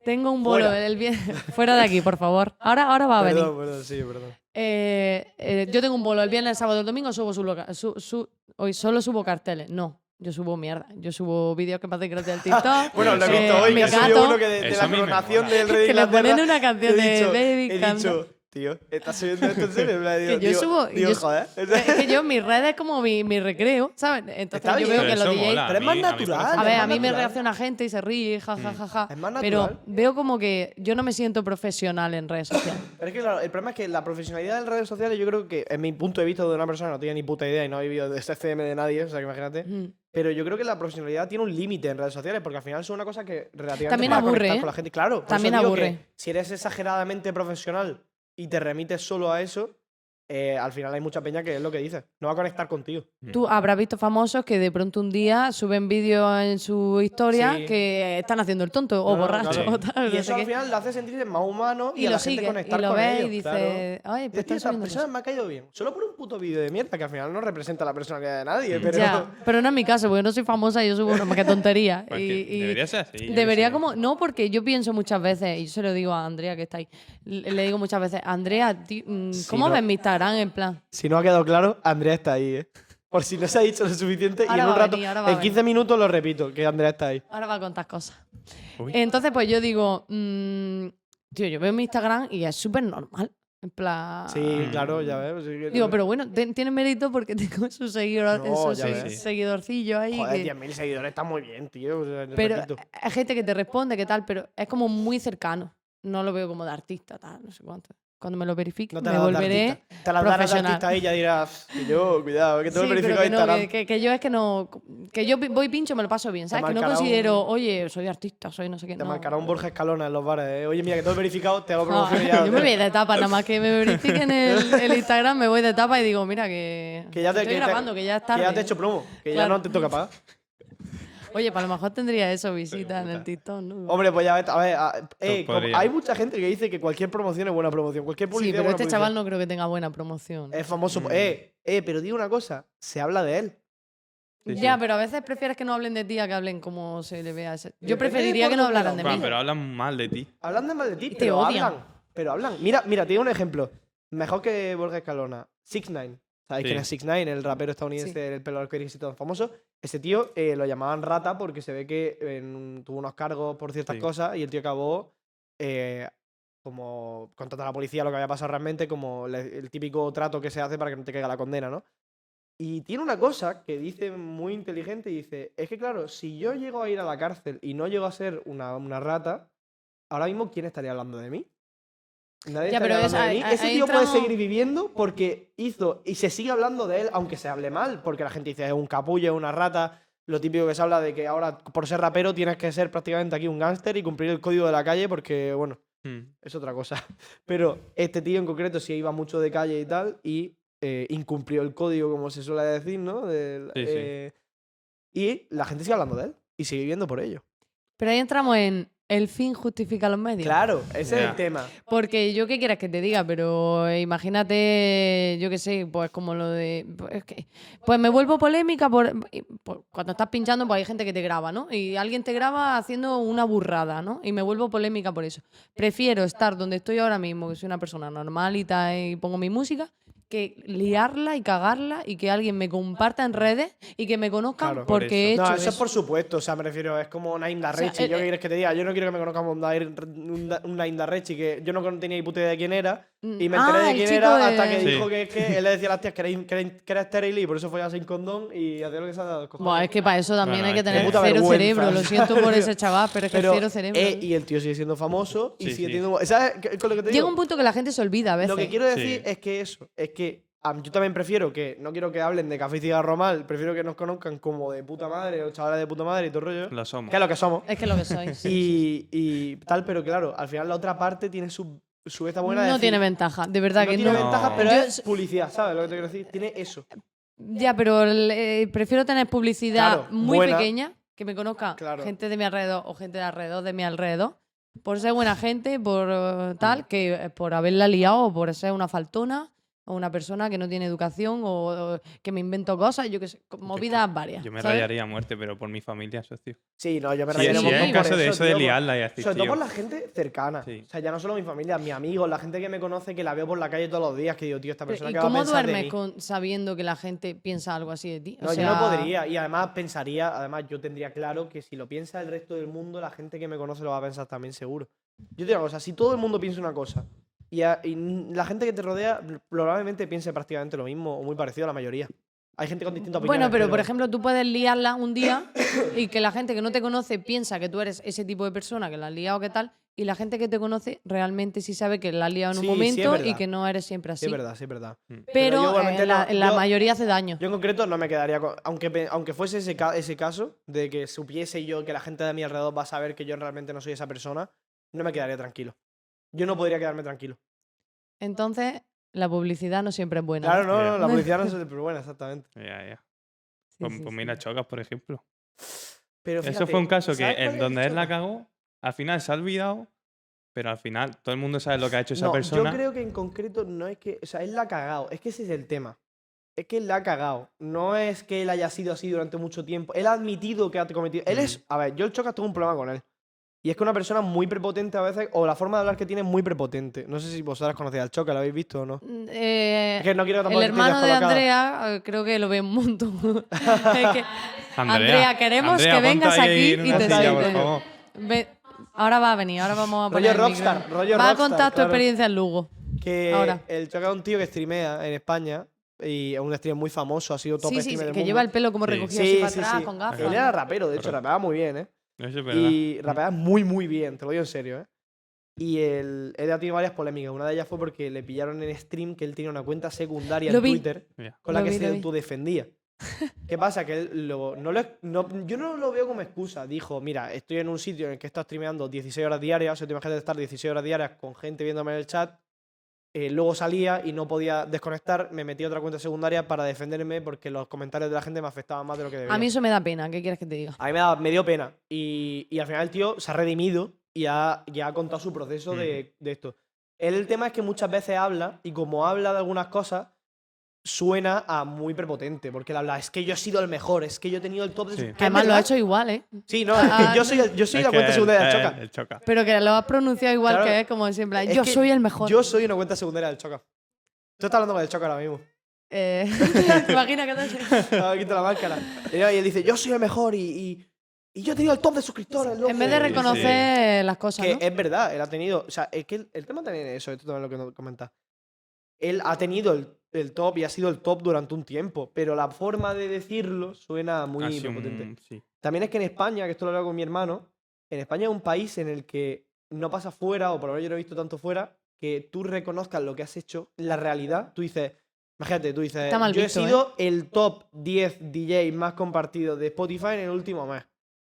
S1: Tengo un bolo
S2: Fuera.
S1: el bien [LAUGHS] Fuera de aquí, por favor. Ahora, ahora va a venir.
S2: Perdón, perdón, sí, perdón.
S1: Eh, eh, yo tengo un bolo el viernes, el sábado, el domingo, subo su, loca- su- su- hoy solo subo carteles. No, yo subo mierda. Yo subo vídeos que me
S2: [LAUGHS]
S1: hacen gracia del TikTok.
S2: Bueno, lo he
S1: eh,
S2: visto hoy,
S1: mi
S2: que ha
S1: gato,
S2: subido uno que de, de
S3: Eso
S2: la
S3: a mí me
S2: coronación
S3: mola.
S2: del rey de
S1: que le
S2: Inglaterra,
S1: ponen una
S2: he
S1: canción de
S2: dicho-
S1: Baby
S2: he
S1: Calm
S2: dicho, tío, ¿estás subiendo esto en serio? En plan,
S1: Que
S2: digo,
S1: yo
S2: digo-
S1: subo-
S2: digo,
S1: yo-
S2: joder. [LAUGHS]
S1: Es que yo, mis redes es como mi, mi recreo, ¿sabes? Entonces
S2: Está
S1: yo
S2: bien,
S1: veo que
S3: eso
S1: los DJs.
S3: mola,
S2: Pero es más
S3: a mí- a mí me
S2: natural,
S3: parece
S1: A ver, a
S2: más
S1: mí
S2: natural.
S1: me
S2: Mm.
S1: reacciona gente y se ríe, ja, ja, ja, ja.
S2: Es más
S1: Pero
S2: natural.
S1: veo como que yo no me siento profesional en redes sociales.
S2: Pero es que claro, el problema es que la profesionalidad de las redes sociales, yo creo que, en mi punto de vista de una persona, no tiene ni puta idea y no ha vivido de este CM de nadie, o sea que imagínate.
S1: Mm.
S2: Pero yo creo que la profesionalidad tiene un límite en redes sociales, porque al final es una cosa que relativamente
S1: También
S2: para
S1: aburre,
S2: conectar
S1: ¿eh?
S2: con la gente. Claro, por eso
S1: También
S2: digo
S1: aburre.
S2: que Si eres exageradamente profesional y te remites solo a eso, eh, al final hay mucha peña que es lo que dices. No va a conectar contigo.
S1: Tú habrás visto famosos que de pronto un día suben vídeos en su historia
S2: Sí.
S1: que están haciendo el tonto o
S2: No,
S1: borracho
S3: claro.
S1: [LAUGHS] o tal.
S2: Y
S1: no
S2: eso
S1: sé
S2: al
S1: qué.
S2: final lo hace sentirse más humano y,
S1: Y
S2: a
S1: lo
S2: la gente
S1: sigue,
S2: conectar
S1: y lo
S2: con
S1: ves
S2: ellos,
S1: y dices,
S2: claro.
S1: ay, pero
S2: Dices, "Tío,
S1: están
S2: esa
S1: subiendo
S2: persona
S1: cosas".
S2: me ha caído bien. Solo por un puto vídeo de mierda que al final no representa la personalidad de nadie. Pero
S1: Ya, pero no es mi caso, porque no soy famosa y yo subo una más que tontería.
S3: Pues
S1: y,
S3: que
S1: y
S3: debería ser así, ¿eh? yo qué
S1: Debería
S3: sé.
S1: como, no, porque yo pienso muchas veces, y yo se lo digo a Andrea que está ahí, le le digo muchas veces, Andrea, ti- mm,
S2: Sí,
S1: ¿cómo
S2: no.
S1: ves mi Instagram en plan?
S2: Si no ha quedado claro, Andrea está ahí, ¿eh? Por si no se ha dicho lo suficiente.
S1: Ahora
S2: y en un
S1: va a
S2: rato,
S1: venir, ahora va a
S2: en 15 minutos lo repito, que Andrea está ahí.
S1: Ahora va a contar cosas.
S3: Uy.
S1: Entonces, pues yo digo, mm, tío, yo veo mi Instagram y es súper normal. En plan.
S2: Sí, claro, ya ves. sí que-
S1: Digo, pero bueno, te- tiene mérito porque [LAUGHS] tengo sus, seguidor,
S2: No,
S1: sus
S2: ya
S1: se-
S3: ves.
S1: seguidorcillos ahí.
S2: Joder,
S1: que-
S2: 10.000 seguidores está muy bien, tío. o sea,
S1: pero
S2: repito.
S1: hay gente que te responde, que tal, pero es como muy cercano. No lo veo como de artista, tal, no sé cuánto. Cuando me lo verifique,
S2: No te
S1: me
S2: la das de
S1: volveré.
S2: artista. Te la darás de
S1: profesional.
S2: artista ahí y ya dirás, que yo, cuidado, que
S1: Sí,
S2: tengo el
S1: pero
S2: verificado
S1: que,
S2: de
S1: no,
S2: Instagram.
S1: que, que- que yo es que no. Que yo pi- voy pincho, me lo paso bien, ¿sabes? Que no
S2: marcará
S1: considero, oye, soy artista, soy no sé qué.
S2: Te
S1: no.
S2: marcará un Borja Escalona en los bares, ¿eh? Oye, mira, que todo verificado, te hago
S1: No, [LAUGHS]
S2: promoción ya.
S1: yo me voy de tapa, nada más que me verifiquen el, el Instagram, me voy de tapa y digo, mira, que,
S2: Que ya te,
S1: estoy
S2: que te-
S1: grabando, que ya es
S2: que
S1: tarde.
S2: ya te he hecho promo, que ya
S1: Claro.
S2: no te toca pagar.
S1: Oye, para lo mejor tendría eso, visita en el TikTok, ¿no?
S2: Hombre, pues ya ves, a ver, a- eh, como-
S3: podrías.
S2: hay mucha gente que dice que cualquier promoción es buena promoción, cualquier
S1: Sí,
S2: publicidad
S1: pero
S2: es buena
S1: este
S2: publicidad.
S1: chaval no creo que tenga buena promoción.
S2: pues Es famoso. por- Eh, eh, pero digo una cosa, se habla de él.
S3: Sí,
S1: ya,
S3: sí.
S1: pero a veces prefieres que no hablen de ti a que hablen como se le vea. Ese.
S2: Depende de
S1: Yo preferiría
S2: por
S1: que no
S2: dónde lo
S1: hablaran de
S3: Bueno,
S1: mí.
S3: pero hablan mal de ti.
S2: Hablan de mal de ti,
S1: Te
S2: pero
S1: odian.
S2: hablan. Pero hablan. Mira, mira, te digo un ejemplo. Mejor que Borja Escalona, Six Nine. ¿Sabéis
S3: Sí.
S2: quién es Six Nine? El rapero estadounidense
S1: Sí.
S2: del pelo arcoíris y tan famoso. Ese tío eh, lo llamaban rata porque se ve que en- tuvo unos cargos por ciertas
S3: Sí.
S2: cosas y el tío acabó eh, como contratar a la policía lo que había pasado realmente, como le- el típico trato que se hace para que no te caiga la condena, ¿no? Y tiene una cosa que dice muy inteligente y dice, es que claro, si yo llego a ir a la cárcel y no llego a ser una, una rata, ahora mismo ¿quién estaría hablando de mí? Nadie
S1: Ya,
S2: estaría
S1: pero es-
S2: hablando de
S1: ahí-
S2: mí.
S1: ahí-
S2: Ese
S1: ahí
S2: tío
S1: entramos-
S2: puede seguir viviendo porque hizo y se sigue hablando de él, aunque se hable mal, porque la gente dice, es un capullo, es una rata. Lo típico que se habla de que ahora por ser rapero tienes que ser prácticamente aquí un gángster y cumplir el código de la calle porque, bueno,
S3: Mm.
S2: es otra cosa. [LAUGHS] Pero este tío en concreto sí iba mucho de calle y tal, y eh, incumplió el código, como se suele decir, ¿no? Del,
S3: Sí, sí.
S2: eh, Y la gente sigue hablando de él y sigue viviendo por ello.
S1: Pero ahí entramos en el fin justifica los medios.
S2: Claro, ese es
S3: Ya.
S2: el tema.
S1: Porque yo qué quieras que te diga, pero eh, imagínate, yo qué sé, pues como lo de. Pues, es que- pues me vuelvo polémica por, y- por- Cuando estás pinchando, pues hay gente que te graba, ¿no? Y alguien te graba haciendo una burrada, ¿no? Y me vuelvo polémica por eso. Prefiero estar donde estoy ahora mismo, que soy una persona normal y tal, y pongo mi música, que liarla y cagarla y que alguien me comparta en redes y que me conozcan
S2: Claro,
S3: por
S1: porque he
S3: eso.
S1: hecho.
S2: No, eso, es
S1: eso.
S2: por supuesto, o sea, me refiero, es como Naim Darrechi.
S1: O sea,
S2: yo
S1: eh,
S2: qué quieres que te diga, yo no quiero que me conozca como un, Naim- un, Da- un Naim Darrechi, que yo no con- tenía ni puta idea de quién era, y me
S1: Ah,
S2: enteré de
S1: el
S2: quién
S1: chico
S2: era hasta
S1: de-
S2: que
S3: Sí.
S2: dijo que, es que él le decía a las tías que era, que era- que era estéril y por eso follaba sin condón y hacía lo que se ha dado.
S1: Buah, es que para eso también
S3: Bueno,
S1: hay que
S3: es que-
S1: tener
S3: Puta
S1: cero
S2: vergüenza,
S1: cerebro. Lo
S2: ¿sabes?
S1: siento por ese chaval, pero es que
S2: Pero,
S1: cero cerebro.
S2: eh, y el tío sigue siendo famoso y
S3: Sí,
S2: sigue
S3: sí.
S2: teniendo. ¿Sabes qué- con lo que te
S1: Llega
S2: digo?
S1: un punto que la gente se olvida a veces.
S2: Lo que quiero decir
S3: Sí.
S2: es que eso, es que am, yo también prefiero que, no quiero que hablen de café y cigarro mal, prefiero que nos conozcan como de puta madre o chavales de puta madre y todo el rollo,
S3: Lo somos.
S2: que es lo que somos.
S1: Es que lo que
S2: [LAUGHS]
S1: soy. sí.
S2: Y, y tal, pero claro, al final la otra parte tiene su, su esta buena de
S1: No
S2: decir,
S1: tiene ventaja, de verdad
S2: no
S1: que
S2: tiene
S1: no.
S2: ventaja, pero
S1: Yo
S2: es
S1: s-
S2: publicidad, ¿sabes lo que te quiero decir? Tiene eso.
S1: Ya, pero el, eh, prefiero tener publicidad
S2: Claro,
S1: muy
S2: buena.
S1: pequeña, que me conozca
S2: Claro.
S1: gente de mi alrededor o gente de alrededor de mi alrededor, por ser buena gente, por eh, tal, que eh, por haberla liado o por ser una faltona o una persona que no tiene educación o, o que me invento cosas, yo que sé, con movidas varias.
S3: Yo me
S1: ¿sabes?
S3: rayaría a muerte, pero por mi familia, socio.
S2: Sí, no, yo me
S3: Si
S2: refiero
S1: sí,
S2: un
S3: es
S1: sí,
S2: montón
S3: un
S1: por
S3: caso de
S2: eso,
S3: eso de
S2: tío, por-
S3: liarla y decir,
S2: Sobre todo
S3: tío,
S2: por la gente cercana.
S3: Sí.
S2: O sea, ya no solo mi familia, mis amigos, la gente que me conoce, que la veo por la calle todos los días, que digo, tío, esta
S1: Pero,
S2: persona
S1: ¿Y
S2: que va a
S1: cómo
S2: pensar de mí.
S1: duermes con, sabiendo que la gente piensa algo así de ti? O
S2: No, yo
S1: sea,
S2: no podría. Y además pensaría, además yo tendría claro que si lo piensa el resto del mundo, la gente que me conoce lo va a pensar también seguro. Yo te digo, o sea, si todo el mundo piensa una cosa Y, a- y n- la gente que te rodea probablemente piense prácticamente lo mismo o muy parecido a la mayoría. Hay gente con distintas opiniones.
S1: Bueno, pero por ejemplo, tú puedes liarla un día [COUGHS] y que la gente que no te conoce piensa que tú eres ese tipo de persona que la has liado, que tal, y la gente que te conoce realmente sí sabe que la has liado
S2: Sí,
S1: en un
S2: sí, es
S1: momento y
S2: verdad.
S1: que no eres siempre
S2: Sí,
S1: así.
S2: es verdad, sí, es verdad. Pero yo
S1: Pero, eh,
S2: igualmente
S1: en la,
S2: no-
S1: en la
S2: yo-
S1: mayoría hace daño.
S2: Yo en concreto no me quedaría con... Aunque, pe- aunque fuese ese, ca- ese caso de que supiese yo que la gente de mi alrededor va a saber que yo realmente no soy esa persona, no me quedaría tranquilo. Yo no podría quedarme tranquilo.
S1: Entonces, la publicidad no siempre es buena.
S2: Claro, no,
S3: Ya.
S2: no, [LAUGHS] la publicidad no es súper buena, exactamente.
S3: Ya, ya.
S1: Sí,
S3: Pues,
S1: sí,
S3: pues
S1: sí.
S3: mira, Chocas, por ejemplo.
S2: Pero
S3: Eso fue un caso que en
S2: en
S3: donde él la cagó, al final se ha olvidado, pero al final todo el mundo sabe lo que ha hecho esa
S2: No,
S3: persona.
S2: Yo creo que en concreto no es que. O sea, él la ha cagado. Es que ese es el tema. Es que él la ha cagado. No es que él haya sido así durante mucho tiempo. Él ha admitido que ha cometido. Él es. A ver, yo el Chocas tuve un problema con él. Y es que una persona muy prepotente a veces, o la forma de hablar que tiene es muy prepotente. No sé si vosotras conocéis al Chocas, ¿lo habéis visto o no?
S1: Mm, eh,
S2: Es que no quiero
S1: el
S2: tampoco
S1: hermano de
S2: descolocado.
S1: Andrea eh, creo que lo ve un montón. [LAUGHS] Es que- Andrea, queremos
S3: Andrea,
S1: que
S3: ponte
S1: vengas
S3: ahí
S1: aquí
S3: en
S1: y
S3: una
S1: te
S3: silla, por
S1: sientes.
S3: favor.
S1: ve- ahora va a venir, ahora vamos a
S2: Rollo
S1: poner el
S2: rockstar,
S1: micro.
S2: rollo
S1: Va a
S2: rockstar,
S1: contar tu
S2: claro.
S1: experiencia en Lugo.
S2: Que
S1: Ahora.
S2: el Chocas es un tío que streamea en España. Y es un streamer muy famoso, ha sido top
S1: Sí, sí,
S2: streamer del
S1: que
S2: mundo.
S1: lleva el pelo como
S3: Sí.
S2: Sí,
S1: recogido así
S2: sí,
S1: para
S2: sí.
S1: atrás, con gafas.
S2: Él era rapero, de hecho,
S3: Correcto.
S2: rapeaba muy bien, ¿eh?
S3: Eso es verdad.
S2: Y rapeaba muy, muy bien, te lo digo en serio, ¿eh? Y él, él ha tenido varias polémicas. Una de ellas fue porque le pillaron en stream que él tenía una cuenta secundaria
S1: Lo
S2: en
S1: vi.
S2: Twitter
S3: Ya.
S2: con la
S1: Lo
S2: que
S1: vi, lo
S2: se
S1: vi. [LAUGHS]
S2: autodefendía. ¿Qué pasa? Que él lo- no lo es- no- yo no lo veo como excusa. Dijo, mira, estoy en un sitio en el que estoy streameando 16 horas diarias, o sea, te imaginas estar 16 horas diarias con gente viéndome en el chat. Eh, luego salía y no podía desconectar, me metí a otra cuenta secundaria para defenderme porque los comentarios de la gente me afectaban más de lo que debía.
S1: A mí eso me da pena, ¿qué quieres que te diga?
S2: A mí me, da- me dio pena. Y, y al final el tío se ha redimido y ha, y ha contado su proceso de, de esto. Él, el tema es que muchas veces habla y como habla de algunas cosas, suena a muy prepotente. Porque él habla, es que yo he sido el mejor, es que yo he tenido el top de...
S3: Sí.
S2: que es
S1: Que además lo ha
S2: verdad.
S1: hecho igual, ¿eh?
S2: Sí, no, es que [LAUGHS] yo soy, el- yo soy
S3: Es
S2: la
S3: que
S2: cuenta
S3: él-
S2: secundaria del
S3: él-
S2: Choca.
S3: él choca.
S1: Pero que lo has pronunciado igual
S2: Claro.
S1: que es, como siempre.
S2: Es
S1: yo
S2: que
S1: soy el mejor.
S2: Yo soy una cuenta secundaria del Choca. Tú estás hablando con el Choca ahora mismo. [LAUGHS]
S1: Eh, [LAUGHS] ¿Te imaginas que tal?
S2: Ah, quita la máscara. Y él dice, yo soy el mejor y, y, y yo he tenido el top de suscriptores. loco".
S1: En vez de
S3: Sí, sí.
S1: reconocer las cosas,
S2: Que
S1: ¿no?
S2: es verdad, él ha tenido. O sea, es que el, el tema también es eso, esto también es lo que nos comentas. Él ha tenido el, el top y ha sido el top durante un tiempo, pero la forma de decirlo suena
S3: Ha
S2: muy
S3: sido un-
S2: potente.
S3: sí.
S2: También es que en España, que esto lo hablaba con mi hermano, en España es un país en el que no pasa fuera, o por lo menos yo no he visto tanto fuera, que tú reconozcas lo que has hecho, la realidad. Tú dices, imagínate, tú dices,
S1: Está mal
S2: yo
S1: visto,
S2: he
S1: ¿eh?
S2: sido el top 10 DJ más compartido de Spotify en el último mes.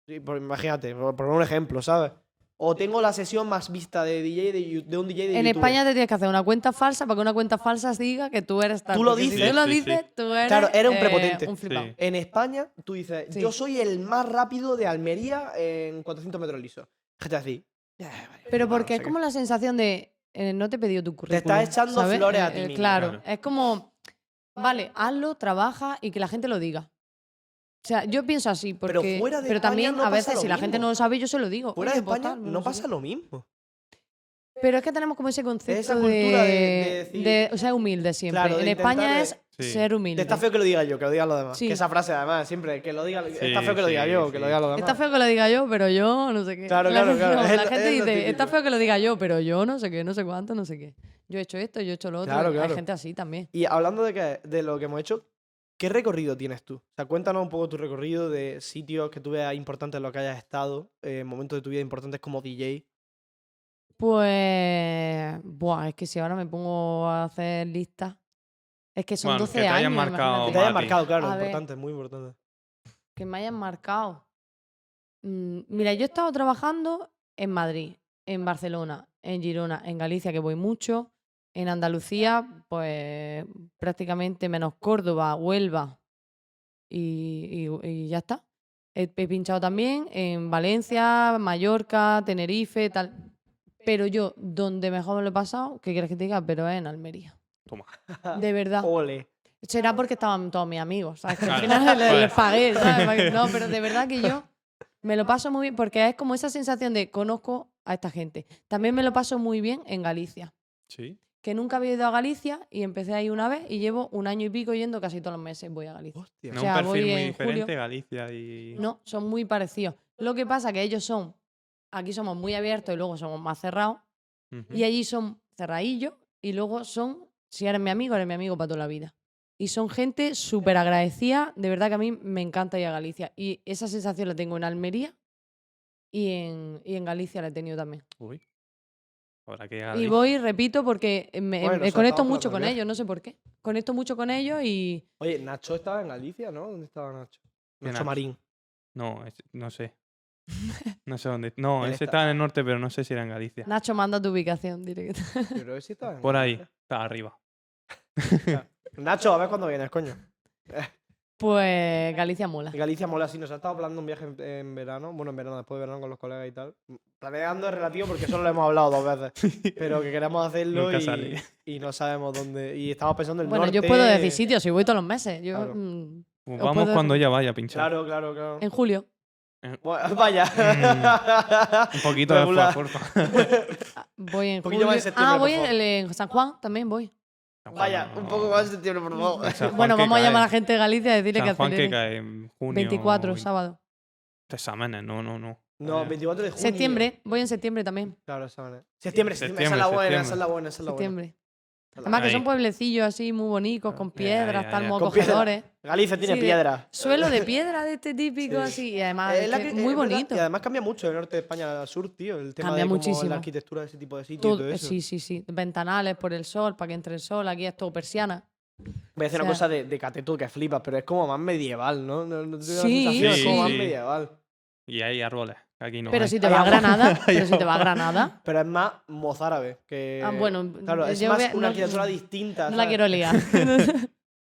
S2: Sí, por- imagínate, por, por un ejemplo, ¿sabes? O tengo la sesión más vista de DJ de, Yu- de un DJ de
S1: En
S2: YouTube.
S1: España te tienes que hacer una cuenta falsa para que una cuenta falsa diga que tú eres tal.
S2: Tú lo
S1: porque Si
S2: dices.
S1: tú lo
S3: Sí, sí, sí.
S1: dices, tú eres.
S2: Claro, era un
S1: eh,
S2: prepotente.
S1: un flipado.
S3: Sí.
S2: En España, tú dices,
S1: Sí.
S2: yo soy el más rápido de Almería en 400 metros lisos. Gente así. "Ah, vale,
S1: Pero
S2: no
S1: porque
S2: sé
S1: es
S2: qué".
S1: como la sensación de. eh, no te he pedido tu currículum. Eh,
S2: echando flores a ti mismo.
S1: Claro,
S3: Claro.
S1: es como. Vale, hazlo, trabaja y que la gente lo diga. O sea, yo pienso así, porque.
S2: Pero fuera de
S1: pero
S2: España
S1: también
S2: no
S1: a
S2: pasa
S1: veces,
S2: lo
S1: si la gente
S2: mismo.
S1: no lo sabe, yo se lo digo.
S2: Fuera de
S1: Oye, pues
S2: España
S1: tal,
S2: no
S1: sé
S2: pasa
S1: qué.
S2: lo mismo.
S1: Pero es que tenemos como ese concepto
S2: cultura de- de decir-
S1: o sea, humilde siempre.
S2: Claro, de
S1: en España es
S2: intentar
S3: Sí.
S1: ser humilde.
S2: Está feo que lo diga yo, que lo digan los demás.
S1: Sí.
S2: Que esa frase, además, siempre, que lo diga. está
S3: Sí,
S2: feo que lo diga
S3: sí,
S2: yo, que
S3: sí.
S2: lo digan los demás.
S1: Está feo que lo diga yo, pero yo no sé qué.
S2: Claro, claro, claro.
S1: no,
S2: Es
S1: la
S2: lo-
S1: gente
S2: es lo
S1: dice,
S2: típico.
S1: está feo que lo diga yo, pero yo no sé qué, no sé cuánto, no sé qué. Yo he hecho esto, yo he hecho lo otro.
S2: Claro, claro.
S1: Hay gente así también.
S2: Y hablando de, que, de lo que hemos hecho, ¿qué recorrido tienes tú? O sea, cuéntanos un poco tu recorrido de sitios que tú veas importantes en los que hayas estado, eh, momentos de tu vida importantes como DJ.
S1: Pues. Buah, es que si ahora me pongo a hacer listas. Es que son
S3: Bueno, que
S1: 12
S3: te hayan
S1: años.
S3: marcado
S2: Que
S1: imagínate.
S2: te hayas
S3: Oh, Mati.
S2: marcado, claro,
S1: A ver.
S2: importante, muy importante.
S1: que me hayan marcado. Mm, Mira, yo he estado trabajando en Madrid, en Barcelona, en Girona, en Galicia, que voy mucho, en Andalucía, pues prácticamente menos Córdoba, Huelva y, y- y ya está. He, he pinchado también en Valencia, Mallorca, Tenerife, tal. Pero yo, donde mejor me lo he pasado, ¿qué quieres que te diga? Pero es en Almería.
S3: Toma.
S1: De verdad.
S2: Ole.
S1: Será porque estaban todos mis amigos, ¿sabes? Que al
S3: Claro,
S1: final les,
S3: puede
S1: les
S3: ser.
S1: pagué, ¿sabes? Para que- No, pero de verdad que yo me lo paso muy bien porque es como esa sensación de conozco a esta gente. También me lo paso muy bien en Galicia,
S3: Sí.
S1: que nunca había ido a Galicia y empecé ahí una vez y llevo un año y pico yendo casi todos los meses voy a Galicia.
S2: Hostia.
S3: No,
S1: sea,
S3: un
S1: voy
S3: perfil muy
S1: en julio.
S3: diferente, Galicia y.
S1: No, son muy parecidos. Lo que pasa que ellos son, aquí somos muy abiertos y luego somos más cerrados
S3: Ujú.
S1: y allí son cerradillo y luego son, si eres mi amigo, eres mi amigo para toda la vida. Y son gente súper agradecida, de verdad que a mí me encanta ir a Galicia. Y esa sensación la tengo en Almería y en, y en Galicia la he tenido también.
S3: Uy. Ahora que
S1: Y
S3: Galicia-
S1: voy, repito, porque me,
S2: Bueno,
S1: me
S2: eso
S1: conecto
S2: estamos
S1: mucho
S2: hablando
S1: con
S2: bien.
S1: ellos, no sé por qué. Conecto mucho con ellos y
S2: Oye, Nacho estaba en Galicia, ¿no? ¿Dónde estaba Nacho?
S3: ¿Qué
S2: Nacho
S3: Nacho? [LAUGHS]
S2: Marín.
S3: No, es- no
S1: [LAUGHS]
S3: sé. No sé dónde. No,
S2: Él está-
S3: ese estaba en el norte, pero no sé si era en Galicia.
S1: Nacho manda tu ubicación directa. [LAUGHS]
S2: Yo creo que sí estaba en
S3: Por ahí,
S2: Galicia.
S3: está arriba.
S2: Nacho, a ver cuándo vienes, coño.
S1: Pues Galicia mola.
S2: Galicia mola así, nos ha estado hablando un viaje en, en verano, bueno, en verano, después de verano con los colegas y tal. Planeando es relativo porque solo lo hemos hablado dos
S3: [LAUGHS]
S2: veces, pero que queremos hacerlo
S3: Nunca
S2: y,
S3: sale.
S2: y no sabemos dónde. Y estamos pensando en
S1: Bueno, yo puedo decir sitios, si voy todos los meses. Yo,
S2: Claro.
S1: mm,
S3: Pues
S1: Os
S3: vamos
S1: puedo-
S3: cuando ella vaya a pinchar.
S2: Claro, claro, claro.
S1: en julio.
S2: Bueno, [LAUGHS] vaya.
S3: Un poquito de
S2: Regular.
S3: fuego, porfa.
S1: ah, Voy en
S2: Un poquillo más en
S1: julio.
S2: septiembre,
S1: ah,
S2: por
S1: voy en,
S2: favor.
S1: el- en San Juan, también voy.
S2: [LAUGHS] Vaya, un poco más de septiembre, por favor.
S3: [LAUGHS]
S2: [LAUGHS]
S3: San Juan
S1: bueno,
S3: que
S1: vamos a llamar a la
S3: cae.
S1: gente de Galicia a decirle que
S3: San Juan que
S1: acelere.
S3: cae en junio.
S1: 24,
S3: y-
S1: sábado.
S3: Exámenes, no, no, no.
S2: No,
S3: Vaya.
S2: 24 de junio.
S1: Septiembre, voy en septiembre también.
S2: Claro, esa manera. Septiembre, septiembre. Esa es la
S3: Septiembre,
S2: buena, esa es
S3: septiembre.
S2: la buena, esa es la buena.
S1: Septiembre.
S2: Esa es la
S1: Además que
S3: Ahí.
S1: son pueblecillos así muy bonitos, con
S3: Ya, ya,
S1: piedras,
S3: ya,
S1: tal,
S3: ya.
S1: muy
S2: Con piedra.
S1: acogedores.
S2: buena. Galicia tiene
S1: Sí, de-
S2: piedra.
S1: Suelo de piedra de este típico
S2: Sí.
S1: así. Y además,
S2: Es
S1: es
S2: la
S1: que
S2: que-
S1: es
S2: es
S1: muy
S2: verdad,
S1: bonito.
S2: Y además cambia mucho del norte de España al sur, tío. El tema
S1: Cambia
S2: de cómo
S1: muchísimo.
S2: la arquitectura de ese tipo de sitios
S1: Todo-
S2: y todo eso.
S1: sí, sí, sí. Ventanales por el sol, para que entre el sol. Aquí es todo persiana.
S2: Voy a decir
S1: O
S2: una
S1: sea-
S2: cosa de, de cateto que flipas, pero es como más medieval, ¿no? No- no tengo la
S1: Sí,
S2: sensación, es
S3: Sí,
S2: como más
S3: sí.
S2: medieval.
S3: Y hay árboles. Aquí no.
S1: pero
S3: hay. [LAUGHS]
S1: si te
S2: Hay
S1: va a
S2: agua.
S1: Granada, pero si te va a Granada,
S2: Pero es más mozárabe. Que,
S1: Ah, bueno,
S2: Claro, es
S1: yo
S2: más
S1: voy a-
S2: una
S1: no-
S2: arquitectura distinta.
S1: no la
S2: ¿sabes? [LAUGHS]
S1: quiero liar.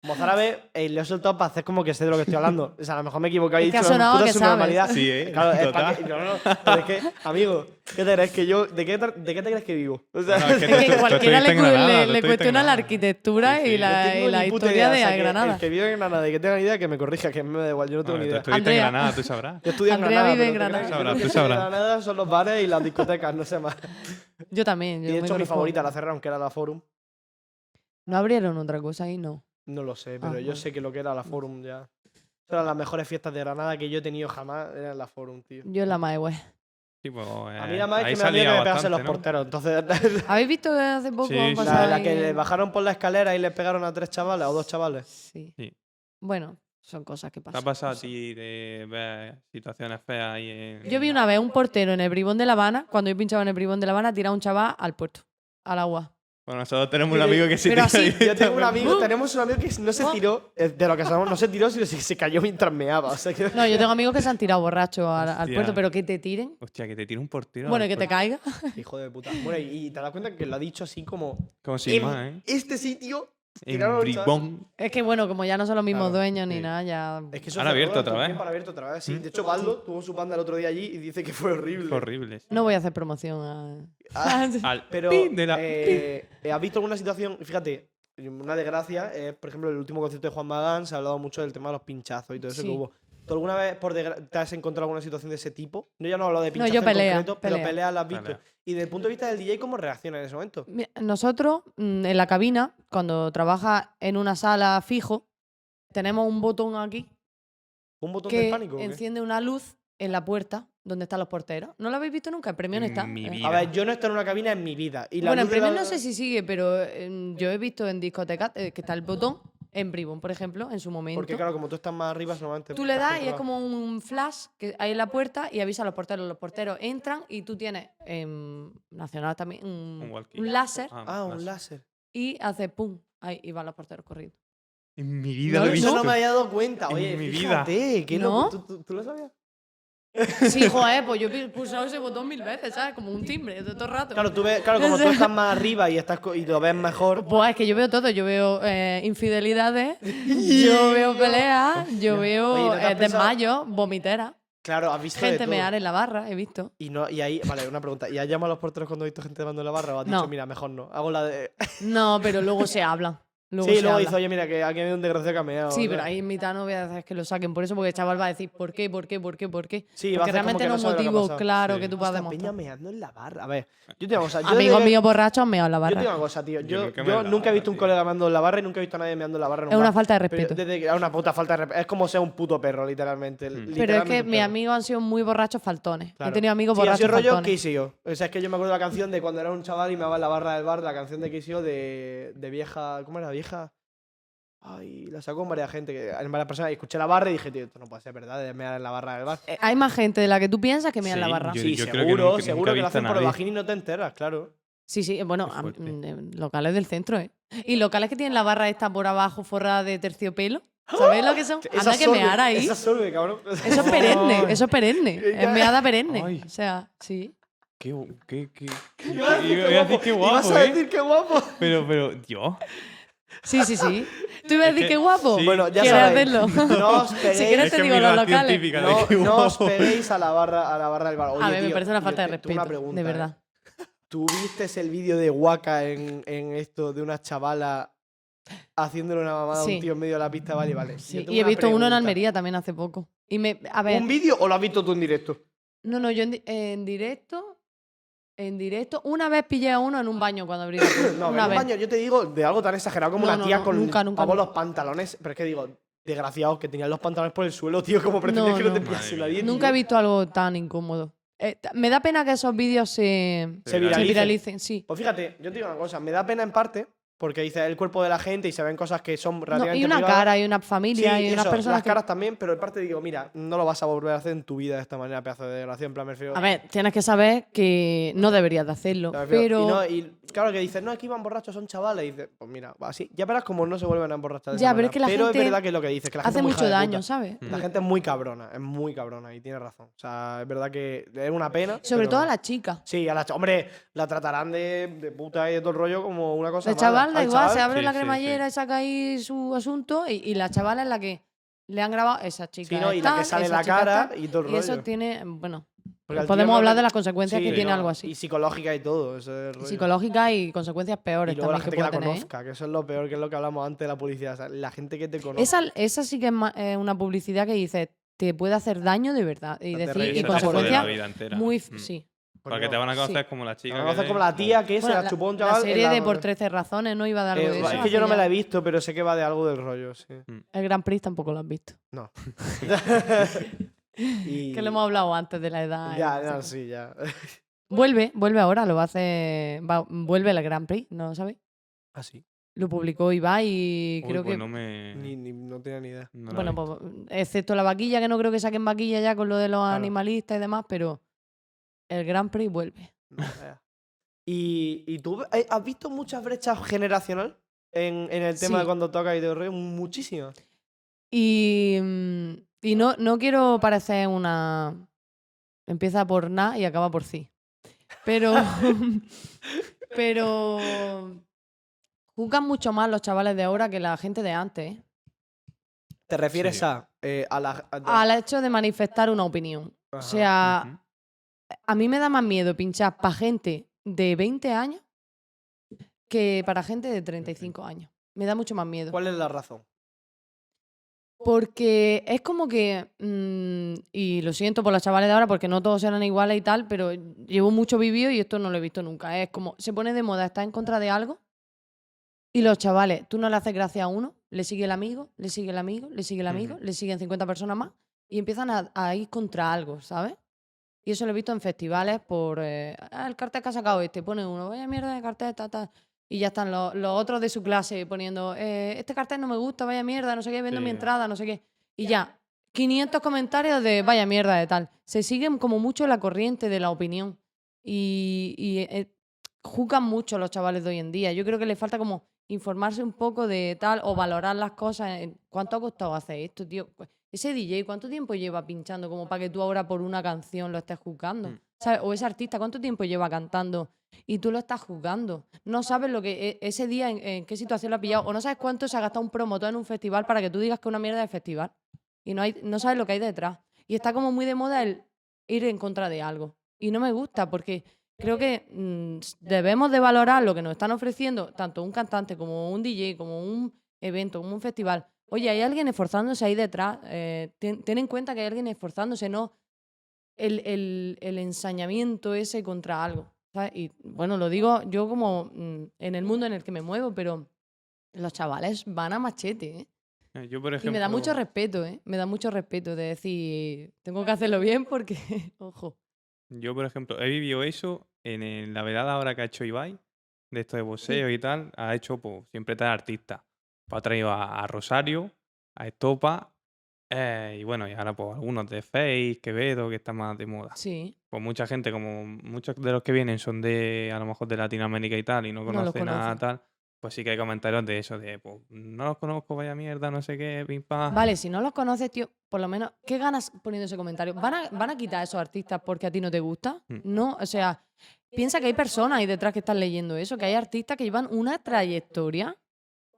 S2: Mozárabe, eh, lo he soltado para hacer como que sé de lo que estoy hablando. O sea, a lo mejor me he equivocado y he
S1: Es que ha
S2: dicho una
S1: sonado
S2: puta
S1: que sabes.
S2: subnormalidad. [LAUGHS]
S3: Sí, ¿eh?
S2: Claro, es pa'
S3: Total.
S2: que- no, no, no, pero es que, amigo, ¿qué te crees que yo, de qué, tra- de qué te crees que vivo? O sea,
S3: Bueno,
S2: [LAUGHS]
S3: es que
S1: Es que
S3: tú- tú
S1: cualquiera le,
S3: estuviste en
S1: cu-
S3: Granada,
S1: le-
S3: tú estuviste
S1: le
S3: en
S1: cuestiona la
S3: Granada.
S1: arquitectura
S3: Sí, sí.
S1: y
S2: no
S1: la,
S2: tengo
S1: y la
S2: ni puta
S1: historia
S2: idea, o
S1: de
S2: sea, que
S1: Granada.
S2: El que vive en Granada y que tenga ni idea, que me corrija, que me da igual, yo no tengo
S3: Bueno,
S2: ni
S3: tú
S2: idea.
S3: estuviste
S1: Andrea.
S3: en Granada, tú
S1: [LAUGHS]
S3: sabrás.
S2: Yo estudio en
S1: Andrea
S2: Granada.
S1: vive en
S2: pero ¿qué te
S3: Granada.
S2: crees?
S3: Sabrá, tú
S2: Yo estudio en
S3: sabrás.
S2: Granada son los bares y las discotecas, no sé más.
S1: [LAUGHS] Yo también.
S2: Y
S1: yo
S2: de
S1: me
S2: hecho, mi
S1: conozco.
S2: favorita la cerraron, que era la Forum.
S1: No abrieron otra cosa ahí, no.
S2: No lo sé, pero
S1: Ah,
S2: yo
S1: bueno.
S2: sé que lo que era la Forum ya. Esas Eran las mejores fiestas de Granada que yo he tenido jamás, eran la Forum, tío.
S1: Yo en la Maehue.
S3: Sí, pues,
S2: A
S3: eh,
S2: mí la más
S3: ahí
S2: es que me da miedo que
S3: salía
S2: me pegasen los
S3: bastante, ¿no?
S2: porteros, entonces... [LAUGHS]
S1: ¿Habéis visto que hace poco
S3: Sí,
S1: han
S3: sí,
S1: pasado
S2: La, la que
S1: Pues ahí-
S2: le bajaron por la escalera y le pegaron a tres chavales o dos chavales.
S1: Sí.
S3: Sí.
S1: Bueno, son cosas que
S3: ¿Te ha
S1: pasan.
S3: pasado a
S1: no sé.
S3: ti de ver situaciones feas ahí en...
S1: Yo vi una vez un portero en el bribón de La Habana, cuando yo pinchaba en el bribón de La Habana, tirar a un chaval al puerto, al agua.
S3: Bueno, nosotros tenemos un
S2: Pero-
S3: amigo que se tira
S1: pero
S3: [LAUGHS]
S1: así-
S3: directamente.
S2: [LAUGHS] Yo tengo un amigo, [LAUGHS]
S1: Uh.
S2: tenemos un amigo que no se
S1: Uh.
S2: tiró, eh, de lo que sabemos, no se tiró, sino que se cayó mientras meaba. O sea
S1: [LAUGHS]
S2: que...
S1: No, yo tengo amigos que se han tirado borrachos al, al
S3: Hostia.
S1: puerto, pero que te tiren.
S3: Hostia, que te tira un portero.
S1: Bueno,
S3: al
S1: y que te
S3: puerto.
S1: caiga. [LAUGHS]
S2: Hijo de puta. Bueno, y, y te das cuenta que lo ha dicho así como.
S3: Como si
S2: "En
S3: más, ¿eh?
S2: Este sitio.
S3: En
S2: tiraron,
S3: bribón.
S1: Es que bueno, como ya no son los mismos
S2: Claro,
S1: dueños ni
S3: sí.
S1: nada, ya.
S2: Es que eso
S3: Han
S2: cerró
S3: abierto
S2: durante
S3: otra
S2: un
S3: vez.
S2: tiempo, Han abierto otra vez, sí.
S3: ¿Mm?
S2: De hecho, Baldo tuvo su banda el otro día allí y dice que fue horrible.
S3: Horrible. sí.
S1: No voy a hacer promoción a.
S2: Ah,
S3: Al
S2: Pero,
S3: pin de la...
S2: eh, eh, ¿has visto alguna situación? Fíjate, una desgracia es, por ejemplo, el último concierto de Juan Magán, se ha hablado mucho del tema de los pinchazos y todo eso
S1: Sí.
S2: que hubo. ¿Tú alguna vez por desgra- te has encontrado alguna situación de ese tipo? No, ya no hablo de
S1: No,
S2: pinchazos
S1: yo
S2: en
S1: pelea,
S2: concreto, pero
S1: pelea.
S2: peleas las has visto.
S3: Pelea.
S2: Y desde el punto de vista del DJ, ¿cómo reacciona en ese momento?
S1: [LAUGHS] Mira, Nosotros, mm, en la cabina, cuando trabaja en una sala fijo, tenemos un botón aquí
S2: ¿Un botón de
S1: que
S2: pánico? o qué?
S1: enciende una luz en la puerta donde están los porteros. ¿No lo habéis visto nunca? En Premión
S3: En
S1: está.
S3: mi
S1: eh.
S3: vida.
S2: A ver, yo no he estado en una cabina en mi vida. Y la
S1: Bueno, en
S2: luz de la-
S1: Premión no sé si sigue, pero eh, yo he visto en discotecas eh, que está el botón en Bribón, por ejemplo, en su momento.
S2: Porque claro, como tú estás más arriba, normalmente.
S1: Tú le
S2: estás
S1: das y es
S2: controlado.
S1: como un flash que hay en la puerta y avisa a los porteros. Los porteros entran y tú tienes en Nacional también un,
S3: Un walkie.
S1: un láser
S2: Ah, un láser.
S1: y hace pum. Ahí y van los
S2: [LAUGHS]
S1: porteros corriendo.
S3: En mi vida
S1: No,
S3: lo he
S2: Eso
S3: visto.
S2: no me había dado cuenta.
S3: En
S2: Oye,
S3: mi vida.
S2: fíjate, qué
S1: ¿No?
S2: loco. ¿Tú- tú, tú lo sabías?
S1: Sí, joder, pues yo he pulsado ese botón mil veces, ¿sabes? Como un timbre de todo el rato.
S2: Claro, tú ves, claro,
S1: [LAUGHS]
S2: como tú estás más arriba y estás co- y lo ves mejor.
S1: Pues es que yo veo todo, yo veo eh, infidelidades, [LAUGHS] yo veo peleas, yo veo
S2: Oye, ¿no te has
S1: eh,
S2: pensado-
S1: desmayos, vomiteras,
S2: Claro, has visto de
S1: gente
S2: todo.
S1: mear en la barra, he visto.
S2: Y no, y ahí, vale, una pregunta. ¿Y has llamado a los porteros cuando has visto gente dando la barra o has dicho,
S1: No.
S2: mira, mejor no? Hago la de.
S1: No, pero luego se hablan. [LAUGHS] Luego
S2: sí,
S1: se
S2: luego
S1: habla.
S2: hizo, oye, mira, que aquí hay un desgraciado que ha meado",
S1: Sí, pero
S2: ¿sabes?
S1: ahí en mitad no voy a dejar que lo saquen por eso, porque el chaval va a decir por qué, por qué, por qué, por qué.
S2: Sí, va a
S1: porque
S2: hacer como
S1: realmente
S2: que
S1: no
S2: no
S1: es
S2: sabe lo que ha
S1: motivo
S2: pasado.
S1: claro
S3: Sí.
S1: que tú puedas
S2: Hostia, Peña
S1: demostrar.
S2: meando en la barra. A ver, yo tengo, o sea, yo
S1: Amigos
S2: diría-
S1: míos borrachos han meado en la
S2: Yo
S1: barra.
S2: tengo una cosa, tío.
S3: Yo
S2: Yo,
S3: nunca
S2: yo,
S3: me he dado
S2: nunca he
S3: la
S2: visto un
S3: tío.
S2: colega meando en la barra y nunca he visto a nadie meando en la barra.
S1: Es una falta de
S2: Pero
S1: respeto.
S2: desde que- es una puta falta de respeto. Es como ser un puto perro, literalmente.
S3: Pero es
S1: Pero es
S2: literalmente
S1: que
S2: un
S1: mis
S2: perro.
S1: amigos han sido muy borrachos faltones.
S2: Claro.
S1: He tenido amigos
S2: Sí, así
S1: borrachos
S2: el rollo
S1: faltones.
S2: KCO. O sea, es que yo me acuerdo de la canción de cuando era un chaval y me daba en la barra del bar, la canción de KCO de, de vieja. ¿Cómo era vieja? Ay, la sacó con varias gente, que, en varias personas. Y escuché la barra y dije, tío, esto no puede ser verdad, de mear en la barra del bar.
S1: Eh, Hay más gente de la que tú piensas que mea en la
S3: Sí,
S1: barra.
S3: yo-
S2: sí,
S3: creo que
S2: seguro,
S3: nunca- nunca
S2: seguro
S3: he
S2: que lo
S3: visto a
S2: hacen por
S3: nadie.
S2: bajín y no te enteras, claro.
S1: Sí, sí, eh, bueno,
S3: Qué
S1: am-
S3: fuerte.
S1: mm, em, locales del centro, ¿eh? Y locales que tienen la barra esta por abajo forrada de terciopelo.
S2: ¡Ah!
S1: ¿Sabéis lo que son?
S2: Esa
S1: Anda que
S2: sorbe-
S1: mear ahí.
S2: Esa sorbe, cabrón.
S1: Eso es
S2: [LAUGHS]
S1: perenne,
S3: Ay.
S1: eso es perenne.
S2: Ay.
S1: Es meada perenne.
S3: Ay.
S1: O sea, sí.
S3: Qué, gu- qué, qué.
S2: Y vas a
S3: Y
S2: decir
S3: voy a decir
S2: qué
S3: qué
S2: guapo. Y vas
S3: guapo,
S2: a
S3: ¿eh?
S2: decir qué guapo.
S3: Pero, pero, Dios.
S1: Sí,
S2: [LAUGHS]
S1: sí, sí. Tú ibas a
S3: Es
S1: decir
S3: que-
S1: qué guapo.
S3: sí.
S2: Bueno, ya
S1: ¿Quieres
S2: sabéis.
S1: hacerlo?
S2: No os peguéis.
S1: [LAUGHS] Si quieres
S3: Es
S1: te
S3: que
S1: digo
S3: mi
S1: los
S3: relación
S1: locales.
S3: típica de
S2: No,
S3: qué
S2: no os
S3: guapo.
S2: peguéis a la barra, a la barra del bar. Oye,
S1: a ver, me
S2: tío,
S1: parece una
S2: yo
S1: falta de
S2: te- tú
S1: respeto.
S2: Una pregunta,
S1: de
S2: ¿eh?
S1: verdad.
S2: ¿Tuviste el vídeo de Waka en, en esto de una chavala haciéndole una mamada a
S1: Sí.
S2: un tío en medio de la pista? Vale, vale. Yo
S1: Sí,
S2: tengo
S1: Y he
S2: una
S1: visto uno en
S2: pregunta.
S1: Almería también hace poco. Y me, a ver,
S2: ¿Un vídeo o lo has visto tú en directo?
S1: no, no, yo en, di- en directo, en directo, una vez pillé a uno en un baño cuando abrí. la puerta,
S2: No, en
S1: una
S2: un
S1: vez.
S2: baño, yo te digo de algo tan exagerado como
S1: No,
S2: una
S1: no,
S2: tía
S1: no,
S2: con
S1: nunca, nunca,
S2: pavo
S1: nunca.
S2: los pantalones. Pero es que digo, desgraciados que tenían los pantalones por el suelo, tío, como pretendías
S1: No,
S2: que no, te
S1: no.
S2: pillase
S3: Madre
S2: nadie.
S3: mía.
S2: tío.
S1: Nunca he visto algo tan incómodo. Eh, ta- me da pena que esos vídeos se,
S2: Se
S3: Se
S1: se
S3: viralicen.
S2: viraliza.
S1: viralicen, sí.
S2: Pues fíjate, yo te digo una cosa, me da pena en parte, porque dice el cuerpo de la gente y se ven cosas que son
S1: No,
S2: relativamente
S1: y una
S2: privadas.
S1: cara, y una
S2: Sí,
S1: familia, y unas
S2: eso,
S1: personas
S2: las
S1: que-
S2: caras también, pero en parte digo, mira, no lo vas a volver a hacer en tu vida de esta manera, pedazo de desgracia, en plan, me refiero-
S1: A ver, tienes que saber que no deberías de hacerlo,
S2: me refiero-
S1: pero...
S2: Y, no- y claro que dices, no, aquí van borrachos, son chavales, y dices, pues mira, así, ya verás como no se vuelven a emborrachar de esa
S1: Ya, pero es
S2: manera.
S1: que la gente
S2: verdad que es lo que dices, que la gente
S1: hace
S2: es muy
S1: mucho
S2: hija de
S1: daño,
S2: puta.
S1: ¿sabes?
S3: Mm.
S2: La gente es muy cabrona, es muy cabrona y tiene razón. O sea, es verdad que es una pena.
S1: Sobre
S2: pero-
S1: todo a la chica.
S2: Sí, a la... ch- Hombre, la tratarán de, de puta y de todo el rollo como una cosa
S1: El
S2: mala.
S1: chaval da
S2: Al
S1: igual, se
S2: chaval,
S1: abre
S3: Sí,
S1: la
S3: sí,
S1: cremallera y saca ahí su asunto y, y la chavala es la que le han grabado esa chica.
S2: Sí, no, y la
S1: tal,
S2: que sale
S1: esa
S2: la
S1: chica
S2: cara
S1: tal,
S2: y todo el
S1: y eso
S2: rollo.
S1: tiene, bueno,
S2: Porque al
S1: podemos
S2: tío
S1: hablar
S2: no-
S1: de las consecuencias que
S2: Sí,
S1: tiene
S2: no,
S1: algo así.
S2: Y ppsicológica y todo. Ese rollo.
S1: Psicológicas y consecuencias
S2: Y
S1: peores
S2: luego la
S1: también
S2: gente
S1: que
S2: que, la
S1: puede tener. ¿eh?
S2: conozca, que eso es lo peor, que es lo que hablamos antes de la publicidad. o sea, la gente que te conoce.
S1: Esa, esa sí que es ma- eh, una publicidad que dice, te puede hacer daño de verdad. Y,
S2: No te
S1: decir,
S2: ríes,
S1: y
S2: no te jode
S1: consecuencias
S2: la
S1: muy...
S3: Mm.
S1: Sí.
S3: Porque te van a conocer como la
S2: Te
S3: chica.
S2: van a
S3: que
S2: conocer
S3: de-
S2: como la tía que
S1: Bueno,
S2: se la
S1: la,
S2: chupó un
S1: la
S2: chaval. en
S1: serie
S2: la-
S1: de Por 13 razones no iba de algo
S2: Eh,
S1: de
S2: va,
S1: eso.
S2: es que
S1: hace
S2: yo no me
S1: ya-
S2: la he visto, pero sé que va de algo del rollo,
S1: [LAUGHS]
S2: sí.
S1: El Grand Prix tampoco lo has visto.
S2: Y-
S1: Que lo hemos hablado antes de la edad. y
S2: Ya,
S1: esas
S2: ya,
S1: cosas.
S2: sí, ya.
S1: Vuelve, vuelve ahora, lo va a hacer. va- vuelve el Grand Prix, ¿no lo sabéis?
S2: Así.
S1: Lo publicó Ibai y
S3: Uy,
S1: creo
S3: pues
S1: que.
S3: No me...
S2: Ni, ni- no tenía ni idea.
S3: no la
S1: bueno,
S3: vi.
S1: pues, excepto la vaquilla, que no creo que saquen vaquilla ya con lo de los animalistas y demás, pero el Grand Prix vuelve.
S2: No, vaya. ¿Y, y tú eh, has visto muchas brechas generacional en, en el tema
S1: Sí.
S2: de cuando toca y te rollo? Muchísimas.
S1: Y, mm, y no, no quiero parecer una. Empieza por na y acaba por sí. Pero. [LAUGHS] pero. Juzgan mucho más los chavales de ahora que la gente de antes. ¿eh?
S2: ¿Te refieres
S3: Sí.
S2: a, eh, a la. a-
S1: Al hecho de manifestar una opinión. O
S2: Ajá.
S1: sea,
S3: Ujú.
S1: a mí me da más miedo pinchar para gente de 20 años que para gente de 35 años. Me da mucho más miedo.
S2: ¿Cuál es la razón?
S1: Porque es como que, mm, y lo siento por los chavales de ahora, porque no todos eran iguales y tal, pero llevo mucho vivido y esto no lo he visto nunca. Es como, se pone de moda, está en contra de algo, y los chavales, tú no le haces gracia a uno, le sigue el amigo, le sigue el amigo, le sigue el amigo,
S3: Ujú.
S1: le siguen 50 personas más, y empiezan a, a ir contra algo, ¿sabes? Y eso lo he visto en festivales por, eh, "Ah, el cartel que ha sacado este, pone uno, vaya mierda de cartel, tal, tal. Y ya están los, los otros de su clase poniendo, "Eh, este cartel no me gusta, vaya mierda, no sé qué, vendo mi
S3: Sí.
S1: entrada, no sé qué. Y ya, 500 comentarios de vaya mierda de tal. Se siguen como mucho la corriente de la opinión. Y, y eh, juzgan mucho los chavales de hoy en día. Yo creo que les falta como informarse un poco de tal o valorar las cosas. en ¿Cuánto ha costado hacer esto, tío? Cu- Ese DJ, ¿cuánto tiempo lleva pinchando como para que tú ahora por una canción lo estés juzgando?
S3: Mm.
S1: ¿Sabes? O ese artista, ¿cuánto tiempo lleva cantando y tú lo estás juzgando? No sabes lo que e- ese día en, en qué situación lo ha pillado o no sabes cuánto se ha gastado un promotor en un festival para que tú digas que es una mierda de festival y no, hay, no sabes lo que hay detrás. Y está como muy de moda el ir en contra de algo. Y no me gusta porque creo que mm, s- debemos de valorar lo que nos están ofreciendo, tanto un cantante como un DJ, como un evento, como un festival. Oye, hay alguien esforzándose ahí detrás. eh, ten, ten en cuenta que hay alguien esforzándose, no el, el- el ensañamiento ese contra algo. ¿sabes? Y bueno, lo digo yo como mm, en el mundo en el que me muevo, pero los chavales van a machete, ¿eh?
S3: Eh, Yo, por ejemplo.
S1: Y me da mucho respeto, ¿eh? Me da mucho respeto de decir, tengo que hacerlo bien porque, [LAUGHS] ojo.
S3: Yo, por ejemplo, he vivido eso en, el- la velada ahora que ha hecho Ibai, de esto de boxeo y tal, ha hecho pues, siempre tal artista. Pues ha traído a, a Rosario, a Estopa, eh, y bueno, y ahora pues algunos de Face, Quevedo, que está más de moda.
S1: Sí,
S3: Pues mucha gente, como muchos de los que vienen son de, a lo mejor de Latinoamérica y tal, y no
S1: los
S3: conocen nada
S1: conoce.
S3: tal, pues sí que hay comentarios de eso, de pues no los conozco, vaya mierda, no sé qué, pim pam.
S1: Vale, si no los conoces, tío, por lo menos, ¿qué ganas poniendo ese comentario? ¿Van a, van a quitar a esos artistas porque a ti no te gusta?
S3: Mm.
S1: No, o sea, piensa que hay personas ahí detrás que están leyendo eso, que hay artistas que llevan una trayectoria.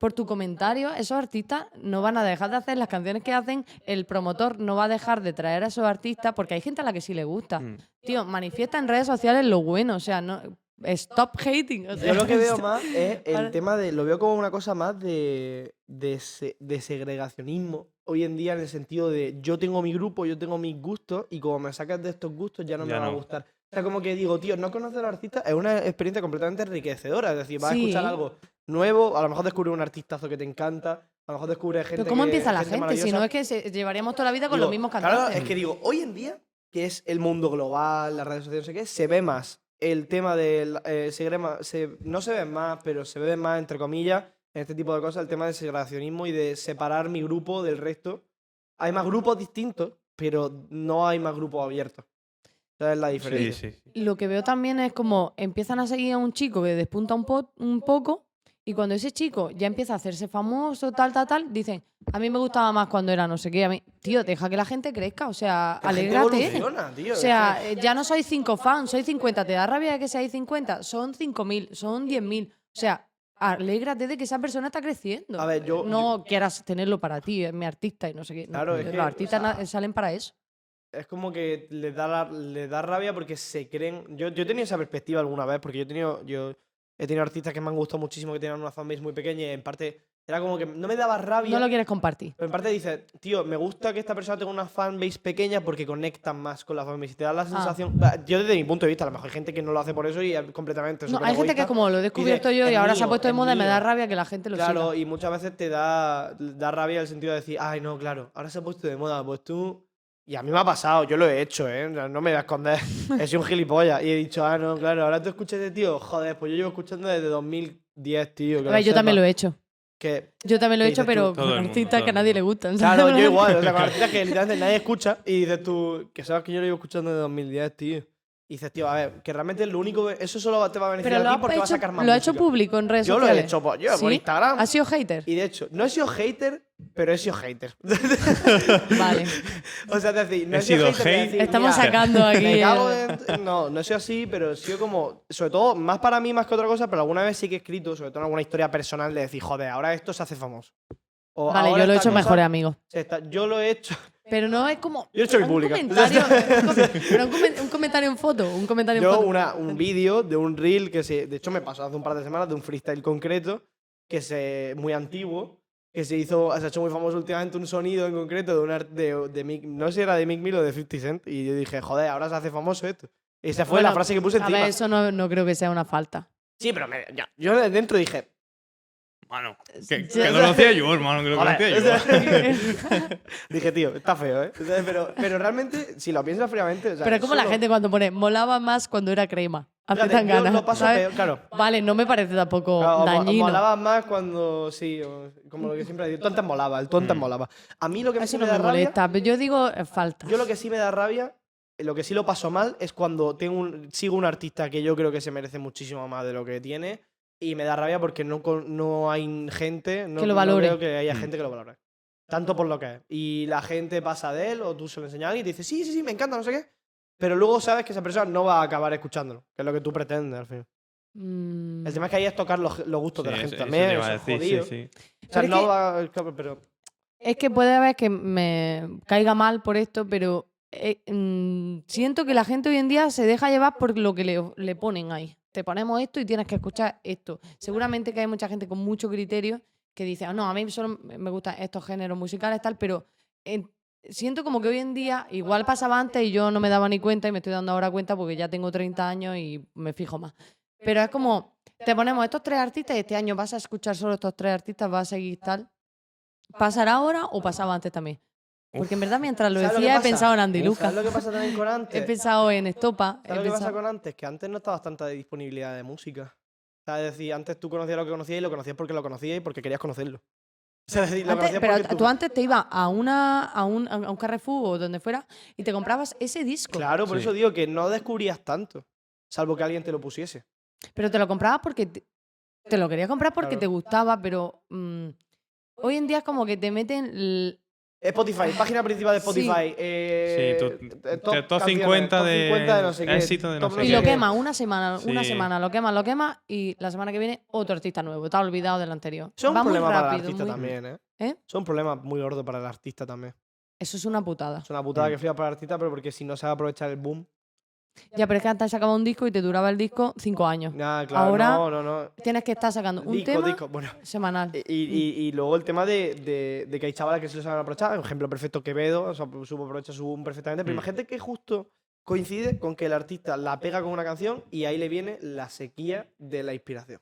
S1: Por tu comentario, esos artistas no van a dejar de hacer las canciones que hacen, el promotor no va a dejar de traer a esos artistas porque hay gente a la que sí le gusta.
S3: Mm.
S1: Tío, manifiesta en redes sociales lo bueno, o sea, no stop hating. o sea,
S2: Yo lo que veo
S1: [LAUGHS] stop-
S2: más es
S1: Ahora-
S2: el tema de. Lo veo como una cosa más de, de, se- de segregacionismo hoy en día, en el sentido de yo tengo mi grupo, yo tengo mis gustos, y como me sacas de estos gustos, ya no me
S3: Ya
S2: va a
S3: no.
S2: gustar. O sea, como que digo, tío, no conocer al artista es una experiencia completamente enriquecedora. Es decir, vas a escuchar
S1: Sí.
S2: algo nuevo, a lo mejor descubres un artistazo que te encanta, a lo mejor descubres gente.
S1: Pero ¿cómo
S2: que-
S1: empieza la
S2: gente
S1: gente? Si
S2: maravillosa.
S1: no es que se- llevaríamos toda la vida con
S2: Digo,
S1: los mismos
S2: claro,
S1: cantantes.
S2: es que digo, hoy en día, que es el mundo global, las redes sociales, no sé qué, se ve más el tema del. eh, se ve más- se- no se ve más, pero se ve más, entre comillas, en este tipo de cosas, el tema del segregacionismo y de separar mi grupo del resto. Hay más grupos distintos, pero no hay más grupos abiertos. Esa es la
S3: Sí,
S2: diferencia.
S3: sí, sí.
S1: Lo que veo también es como empiezan a seguir a un chico que despunta un, po- un poco y cuando ese chico ya empieza a hacerse famoso, tal, tal, tal, dicen, a mí me gustaba más cuando era no sé qué. A mí, tío, deja que la gente crezca, o sea,
S2: La gente
S1: alégrate.
S2: evoluciona, tío,
S1: O
S2: es
S1: sea,
S2: que-
S1: eh, ya no soy 5 fans, soy 50. ¿Te da rabia que seáis 50? Son 5.000, son 10.000. O sea, alégrate de que esa persona está creciendo.
S2: A ver, yo-
S1: No quieras tenerlo para ti, es mi artista y no sé qué. No,
S2: Claro, es
S1: los
S2: que, o
S1: artistas
S2: sea,
S1: na- salen para eso.
S2: es como que les da, la- les da rabia porque se creen. Yo, yo he tenido esa perspectiva alguna vez, porque yo he tenido, yo he tenido artistas que me han gustado muchísimo, que tenían una fanbase muy pequeña, y en parte era como que no me daba rabia.
S1: No lo quieres compartir.
S2: pero en parte dices, tío, me gusta que esta persona tenga una fanbase pequeña porque conectan más con la fanbase. Te da
S1: Ah.
S2: la sensación. va, Yo, desde mi punto de vista, a lo mejor hay gente que no lo hace por eso y es completamente.
S1: No, hay gente que
S2: superegoísta.
S1: es como lo he descubierto yo y
S2: "Es
S1: ahora se ha
S2: mío,
S1: puesto de
S2: es
S1: moda y me da
S2: mío".
S1: rabia que la gente lo
S2: Claro,
S1: siga.
S2: y muchas veces te da, da rabia el sentido de decir, ay, no, claro, ahora se ha puesto de moda, pues tú. Y a mí me ha pasado, yo lo he hecho, ¿eh? O sea, No me voy a esconder, [LAUGHS] he sido un gilipollas. Y he dicho, ah, no, claro, ahora tú escuchas este tío, joder, pues yo llevo escuchando desde 2010, tío.
S1: A ver, yo también lo he hecho.
S2: Que,
S1: Yo también lo he
S2: ¿Qué
S1: hecho,
S2: dices tú?
S1: pero
S3: Todo
S1: con
S3: el mundo,
S1: artistas
S3: todo
S1: que a
S3: el
S1: nadie le
S3: mundo.
S1: gustan. ¿sabes?
S2: claro, yo igual, o sea,
S1: [LAUGHS]
S2: con artistas que literalmente nadie escucha y dices tú, que sabes que yo lo llevo escuchando desde 2010, tío. Y dices, tío, a ver, que realmente es lo único, eso solo te va a beneficiar
S1: Pero lo
S2: a
S1: ha
S2: ti porque va a
S1: hecho,
S2: sacar más
S1: lo ha hecho
S2: música.
S1: público en redes
S2: Yo lo
S1: sociales.
S2: he hecho por, yo, por
S1: ¿Sí?
S2: Instagram.
S1: ¿Ha sido hater?
S2: Y de hecho, no he sido hater, pero he sido hater. [LAUGHS]
S1: Vale.
S2: O sea, es decir, no
S3: He
S2: he, sido
S3: sido
S2: hater, pero
S3: hate.
S2: decir,
S1: Estamos
S2: mira,
S1: sacando aquí.
S2: me cago
S1: el-
S2: en- No, no he sido así, pero he sido como. Sobre todo, más para mí, más que otra cosa, pero alguna vez sí que he escrito, sobre todo en alguna historia personal, de decir, joder, ahora esto se hace famoso. O
S1: Vale,
S2: ahora
S1: yo lo he
S2: esta
S1: hecho
S2: cosa
S1: mejor, amigo.
S2: se está- yo lo he hecho.
S1: Pero no es como.
S2: Yo he hecho mi
S1: un
S2: pública.
S1: comentario, un com- pero un, comen- un comentario en foto. Un comentario en
S2: Yo,
S1: foto.
S2: una, un vídeo de un reel que se. De hecho, me pasó hace un par de semanas de un freestyle concreto, que se. muy antiguo. Que se hizo, se ha hecho muy famoso últimamente un sonido en concreto de un ar- de, de Mick- no sé si era de Mick Mill o de 50 Cent, y yo dije, joder, ahora se hace famoso esto. Y esa fue la
S1: Bueno,
S2: frase que puse
S1: A
S2: encima.
S1: ver, eso no, no creo que sea una falta.
S2: Sí, pero me- ya, yo de dentro dije.
S3: Mano, que,
S1: Eh, Sí,
S3: que
S1: o
S3: no lo hacía yo, hermano, que lo
S2: "Joder",
S3: conocía
S2: o
S3: yo.
S2: [LAUGHS] sea, dije, tío, está feo, ¿eh? O sea, pero, pero realmente, si lo piensas fríamente. o sea,
S1: Pero es como la
S2: solo-
S1: gente cuando pone, molaba más cuando era crema. Hace
S2: Fíjate,
S1: tan
S2: yo
S1: ganas.
S2: lo paso peor, claro.
S1: Vale, no me parece tampoco
S2: Claro, o Ah, mo-
S1: dañino.
S2: molaba más cuando. Sí, o- como lo que siempre digo. Tú antes molaba, el tú antes
S3: Mm.
S2: molaba. A mí lo que
S1: Eso
S2: sí me
S1: no me
S2: da rabia.
S1: molesta. Pero yo digo eh, faltas.
S2: Yo lo que sí me da rabia, eh, lo que sí lo paso mal, es cuando tengo un, sigo un artista que yo creo que se merece muchísimo más de lo que tiene. Y me da rabia porque no, con- no hay gente. No,
S1: Que lo
S2: no
S1: valore.
S2: creo que haya
S3: Mm.
S2: gente que lo valore. Tanto por lo que es. Y la gente pasa de él, o tú se lo enseñas a alguien y te dice, sí, sí, sí, me encanta, no sé qué. Pero luego sabes que esa persona no va a acabar escuchándolo, que es lo que tú pretendes al fin.
S1: Mm.
S2: El tema es que ahí es tocar los, los gustos de la
S3: Sí,
S2: gente
S3: eso- eso
S2: también.
S3: te iba
S2: eso
S3: a
S2: es
S3: decir, sí,
S2: jodido.
S3: sí.
S2: O sea,
S1: Pero es
S2: no
S1: que-
S2: va. claro, Pero.
S1: Es que puede haber que me caiga mal por esto, pero eh, mm, siento que la gente hoy en día se deja llevar por lo que le, le ponen ahí. Te ponemos esto y tienes que escuchar esto. Seguramente que hay mucha gente con mucho criterio que dice, "Ah, no, a mí solo me me gustan estos géneros musicales, tal, pero en- siento como que hoy en día, igual pasaba antes y yo no me daba ni cuenta y me estoy dando ahora cuenta porque ya tengo 30 años y me fijo más. Pero es como, te ponemos estos tres artistas y este año vas a escuchar solo estos tres artistas, vas a seguir tal. ¿Pasará ahora o pasaba antes también? Porque en verdad mientras lo
S2: ¿Sabes
S1: decía
S2: que
S1: he
S2: pasa?
S1: pensado en Andy
S2: Uf,
S1: Lucas,
S2: ¿Sabes lo que pasa también con
S1: he
S2: antes?
S1: pensado en Estopa, he
S2: ¿Sabes lo que pasa
S1: pensado...
S2: con antes? Que antes no estabas tanta de disponibilidad de música. O sea, es decir, antes tú conocías lo que conocías y lo conocías porque lo conocías y porque querías conocerlo. O sea, es decir, lo
S1: Antes-
S2: conocías
S1: pero
S2: porque
S1: tú antes te ibas a, una, a, un, a un Carrefour o donde fuera y te comprabas ese disco.
S2: Claro, por
S3: Sí.
S2: eso digo que no descubrías tanto. Salvo que alguien te lo pusiese.
S1: Pero te lo comprabas porque te, te lo querías comprar porque
S2: Claro.
S1: te gustaba, pero mm, hoy en día es como que te meten l- [LAUGHS]
S2: Spotify, página principal de
S1: Sí.
S2: Spotify. eh,
S3: Sí, tu-
S2: eh,
S3: de top
S2: canciones,
S3: 50
S2: top
S3: de
S2: 50 de no sé qué,
S3: éxito de no
S2: top
S3: sé
S1: y
S3: Sí.
S1: lo
S3: qué.
S1: quemas una semana, una
S3: Sí.
S1: semana, lo quemas, lo quemas y la semana que viene otro artista nuevo, te has olvidado del anterior.
S2: Eso es
S1: Va
S2: un
S1: muy
S2: problema para el
S1: rápido,
S2: artista
S1: muy-
S2: también, ¿eh?
S1: ¿Eh?
S2: Eso es un problema muy gordo para el artista también.
S1: Eso es una putada.
S2: Es una putada
S3: Mm.
S2: que flipa para el artista, pero porque si no sabe aprovechar el boom.
S1: Ya, pero es que antes sacaba un disco y te duraba el disco cinco años.
S2: Nada, Ah, claro.
S1: Ahora-
S2: no, no, no.
S1: Tienes que estar sacando un
S2: disco,
S1: tema
S2: disco. Eh, Bueno,
S1: semanal.
S2: Y, y- y luego el tema de, de- de que hay chavales que se lo saben aprovechar. Un ejemplo perfecto, Quevedo. O sea, supo aprovechar su boom perfectamente. Pero
S3: Mm.
S2: imagínate que justo coincide con que el artista la pega con una canción y ahí le viene la sequía de la inspiración.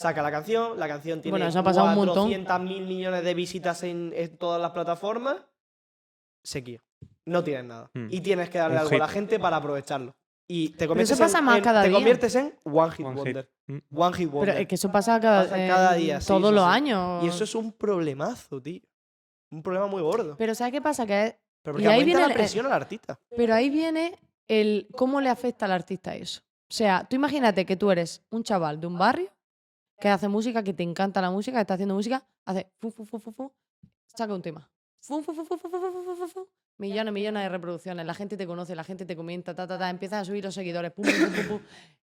S2: Saca la canción, la canción tiene
S1: Bueno, eso ha pasado un montón.
S2: 400.000 millones de visitas en, en todas las plataformas. Sequía. No tienes nada.
S3: Mm.
S2: Y tienes que darle
S3: Un
S2: algo
S3: hit.
S2: a la gente para aprovecharlo. Y te
S1: eso
S2: conviertes,
S1: pasa
S2: en,
S1: más
S2: en-
S1: cada
S2: te
S1: día.
S2: conviertes en One Hit
S3: One hit.
S2: Wonder.
S3: Mm.
S2: One Hit Wonder.
S1: Pero es que eso pasa cada,
S2: Pasa cada
S1: en
S2: día, sí,
S1: todos
S2: sí,
S1: los
S2: sí.
S1: años.
S2: Y eso es un problemazo, tío. Un problema muy gordo. Pero
S1: Pero ¿sabes qué pasa? Que es-
S2: porque
S1: y ahí
S2: aumenta
S1: viene
S2: la
S1: el- eh,
S2: presión al artista.
S1: Pero ahí viene el cómo le afecta al artista eso. O sea, tú imagínate que tú eres un chaval de un barrio que hace música, que te encanta la música, que está haciendo música, hace fu, fu, fu, fu, fu, saca un tema. Fu, fu, fu, fu, fu, fu, fu, fu, fu, fu. Millones, millones de reproducciones. La gente te conoce, la gente te comenta, ta, ta, ta. Empiezas a subir los seguidores. Pum, pum, pum, pum, pum.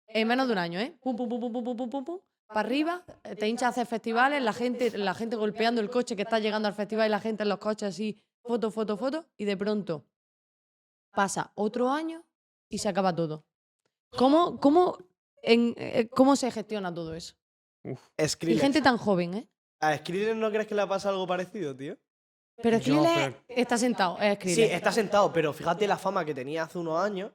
S1: En menos de un año, ¿eh? Pum, pum, pum, pum, pum, pum, pum, pum, pum. Para arriba, eh, te hinchas a hacer festivales, la gente, la gente golpeando el coche que está llegando al festival y la gente en los coches así, foto, foto, foto. Y de pronto, pasa otro año y se acaba todo. ¿Cómo, cómo, en, eh, cómo se gestiona todo eso? Y
S2: Skrillex.
S1: gente tan joven, ¿eh?
S2: ¿A Skrillex no crees que le pasa algo parecido, tío?
S1: Pero
S3: Yo,
S1: Skrillex
S3: pero-
S1: está sentado, es Skrillex.
S2: Sí, está sentado, pero fíjate la fama que tenía hace unos años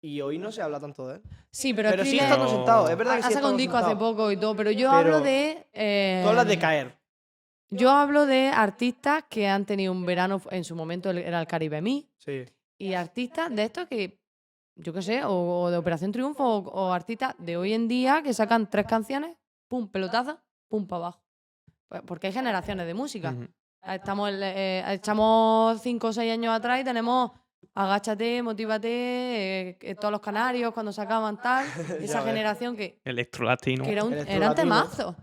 S2: y hoy no se habla tanto de él.
S1: Sí, pero,
S2: Pero, sí
S1: Skrillex
S2: está todo
S3: Pero-
S2: sentado, es verdad
S1: ha
S2: que sí
S1: ha sacado
S2: está
S1: un
S2: todo
S1: disco hace
S2: sentado.
S1: poco y todo, pero yo
S2: Pero-
S1: hablo de... eh,
S2: Tú hablas de caer.
S1: yo hablo de artistas que han tenido un verano, en su momento era el Caribe Mí,
S2: Sí.
S1: y artistas de estos que, yo qué sé, o, o de Operación Triunfo, o, o artistas de hoy en día que sacan tres canciones, pum, pelotaza, pum, para abajo. Pues Porque hay generaciones de música.
S3: Ujú.
S1: Estamos, el- eh, echamos cinco o seis años atrás y tenemos Agáchate, Motívate, eh, eh, todos los canarios cuando sacaban
S3: [LAUGHS]
S1: tal. Esa
S2: ves.
S1: generación que,
S3: Electrolatino.
S1: que era un,
S2: Eres tú
S1: eran
S2: latino.
S1: temazos.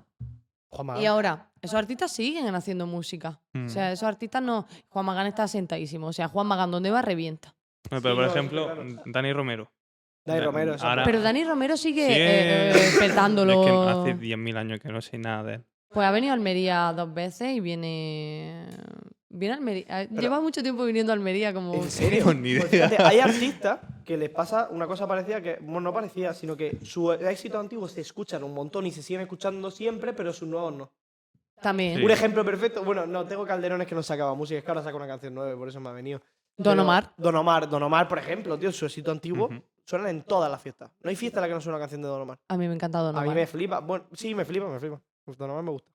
S2: Juan
S1: Y ahora, esos artistas siguen haciendo música.
S3: Mm.
S1: O sea, esos artistas no. Juan Magán está sentadísimo. O sea, Juan Magán, donde va, revienta.
S3: No, pero
S2: Sí,
S3: por
S2: no, sí,
S3: ejemplo, mm,
S2: claro.
S3: Dani Romero.
S2: Dani Romero.
S3: Ahora-
S2: exacto.
S1: Pero Dani Romero sigue
S3: Sigue-
S1: eh, eh,
S3: [LAUGHS] Es que
S1: petándolo.
S3: hace 10.000 años que no sé nada de él.
S1: Pues ha venido a Almería dos veces y viene. Viene a Almería. eh, Lleva mucho tiempo viniendo a Almería como.
S2: ¿En serio?
S3: Ni idea.
S2: Pues fíjate,
S3: [LAUGHS]
S2: hay artistas que les pasa una cosa parecida que, bueno, no parecía, sino que su éxito antiguo se escuchan un montón y se siguen escuchando siempre, pero sus nuevos no.
S1: También.
S3: Sí.
S2: Un ejemplo perfecto. Bueno, no, tengo Calderones que no sacaba música, es que ahora saca una canción nueva, y por eso me ha venido.
S1: Don
S2: Pero
S1: Omar.
S2: Don Omar, Don Omar, por ejemplo, tío, su éxito antiguo
S3: Ujú.
S2: suena en todas las fiestas. No hay fiesta en la que no suena una canción de Don Omar.
S1: A mí me ha encantado Don
S2: A
S1: Omar.
S2: mí me flipa. Bueno, sí, me flipa, me flipa. Pues Don Omar me gusta.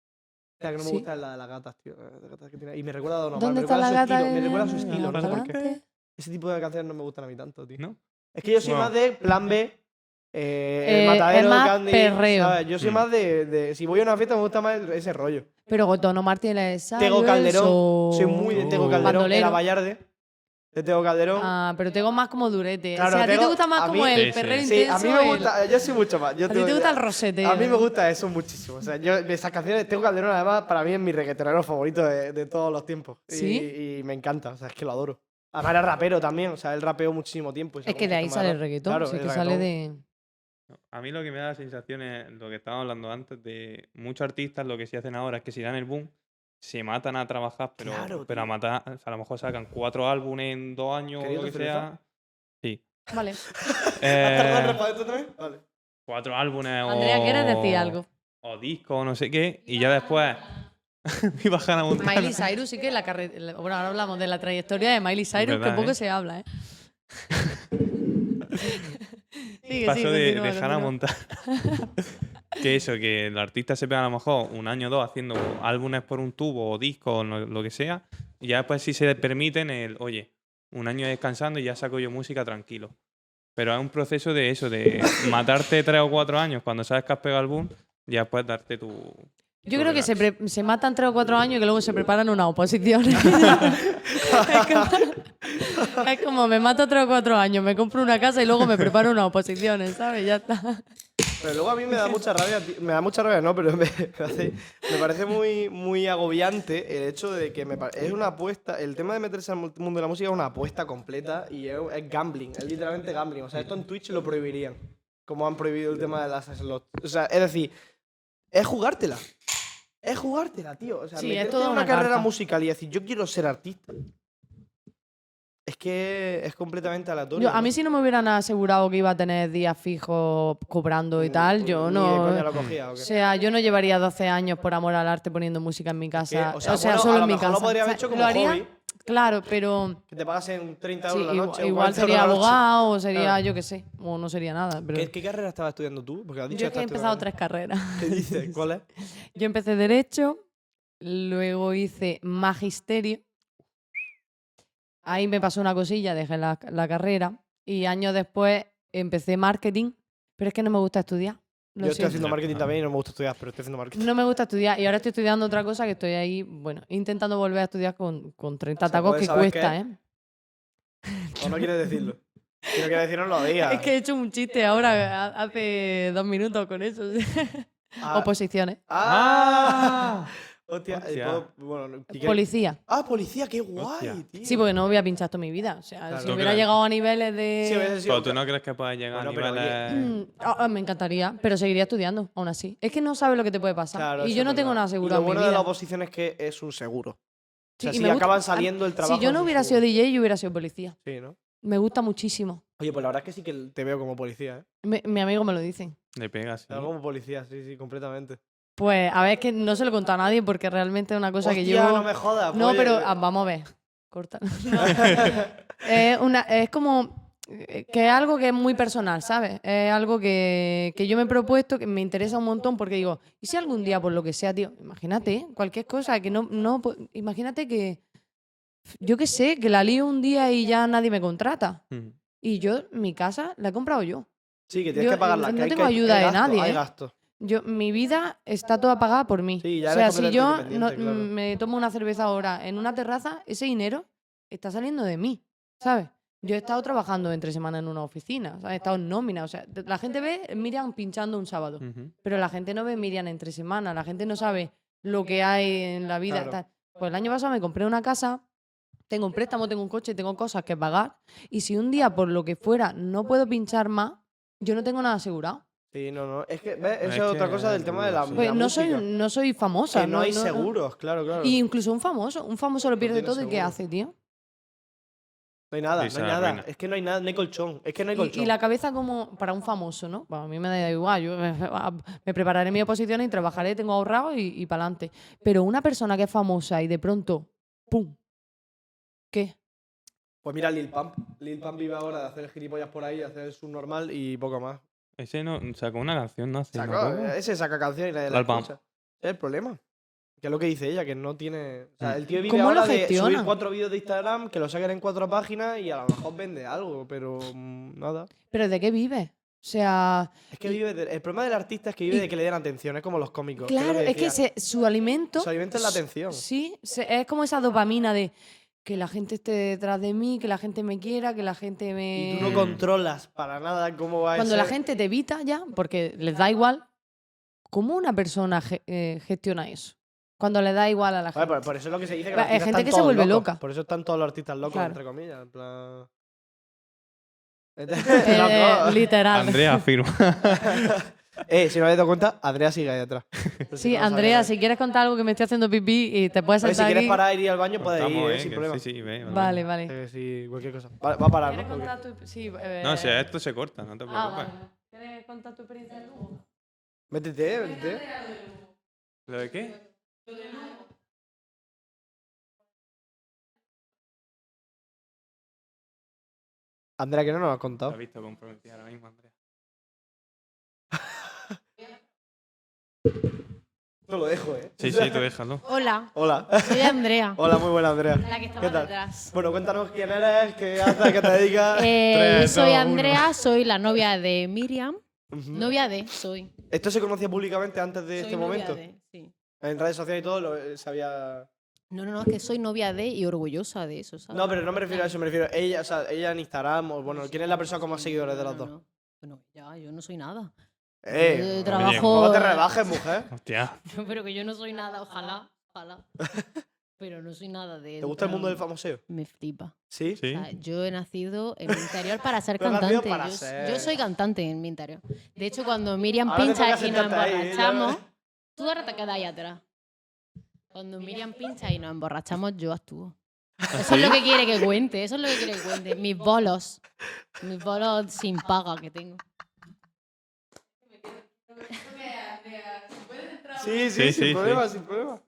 S2: La que no me
S1: ¿Sí?
S2: gusta es la de las gatas, tío. la de las gatas que tiene. Y me recuerda a Don Omar.
S1: ¿Dónde
S2: me
S1: está la
S2: recuerda su estilo,
S1: gata?
S2: Me
S1: que
S2: recuerda su
S1: viene
S2: estilo, no sé por qué.
S1: adelante?
S2: Ese tipo de canciones no me gustan a mí tanto, tío.
S3: ¿No?
S2: Es que yo soy
S3: Wow.
S2: más de plan B. eh,
S1: Eh,
S2: el matadero,
S1: es más
S2: Candy,
S1: perreo.
S2: ¿sabes? Yo soy
S3: Mm.
S2: más de, de- Si voy a una fiesta, me gusta más el- ese rollo.
S1: Pero Don Omar tiene esa.
S2: Tego Calderón. Soy muy de Tego
S3: Oh.
S2: Calderón, de la
S1: Bandolero.
S2: Vallarde. De Tego Calderón.
S1: Ah, pero Tego más como durete.
S2: Claro,
S1: o sea, a ti te
S2: Tego-
S1: gusta
S2: a
S1: más como
S2: mí-
S1: el
S3: Sí, sí.
S1: perreo
S2: sí,
S1: intenso.
S2: a mí me
S1: el-
S2: gusta, eh, yo soy mucho más. Yo
S1: A ti
S2: tengo-
S1: te gusta el rosete.
S2: a mí me gusta eso muchísimo. O sea, yo esas canciones, Tego Calderón, además, para mí es mi reggaetonero favorito de, de todos los tiempos. Y-
S1: ¿Sí?
S2: Y, me encanta, o sea, es que lo adoro. Además, era rapero también, o sea, él rapeó muchísimo tiempo. y
S1: Es
S2: sacó
S1: que de
S2: muchos
S1: ahí
S2: temas
S1: sale el
S2: rap.
S1: reggaetón.
S2: Claro,
S1: sí,
S2: el
S1: que sale
S2: reggaetón.
S1: de.
S3: A mí lo que me da la sensación es lo que estábamos hablando antes de muchos artistas, lo que sí hacen ahora es que si dan el boom, se matan a trabajar, pero,
S2: Claro,
S3: pero a
S2: tío.
S3: matar, o sea, a lo mejor sacan cuatro álbumes en dos años o
S2: ¿Queréis
S3: lo que
S2: otra cerveza?
S1: [LAUGHS]
S3: sea. Sí.
S1: Vale.
S2: ¿Has tardado en
S3: Eh,
S2: responder esto también? Vale.
S3: cuatro álbumes o.
S1: Andrea, ¿quieres decir algo?
S3: O disco, no sé qué. Y ya
S1: [LAUGHS]
S3: después. [LAUGHS] Viva Hannah Montana.
S1: Miley Cyrus sí que la carretera... Bueno, ahora hablamos de la trayectoria de Miley Cyrus,
S3: verdad,
S1: que poco
S3: ¿eh?
S1: se
S3: [LAUGHS]
S1: habla, ¿eh? Sigue,
S3: Paso
S1: sí,
S3: de,
S1: continúa,
S3: de Hannah
S1: continúa.
S3: Montana. [LAUGHS] que eso, que el artista se pega a lo mejor un año o dos haciendo álbumes por un tubo o disco o no- lo que sea. Y ya después si se le permiten el, oye, un año descansando y ya saco yo música tranquilo. Pero es un proceso de eso,
S2: [LAUGHS]
S3: de matarte tres o cuatro años cuando sabes que has pegado el boom y ya puedes darte tu...
S1: Yo
S3: tu
S1: creo que se,
S3: relax.
S1: pre- se matan tres o cuatro años y que luego se preparan
S3: [LAUGHS]
S1: una oposición. [LAUGHS] es, como, es como, me mato tres o cuatro años, me compro una casa y luego me preparo una oposición, ¿sabes? Ya está.
S2: Pero luego a mí me da mucha rabia, ti- me da mucha rabia, no, pero [LAUGHS] me, me hace- me parece muy, muy agobiante el hecho de que me pa- es una apuesta, el tema de meterse al mu- mundo de la música es una apuesta completa y es, es gambling, es literalmente gambling. O sea, esto en Twitch lo prohibirían, como han prohibido el tema de las slots. O sea, es decir, es jugártela. Es jugártela, tío. O sea,
S1: Sí, es
S2: meterte en
S1: toda
S2: una,
S1: una
S2: carrera
S1: carta.
S2: musical y decir, yo quiero ser artista. Es que es completamente aleatorio.
S1: Yo, a
S2: ¿no?
S1: mí si no me hubieran asegurado que iba a tener días fijos cobrando y tal, yo
S2: Ni de coña
S1: no...
S2: lo cogía, ¿o
S1: O
S2: qué?
S1: sea, yo no llevaría 12 años por amor al arte poniendo música en mi casa.
S2: Que,
S1: o sea,
S2: bueno,
S1: solo
S2: a lo
S1: en mi
S2: mejor Lo
S1: casa.
S2: podría haber
S1: O sea,
S2: hecho como
S1: lo haría,
S2: hobby,
S1: Claro, pero
S2: que te pagasen 30
S1: sí,
S2: euros la
S1: igual,
S2: noche. o
S1: igual
S2: 40 euros
S1: sería
S2: la noche.
S1: abogado, o sería
S2: Claro.
S1: yo qué sé, o no sería nada. Pero...
S2: ¿Qué, qué carrera estabas estudiando tú? Porque has dicho
S1: Yo es que he
S2: estás
S1: empezado
S2: estudiando-
S1: tres carreras.
S2: ¿Qué dices? ¿Cuál es?
S1: Yo empecé Derecho, luego hice Magisterio. Ahí me pasó una cosilla, dejé la, la carrera. Y años después empecé Marketing, pero es que no me gusta estudiar.
S2: Yo
S1: lo
S2: estoy
S1: siento.
S2: haciendo
S3: Ya
S2: marketing
S3: está.
S2: también y no me gusta estudiar, pero estoy haciendo marketing.
S1: No me gusta estudiar y ahora estoy estudiando otra cosa que estoy ahí, bueno, intentando volver a estudiar con, con 30
S2: O sea,
S1: tacos
S2: puedes
S1: que
S2: saber
S1: cuesta,
S2: pues, qué-
S1: ¿eh?
S2: O no quieres decirlo. Si no quieres decirlo, no lo digas.
S1: Es que he hecho un chiste ahora, ha- hace dos minutos con [LAUGHS] eso. o sea.
S2: Ah,
S1: Oposiciones.
S2: ¡Ah! Hostia. eh,
S3: Hostia.
S2: puedo- bueno, no- ¿y qué-
S1: Policía.
S2: Ah, policía, qué guay,
S3: Hostia.
S2: tío.
S1: Sí, porque no hubiera pinchado esto en mi vida. O sea,
S2: Claro.
S1: si
S3: ¿Tú
S1: hubiera
S3: crees?
S1: llegado a niveles de.
S2: Sí, hubiese sido-
S3: Pero tú no crees que puedas llegar
S2: Bueno,
S3: a
S2: pero oye,
S3: niveles...
S1: Mm, ah, ah, me encantaría, pero seguiría estudiando, aún así. Es que no sabes lo que te puede pasar.
S2: Claro,
S1: y
S2: eso
S1: yo
S2: es
S1: no tengo
S2: verdad.
S1: nada
S2: Y
S1: asegurado
S2: lo
S1: en mi
S2: bueno de la
S1: vida.
S2: oposición es que es un seguro. O sea,
S1: Sí, y
S2: si
S1: me gusta-
S2: acaban
S1: a-
S2: saliendo el trabajo.
S1: Si yo
S2: es
S1: no
S2: un
S1: hubiera sido
S2: seguro.
S1: DJ, yo hubiera sido policía.
S2: Sí, ¿no?
S1: Me gusta muchísimo.
S2: Oye, pues la verdad es que sí que te veo como policía, ¿eh?
S1: Me- mi amigo me lo dice.
S3: Le pegas,
S2: Te veo como policía, sí, sí, completamente.
S1: Pues, a ver, es que no se lo contó a nadie porque realmente es una cosa que
S2: Hostia,
S1: yo.
S2: no me jodas. pues.
S1: No,
S2: oye.
S1: pero ah, vamos a ver. Corta. [LAUGHS] es, una, es como eh, que es algo que es muy personal, ¿sabes? Es algo que, que yo me he propuesto, que me interesa un montón, porque digo, ¿y si algún día, por lo que sea, tío? Imagínate, ¿eh? cualquier cosa, que no, no, po- imagínate que, yo qué sé, que la lío un día y ya nadie me contrata.
S3: Mm.
S1: Y yo, mi casa, la he comprado yo.
S2: [LAUGHS] Sí, que tienes
S1: Yo,
S2: que pagarla.
S1: [LAUGHS] no
S2: que hay-
S1: tengo
S2: que hay-
S1: ayuda
S2: hay
S1: de
S2: gasto,
S1: nadie,
S2: Hay
S1: ¿eh?
S2: gasto.
S1: Yo, mi vida está toda pagada por mí.
S2: Sí, ya
S1: o
S2: eres
S1: sea, si
S2: completamente
S1: yo no,
S2: independiente, claro.
S1: me tomo una cerveza ahora en una terraza, ese dinero está saliendo de mí, ¿sabes? Yo he estado trabajando entre semana en una oficina, ¿sabes? he estado en nómina. O sea, te- la gente ve Miriam pinchando un sábado,
S2: Mm.
S3: Ujú.
S1: pero la gente no ve Miriam entre semana, la gente no sabe lo que hay en la vida.
S2: Claro.
S1: tal. Pues el año pasado me compré una casa, tengo un préstamo, tengo un coche, tengo cosas que pagar, y si un día, por lo que fuera, no puedo pinchar más, yo no tengo nada asegurado.
S2: Sí, no, no. Es que, ¿ves? Eso
S3: Es
S2: es,
S3: que
S2: otra cosa del
S3: es
S2: tema de la,
S3: duro, sí.
S1: Pues
S2: la
S1: no
S2: música.
S1: soy,
S2: Que
S1: no soy famosa.
S2: no hay
S1: no- no-
S2: seguros, claro, claro.
S1: Y incluso un famoso. Un famoso lo pierde
S2: tiene
S1: todo y ¿qué
S2: seguro.
S1: hace, tío?
S2: No hay nada,
S3: Sí,
S2: no
S3: se
S2: hay nada.
S3: arruina.
S2: Es que no hay nada, no hay colchón. Es que no hay
S1: Y,
S2: colchón.
S1: y la cabeza como para un famoso, ¿no? Bueno, a mí me da igual. Yo me, [LAUGHS] ah, me prepararé mi oposición y trabajaré, tengo ahorrado y, y para adelante. Pero una persona que es famosa y de pronto, ¡pum! ¿Qué?
S2: Pues mira Lil Pump. Lil Pump vive ahora de hacer gilipollas por ahí, de hacer el subnormal y poco más.
S3: Ese no, sacó una canción, ¿no? Hace no
S2: Sacó- eh.
S3: poco.
S2: ese saca canción y nadie la
S3: Lil Pump.
S2: escucha. Es el problema. Que es lo que dice ella, que no tiene... O sea, el tío vive
S1: ¿Cómo lo
S2: ahora de
S1: gestiona?
S2: subir cuatro vídeos de Instagram, que lo saquen en cuatro páginas y a lo mejor vende algo, pero mm, nada.
S1: ¿Pero de qué vive? O sea,
S2: Es que
S1: Y-
S2: vive de- el problema del artista es que vive
S1: y-
S2: de que le den atención, es como los cómicos. que
S1: claro, es que
S2: decía,
S1: se- su alimento...
S2: su alimento es la
S1: su-
S2: atención.
S1: Sí, se- es como esa dopamina de que la gente esté detrás de mí, que la gente me quiera, que la gente me...
S2: Y tú no
S3: Mm.
S2: controlas para nada cómo va
S1: Cuando
S2: ese-
S1: la gente te evita ya, porque les da igual, ¿cómo una persona ge- eh, gestiona eso? Cuando le da igual a la
S2: Vale,
S1: gente.
S2: por, por eso es lo que se dice que
S1: Va,
S2: los
S1: hay
S2: artistas
S1: gente
S2: están
S1: que se
S2: todos
S1: vuelve
S2: locos.
S1: loca.
S2: Por eso están todos los artistas locos,
S1: Claro.
S2: entre comillas. En
S1: [LAUGHS]
S2: plan...
S1: Eh, eh,
S2: Locos. [LAUGHS]
S1: literal.
S3: Andrea afirma.
S2: Eh, si no habéis dado cuenta, Andrea sigue ahí
S1: [LAUGHS]
S2: atrás. Por si
S1: Sí,
S2: no lo
S1: Andrea,
S2: sabías.
S1: si quieres contar algo que me esté haciendo pipí y te puedes
S2: Oye, si
S1: sentar
S2: quieres
S1: aquí.
S2: parar y ir al baño, puedes ir,
S3: Cortamos,
S2: eh,
S3: eh,
S2: sin
S3: que-
S2: problema.
S3: Sí, sí, ve, vale.
S1: Vale, vale.
S2: Eh, sí, cualquier cosa. Va, va a parar,
S1: ¿Quieres
S2: ¿no? Ok.
S1: contar tu sí, eh,
S3: No, si a esto se corta, no te
S1: Ah,
S3: preocupes.
S1: vale. ¿Quieres contar tu experiencia en Lugo?
S2: Métete, eh, métete.
S3: ¿Lo de qué?
S2: Andrea, que no nos has
S3: Lo has
S2: contado.
S3: visto comprometida ahora mismo, Andrea.
S2: No lo dejo, ¿eh?
S3: Sí, sí, tú déjalo.
S4: Hola,
S2: Hola. [LAUGHS]
S4: soy Andrea,
S2: Hola, muy buena, Andrea.
S4: la que está
S2: ¿Qué
S4: más
S2: tal? [LAUGHS]
S4: detrás.
S2: Bueno, cuéntanos quién eres, qué haces, qué te dedicas.
S4: [LAUGHS] Eh, yo
S2: Tres,
S4: soy
S2: dos,
S4: Andrea, soy la novia de Miriam.
S2: uno. Ujú.
S4: Novia de, soy.
S2: Esto se conocía públicamente antes de
S4: soy
S2: este
S4: novia
S2: momento.
S4: de, sí.
S2: En redes sociales y todo lo, eh, sabía.
S4: No, no, no, es que soy novia de y orgullosa de eso, ¿sabes?
S2: No, pero no me refiero a eso, me refiero a ella, o sea, ella en Instagram, o bueno,
S4: Sí,
S2: ¿quién es la persona con
S4: sí,
S2: más seguidores de
S4: no,
S2: las
S4: no,
S2: dos?
S4: no. Bueno, ya, yo no soy nada. [LAUGHS]
S2: Eh,
S4: yo
S3: oye,
S4: trabajo...
S2: no te rebajes,
S4: [LAUGHS]
S2: mujer.
S3: Hostia.
S4: No, pero que yo no soy nada, ojalá,
S2: [LAUGHS]
S4: ojalá. Pero no soy nada de...
S2: ¿Te gusta el mundo del
S4: famoso?
S2: famoseo?
S4: Me flipa.
S2: Sí.
S3: Sí.
S4: O sea, yo he nacido en mi interior para
S2: [LAUGHS]
S4: ser
S2: Tú has nacido
S4: cantante.
S2: para
S4: yo,
S2: ser.
S4: yo soy cantante en mi interior. De hecho, cuando Miriam
S2: Ahora te
S4: pincha
S2: toca
S4: y nos
S2: sentarte ahí, ¿eh? Ya
S4: emborrachamos,
S2: ves.
S4: tú ahora te quedas ahí atrás. Cuando Miriam pincha y nos emborrachamos, yo actúo.
S3: ¿Ah,
S4: Eso es lo que quiere que cuente, eso es lo que quiere que cuente. Mis bolos. Mis bolos sin paga que tengo.
S2: Sí, sí,
S3: Sí,
S2: sin
S3: sí,
S2: problema,
S3: sí.
S2: sin problema.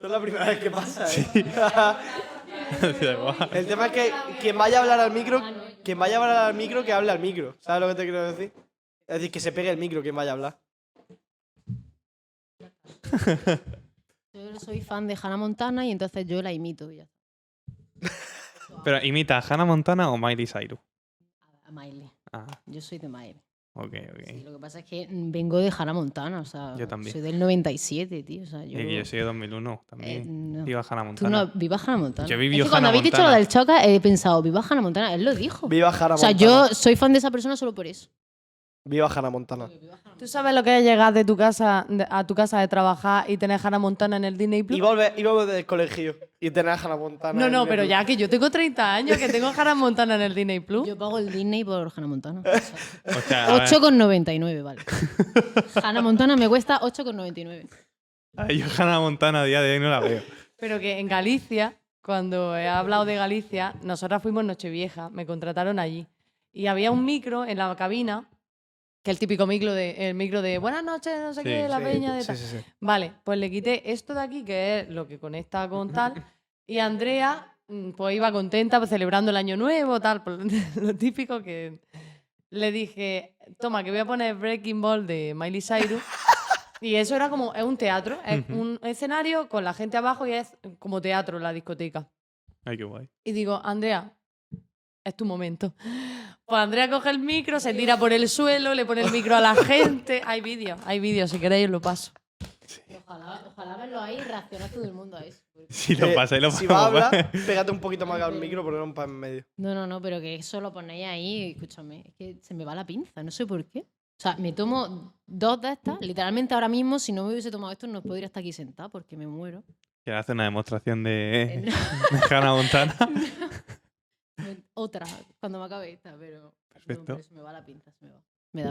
S2: No es la primera vez que pasa. ¿eh?
S3: [LAUGHS] Da igual.
S2: [LAUGHS] el tema es que quien vaya a hablar al micro, quien vaya a hablar al micro, que hable al micro. ¿Sabes lo que te quiero decir? Es decir, que se pegue el micro quien vaya a hablar.
S4: Yo soy fan de Hannah Montana y entonces yo la imito. y ya está.
S3: Pero imita a Hannah Montana o Miley Cyrus.
S4: A Miley.
S3: Ah,
S4: Yo soy de Miley.
S3: ok,
S4: Sí,
S3: ok.
S4: lo que pasa es que mm, vengo de Hannah Montana, o sea,
S3: Yo también.
S4: soy del 97, tío. O sea,
S3: Y
S4: yo,
S3: que yo soy de 2001
S4: eh,
S3: también.
S4: no.
S3: Viva Hannah
S4: Tú
S3: Montana.
S4: no, viva Hannah Montana.
S3: Yo viví
S4: es que
S3: Hannah
S4: cuando habéis dicho lo
S3: Montana.
S4: del Choca, he pensado, viva Hannah Montana, él lo dijo.
S2: Viva Hannah
S4: o sea,
S2: Montana.
S4: yo soy fan de esa persona solo por eso.
S2: Viva Hannah Montana.
S1: [LAUGHS] ¿Tú sabes lo que es llegar de tu casa, de- a tu casa de trabajar y tener Hannah Montana en el Disney Plus?
S2: Y volver, y volver del colegio y tener a Hannah Montana.
S1: No,
S2: en
S1: no,
S2: el-
S1: pero ya que yo tengo 30 años, que tengo Hannah Montana en el Disney Plus.
S4: Yo pago el Disney por Hannah [LAUGHS] Montana. O sea,
S3: O sea, a ver,
S4: 8,99, vale. Hannah Montana me cuesta 8,99.
S3: a ver, [LAUGHS] yo Hannah Montana a día de hoy no la veo.
S1: Pero que en Galicia, cuando he hablado de Galicia, nosotras fuimos Nochevieja, me contrataron allí. Y había un micro en la cabina, que el típico micro de, el micro de buenas noches, no sé
S3: Sí,
S1: qué, la
S2: sí,
S1: peña de
S2: sí,
S1: tal".
S2: sí, sí.
S1: Vale, pues le quité esto de aquí, que es lo que conecta con tal, y Andrea, mm, pues iba contenta, pues, celebrando el año nuevo, tal, por [LAUGHS] lo típico que le dije, toma, que voy a poner Breaking Ball de Miley Cyrus. Y eso era como, es un teatro, es
S3: Ujú.
S1: un escenario con la gente abajo y es como teatro la discoteca.
S3: Ay, qué guay. [LAUGHS]
S1: Y digo, Andrea, es tu momento. Pues Andrea coge el micro, se tira por el suelo, le pone el micro a la gente. Hay vídeo, hay vídeo, si queréis lo paso.
S4: Ojalá, ojalá verlo ahí y reaccionar todo el mundo a eso.
S3: Si lo
S2: Eh,
S3: pasáis, lo
S2: Si
S3: vamos
S2: vas
S3: [LAUGHS]
S2: a
S3: a
S2: hablar,
S3: ver.
S2: pégate un poquito más al micro, pero no para en medio.
S4: No, no, no, pero que eso lo ponéis ahí, escúchame, es que se me va la pinza, no sé por qué. O sea, me tomo dos de estas, literalmente ahora mismo, si no me hubiese tomado esto, no podría estar aquí sentada porque me muero.
S3: Quiero hacer una demostración de,
S4: Eh,
S3: [LAUGHS] de Hannah Montana.
S4: Me- Otra, cuando me acabe esta, pero. no,
S3: Perfecto.
S4: pero se me va la pinza, se me va. Me da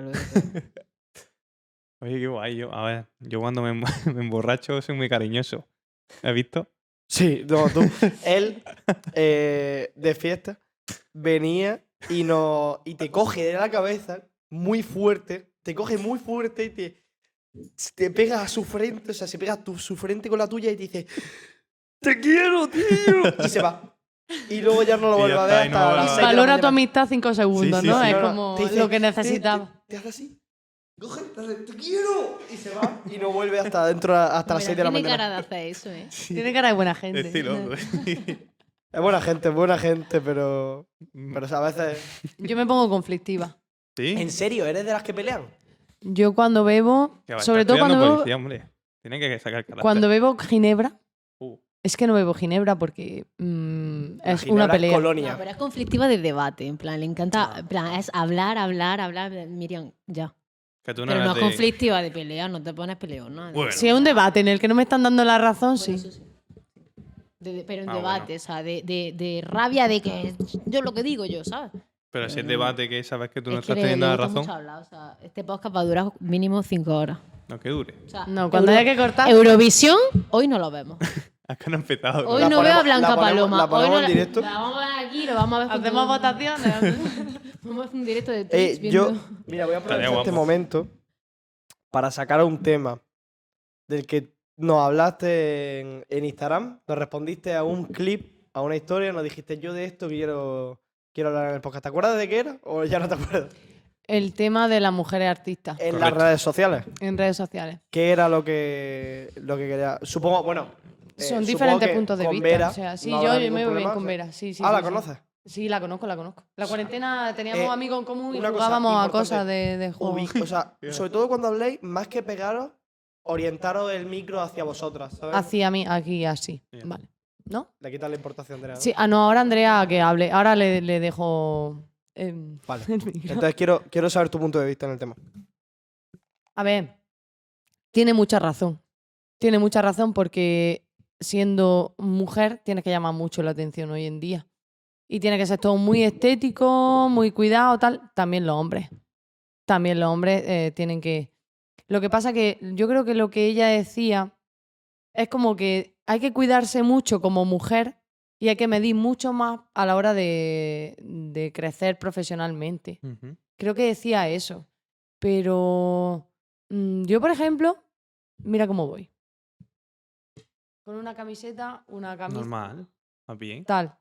S2: [LAUGHS]
S4: luego.
S3: Oye, qué guay. Yo, a ver, yo cuando me, em- [LAUGHS] me emborracho soy muy cariñoso. ¿Has visto?
S2: Sí, no,
S3: [LAUGHS]
S2: tú. Él, eh, de fiesta, venía y, no, y te coge de la cabeza muy fuerte, te coge muy fuerte y te, te pega a su frente, o sea, se pega tu, su frente con la tuya y te dice, te quiero,
S3: [LAUGHS]
S2: tío. Y se va. Y luego ya no lo
S3: Y ya
S2: vuelve a ver
S3: está, y
S2: hasta
S3: no lo vuelve
S2: las
S3: a ver.
S2: seis de la
S1: Valora tu
S2: mañana.
S1: amistad cinco segundos,
S3: sí,
S1: ¿no?
S3: sí.
S1: es
S2: No, no,
S1: como
S2: te dice,
S1: lo que
S2: te- te-
S1: necesitaba.
S2: Te, hace así. Coge, te hace, te quiero. Y se va. Y no vuelve hasta dentro hasta las
S4: Mira,
S2: 6 de la
S4: tiene
S2: mañana.
S4: cara de hacer eso, ¿eh?
S1: Tiene cara de buena gente.
S3: Estilo.
S2: Es buena gente, es buena gente, pero. Pero o sea, a veces.
S1: Yo me pongo conflictiva.
S3: [LAUGHS] ¿Sí?
S2: serio? ¿Eres de las que pelean?
S1: Yo cuando bebo,
S3: Que va,
S1: sobre
S3: está
S1: todo cuando
S3: estudiando
S1: bebo,
S3: policía, hombre. Tiene que sacar carácter.
S1: cuando bebo ginebra,
S3: Uh,
S1: es que no bebo ginebra porque mm, es
S2: Ginebra
S1: una pelea.
S4: No,
S2: Colonia.
S4: pero es conflictiva de debate, en plan, le encanta, en plan, es hablar, hablar, hablar. eh, Miriam, ya.
S3: que tú no
S4: Pero no
S3: eras
S4: es
S3: de-
S4: conflictiva de pelea, no te pones peleona.
S3: Bueno.
S1: Si es un debate en el que no me están dando la razón,
S4: Bueno,
S1: sí.
S4: eso sí. De- de- pero en
S3: Ah,
S4: debate,
S3: bueno.
S4: o sea, de, de- de rabia de que yo lo que digo yo, ¿sabes?
S3: Pero si es
S4: Pero-
S3: debate que sabes que tú no
S4: Es que
S3: estás
S4: le-
S3: teniendo
S4: le
S3: la
S4: gusta
S3: razón,
S4: mucho hablar, o sea, este podcast va a durar mínimo cinco horas.
S3: no que dure. [LAUGHS]
S4: O sea,
S1: No, cuando
S4: Euro-
S1: haya que cortar.
S4: Eurovisión, hoy no lo vemos.
S3: Es que no he empezado.
S4: Hoy
S2: La
S4: no
S2: ponemos-
S4: veo a
S2: la
S4: Blanca
S2: ponemos-
S4: Paloma.
S2: la
S4: Hoy
S2: ponemos en
S4: no
S2: directo.
S4: La vamos a ver aquí, lo vamos a ver. junto.
S1: Hacemos
S2: [LAUGHS]
S1: votaciones.
S4: Vamos a hacer un directo de Twitch
S2: Eh, yo,
S4: viendo-
S2: mira, voy a aprovechar
S3: guapo.
S2: este momento para sacar un tema del que nos hablaste en, en Instagram. Nos respondiste a un clip, a una historia, nos dijiste yo de esto quiero, quiero hablar en el podcast. ¿Te acuerdas de qué era? ¿O ya no te acuerdas?
S1: El tema de las mujeres artistas
S2: En las
S3: Correcto.
S2: redes sociales.
S1: en redes sociales.
S2: ¿Qué era lo que, lo que quería? Supongo, bueno. eh,
S1: Son
S2: supongo
S1: diferentes
S2: que
S1: puntos de
S2: con
S1: vista.
S2: Vera
S1: o sea, sí,
S2: no habrá
S1: yo, yo
S2: ningún
S1: me voy bien
S2: problema,
S1: con
S2: o sea.
S1: Vera. Sí, sí,
S2: ah,
S1: sí,
S2: ¿la
S1: sí.
S2: conoces?
S1: Sí, la conozco, la conozco. La cuarentena teníamos
S2: eh,
S1: amigos en común y
S2: una cosa
S1: jugábamos a
S2: importante.
S1: cosas de, de juegos.
S2: Ubi-
S1: [LAUGHS]
S2: O sea, sobre todo cuando habléis, más que pegaros, orientaros el micro hacia vosotras, ¿sabes?
S1: Hacia mí, aquí, así.
S3: Ya.
S1: Vale. ¿No?
S2: Le quitas la importación de nada.
S1: Sí, ah, no, ahora Andrea que hable. Ahora le, le dejo em, [LAUGHS]
S2: Vale.
S1: el micro.
S2: Entonces quiero, quiero saber tu punto de vista en el tema.
S1: A ver, tiene mucha razón. Tiene mucha razón porque siendo mujer tienes que llamar mucho la atención hoy en día. Y tiene que ser todo muy estético, muy cuidado, tal. También los hombres. También los hombres eh, tienen que... Lo que pasa que yo creo que lo que ella decía es como que hay que cuidarse mucho como mujer y hay que medir mucho más a la hora de- de crecer profesionalmente.
S3: Ujú.
S1: Creo que decía eso. Pero mm, yo, por ejemplo, mira cómo voy. Con una camiseta, una camisa.
S3: Normal. Más Ah, bien.
S1: Tal.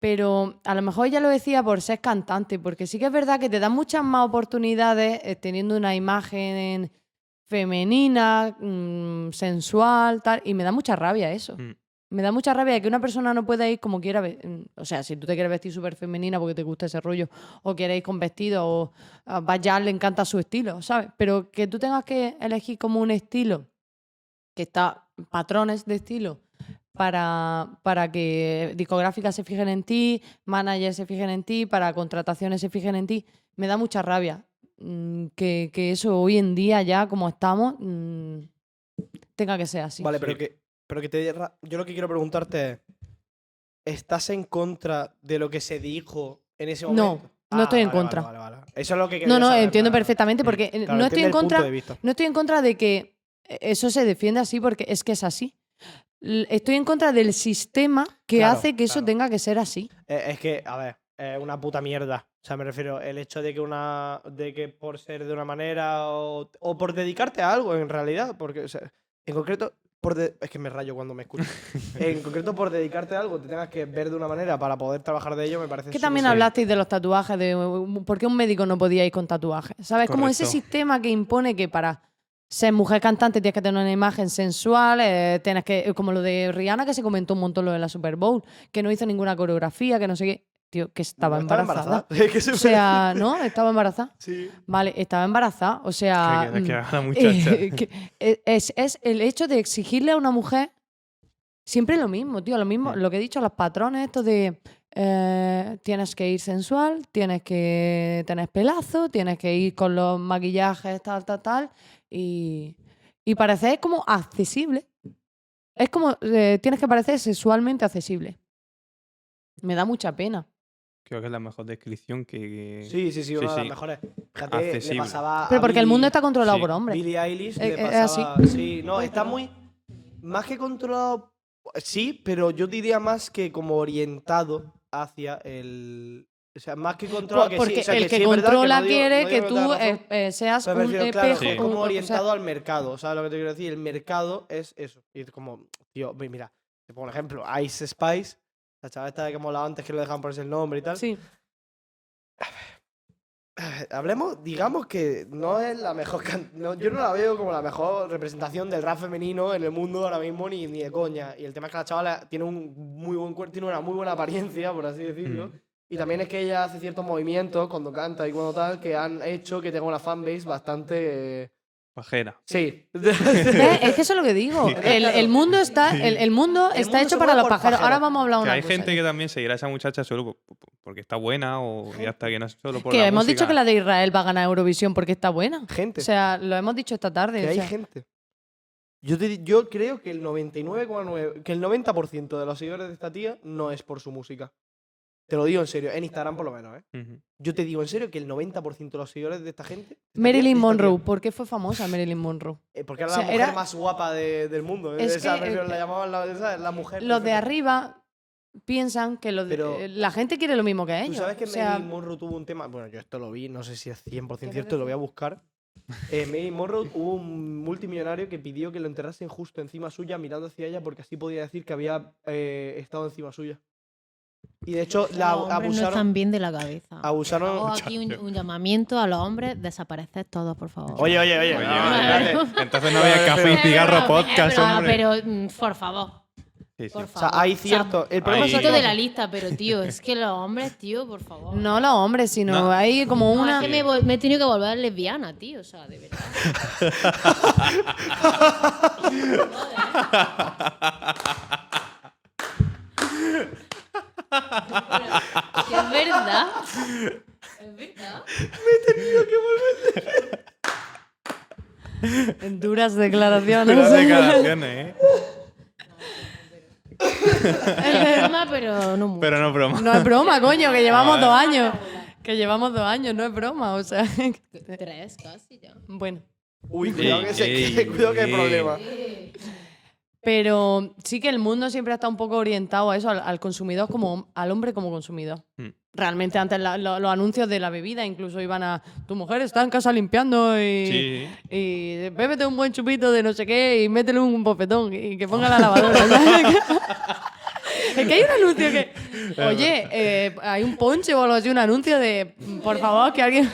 S1: Pero a lo mejor ella lo decía por ser cantante, porque sí que es verdad que te dan muchas más oportunidades eh, teniendo una imagen femenina, mm, sensual, tal. Y me da mucha rabia eso.
S3: Mm.
S1: Me da mucha rabia que una persona no pueda ir como quiera. ve- mm, O sea, si tú te quieres vestir súper femenina porque te gusta ese rollo, o quieres ir con vestido, o a Bayard le encanta su estilo, ¿sabes? Pero que tú tengas que elegir como un estilo, que está patrones de estilo, para, para que discográficas se fijen en ti, managers se fijen en ti, para contrataciones se fijen en ti, me da mucha rabia. mm, Que, que eso hoy en día ya como estamos mm, tenga que ser así.
S2: vale, pero
S3: Sí.
S2: que, pero que te dé ra- Yo lo que quiero preguntarte es. ¿Estás en contra de lo que se dijo en ese
S1: No,
S2: momento? Ah,
S1: no estoy en contra.
S2: vale, vale, vale. Eso es lo que
S1: No,
S2: quería
S1: no,
S2: saber,
S1: entiendo
S2: claro.
S1: perfectamente porque eh,
S2: Claro,
S1: no estoy
S2: entiendo
S1: en
S2: el punto
S1: contra,
S2: de vista.
S1: no estoy en contra de que eso se defienda así porque es que es así. L- Estoy en contra del sistema que
S2: Claro,
S1: hace que eso
S2: claro.
S1: tenga que ser así.
S2: Eh, es que, a ver, es una puta mierda. O sea, me refiero, el hecho de que una. de que por ser de una manera o, o por dedicarte a algo en realidad. Porque, o sea, en concreto, por de- es que me rayo cuando me
S3: [LAUGHS]
S2: escucho. en concreto, por dedicarte a algo, te tengas que ver de una manera para poder trabajar de ello, me parece.
S1: Que también
S2: súper-
S1: hablasteis de los tatuajes, de um, por qué un médico no podía ir con tatuajes. ¿Sabes? Como ese
S3: Correcto.
S1: sistema que impone que para ser mujer cantante tienes que tener una imagen sensual, eh, tienes que, eh, como lo de Rihanna que se comentó un montón lo de la Super Bowl, que no hizo ninguna coreografía, que no sé qué, tío, que estaba
S2: No,
S1: embarazada.
S2: [LAUGHS] Es que se
S1: O sea, ¿no? Estaba embarazada. [LAUGHS]
S2: Sí.
S1: Vale, estaba embarazada. O sea,
S3: Que- que- que
S1: mm,
S3: haga
S1: [LAUGHS]
S3: la muchacha.
S1: eh, que- eh, es, es el hecho de exigirle a una mujer siempre lo mismo, tío, lo mismo,
S3: Mm.
S1: lo que he dicho, los patrones, esto de eh, tienes que ir sensual, tienes que tener pelazo, tienes que ir con los maquillajes, tal, tal, tal, y, y parecer como accesible. Es como, eh, tienes que parecer sexualmente accesible. Me da mucha pena.
S3: Creo que es la mejor descripción que.
S2: Sí, sí, sí, una
S3: Sí,
S2: de las
S3: sí.
S2: mejores. Fíjate,
S3: Accesible.
S2: le pasaba. a
S1: Pero porque el
S2: Billie-
S1: mundo está controlado
S3: sí,
S1: por hombres.
S2: Billie Eilish
S1: Eh,
S2: le
S1: eh,
S2: pasaba. Sí, no, está muy. Más que controlado. Sí, pero yo diría más que como orientado hacia el. O sea, más que controlado
S1: Por-
S2: que
S1: porque
S2: sí. o sea,
S1: el
S2: que,
S1: que,
S2: sí, es verdad
S1: controla
S2: que no digo-
S1: quiere
S2: no
S1: que
S2: digo tenga
S1: tú
S2: razón,
S1: eh, eh, seas
S2: pero me
S1: un
S2: refiero, claro,
S1: espejo.
S3: Sí.
S1: un-
S2: como
S1: o sea,
S2: orientado al mercado, ¿sabes lo que te quiero decir? El mercado es eso. Y es como, tío, ve, mira, te pongo un ejemplo, Ice Spice, la chava esta que hemos hablado antes que lo dejan ponerse el nombre y tal. [LAUGHS]
S1: sí.
S2: Hablemos, digamos que no es la mejor. can- no, yo no la veo como la mejor representación del rap femenino en el mundo ahora mismo, ni, ni de coña. Y el tema es que la chavala tiene, un muy buen, cuer- tiene una muy buena apariencia, por así decirlo.
S3: Mm.
S2: Y también es que ella hace ciertos movimientos cuando canta y cuando tal que han hecho que tenga una fanbase bastante. eh,
S3: Pajera.
S2: [LAUGHS] sí.
S1: ¿Ves? Es que eso es lo que digo.
S3: Sí.
S1: El, el mundo está, el, el mundo
S2: El mundo
S1: está
S2: se
S1: hecho para
S2: mueve
S1: los
S2: por
S1: pajeros.
S2: pajeros.
S1: Ahora vamos a hablar
S3: Que
S1: una
S3: hay
S1: cosa.
S3: gente que también seguirá a esa muchacha solo po- po- po- porque está buena o ya está que no es solo por
S1: Que
S3: la
S1: hemos dicho
S3: música.
S1: que la de Israel va a ganar Eurovisión porque está buena.
S2: gente.
S1: O sea, lo hemos dicho esta tarde.
S2: que
S1: o
S2: hay
S1: sea,
S2: gente. Yo, te di- yo creo que el 99,9, que el 90% de los seguidores de esta tía no es por su música. Te lo digo en serio, en Instagram por lo menos, ¿eh?
S3: Ujú.
S2: Yo te digo en serio que el 90% de los seguidores de esta gente. de esta tía- de
S1: Marilyn
S2: esta tía-
S1: Monroe, ¿por qué fue famosa Marilyn Monroe?
S2: Eh, porque era
S1: O sea,
S2: la mujer
S1: era-
S2: más guapa de- del mundo. ¿eh?
S1: Es
S2: Esa
S1: que,
S2: me refiero,
S1: eh,
S2: la llamaban la, esa, la mujer.
S1: Los de
S2: perfecta.
S1: arriba piensan que los de-
S2: Pero-
S1: eh, la gente quiere lo mismo que ellos.
S2: Tú sabes que
S1: o sea,
S2: Marilyn Monroe tuvo un tema. Bueno, yo esto lo vi, no sé si es 100%
S1: Creo
S2: cierto,
S1: que
S2: lo voy a
S1: sí.
S2: buscar. Eh, Marilyn Monroe hubo un multimillonario que pidió que lo enterrasen justo encima suya, mirando hacia ella, porque así podía decir que había eh, estado encima suya. Y de hecho, la
S4: Los hombres no
S2: abusaron.
S4: están bien de la cabeza. Hago
S1: Oh,
S2: abusaron
S4: aquí un, un llamamiento a los hombres, desapareced todos, por favor.
S2: oye, oye, oye.
S3: Oye,
S2: no,
S3: oye,
S2: espérate.
S3: oye, Entonces no había
S2: Pero-
S3: café y
S4: Es
S3: cigarro
S4: broma,
S3: podcast,
S4: es broma,
S3: hombre.
S4: Pero, mm, por favor,
S3: Sí, sí.
S4: por
S2: O
S4: favor.
S2: sea, hay
S4: O sea,
S2: cierto. El problema
S3: Ahí-
S2: es
S4: poquito
S2: que-
S4: de la lista, pero tío, es que los hombres, tío, por favor.
S1: no los hombres, sino
S3: No.
S1: hay
S2: [LAUGHS]
S1: como
S4: No,
S1: una...
S4: es que me, vol- me he tenido que volver lesbiana, tío, o sea, de verdad. Que es verdad. Es verdad.
S1: Duras declaraciones.
S3: Las
S1: [LAUGHS]
S3: declaraciones, ¿eh?
S4: Es broma, pero no mucho.
S3: Pero no broma.
S1: No es broma, coño, que llevamos dos años. Que llevamos dos años, no es broma, o sea... [LAUGHS]
S4: Tres casi ya.
S1: bueno.
S2: Uy, cuidado que, se,
S3: Ey,
S2: que- cuidado que hay
S3: ey.
S2: problema.
S1: Pero sí que el mundo siempre está un poco orientado a eso, al, al consumidor como hom- al hombre como consumidor.
S3: Mm.
S1: Realmente antes la- lo- los anuncios de la bebida incluso iban a tu mujer está en casa limpiando y,
S3: Sí.
S1: y bébete un buen chupito de no sé qué y métele un bofetón y que ponga la lavadora. ¿sabes? [LAUGHS] es que hay un anuncio que oye, eh, hay un ponche o algo así, un anuncio de por favor que alguien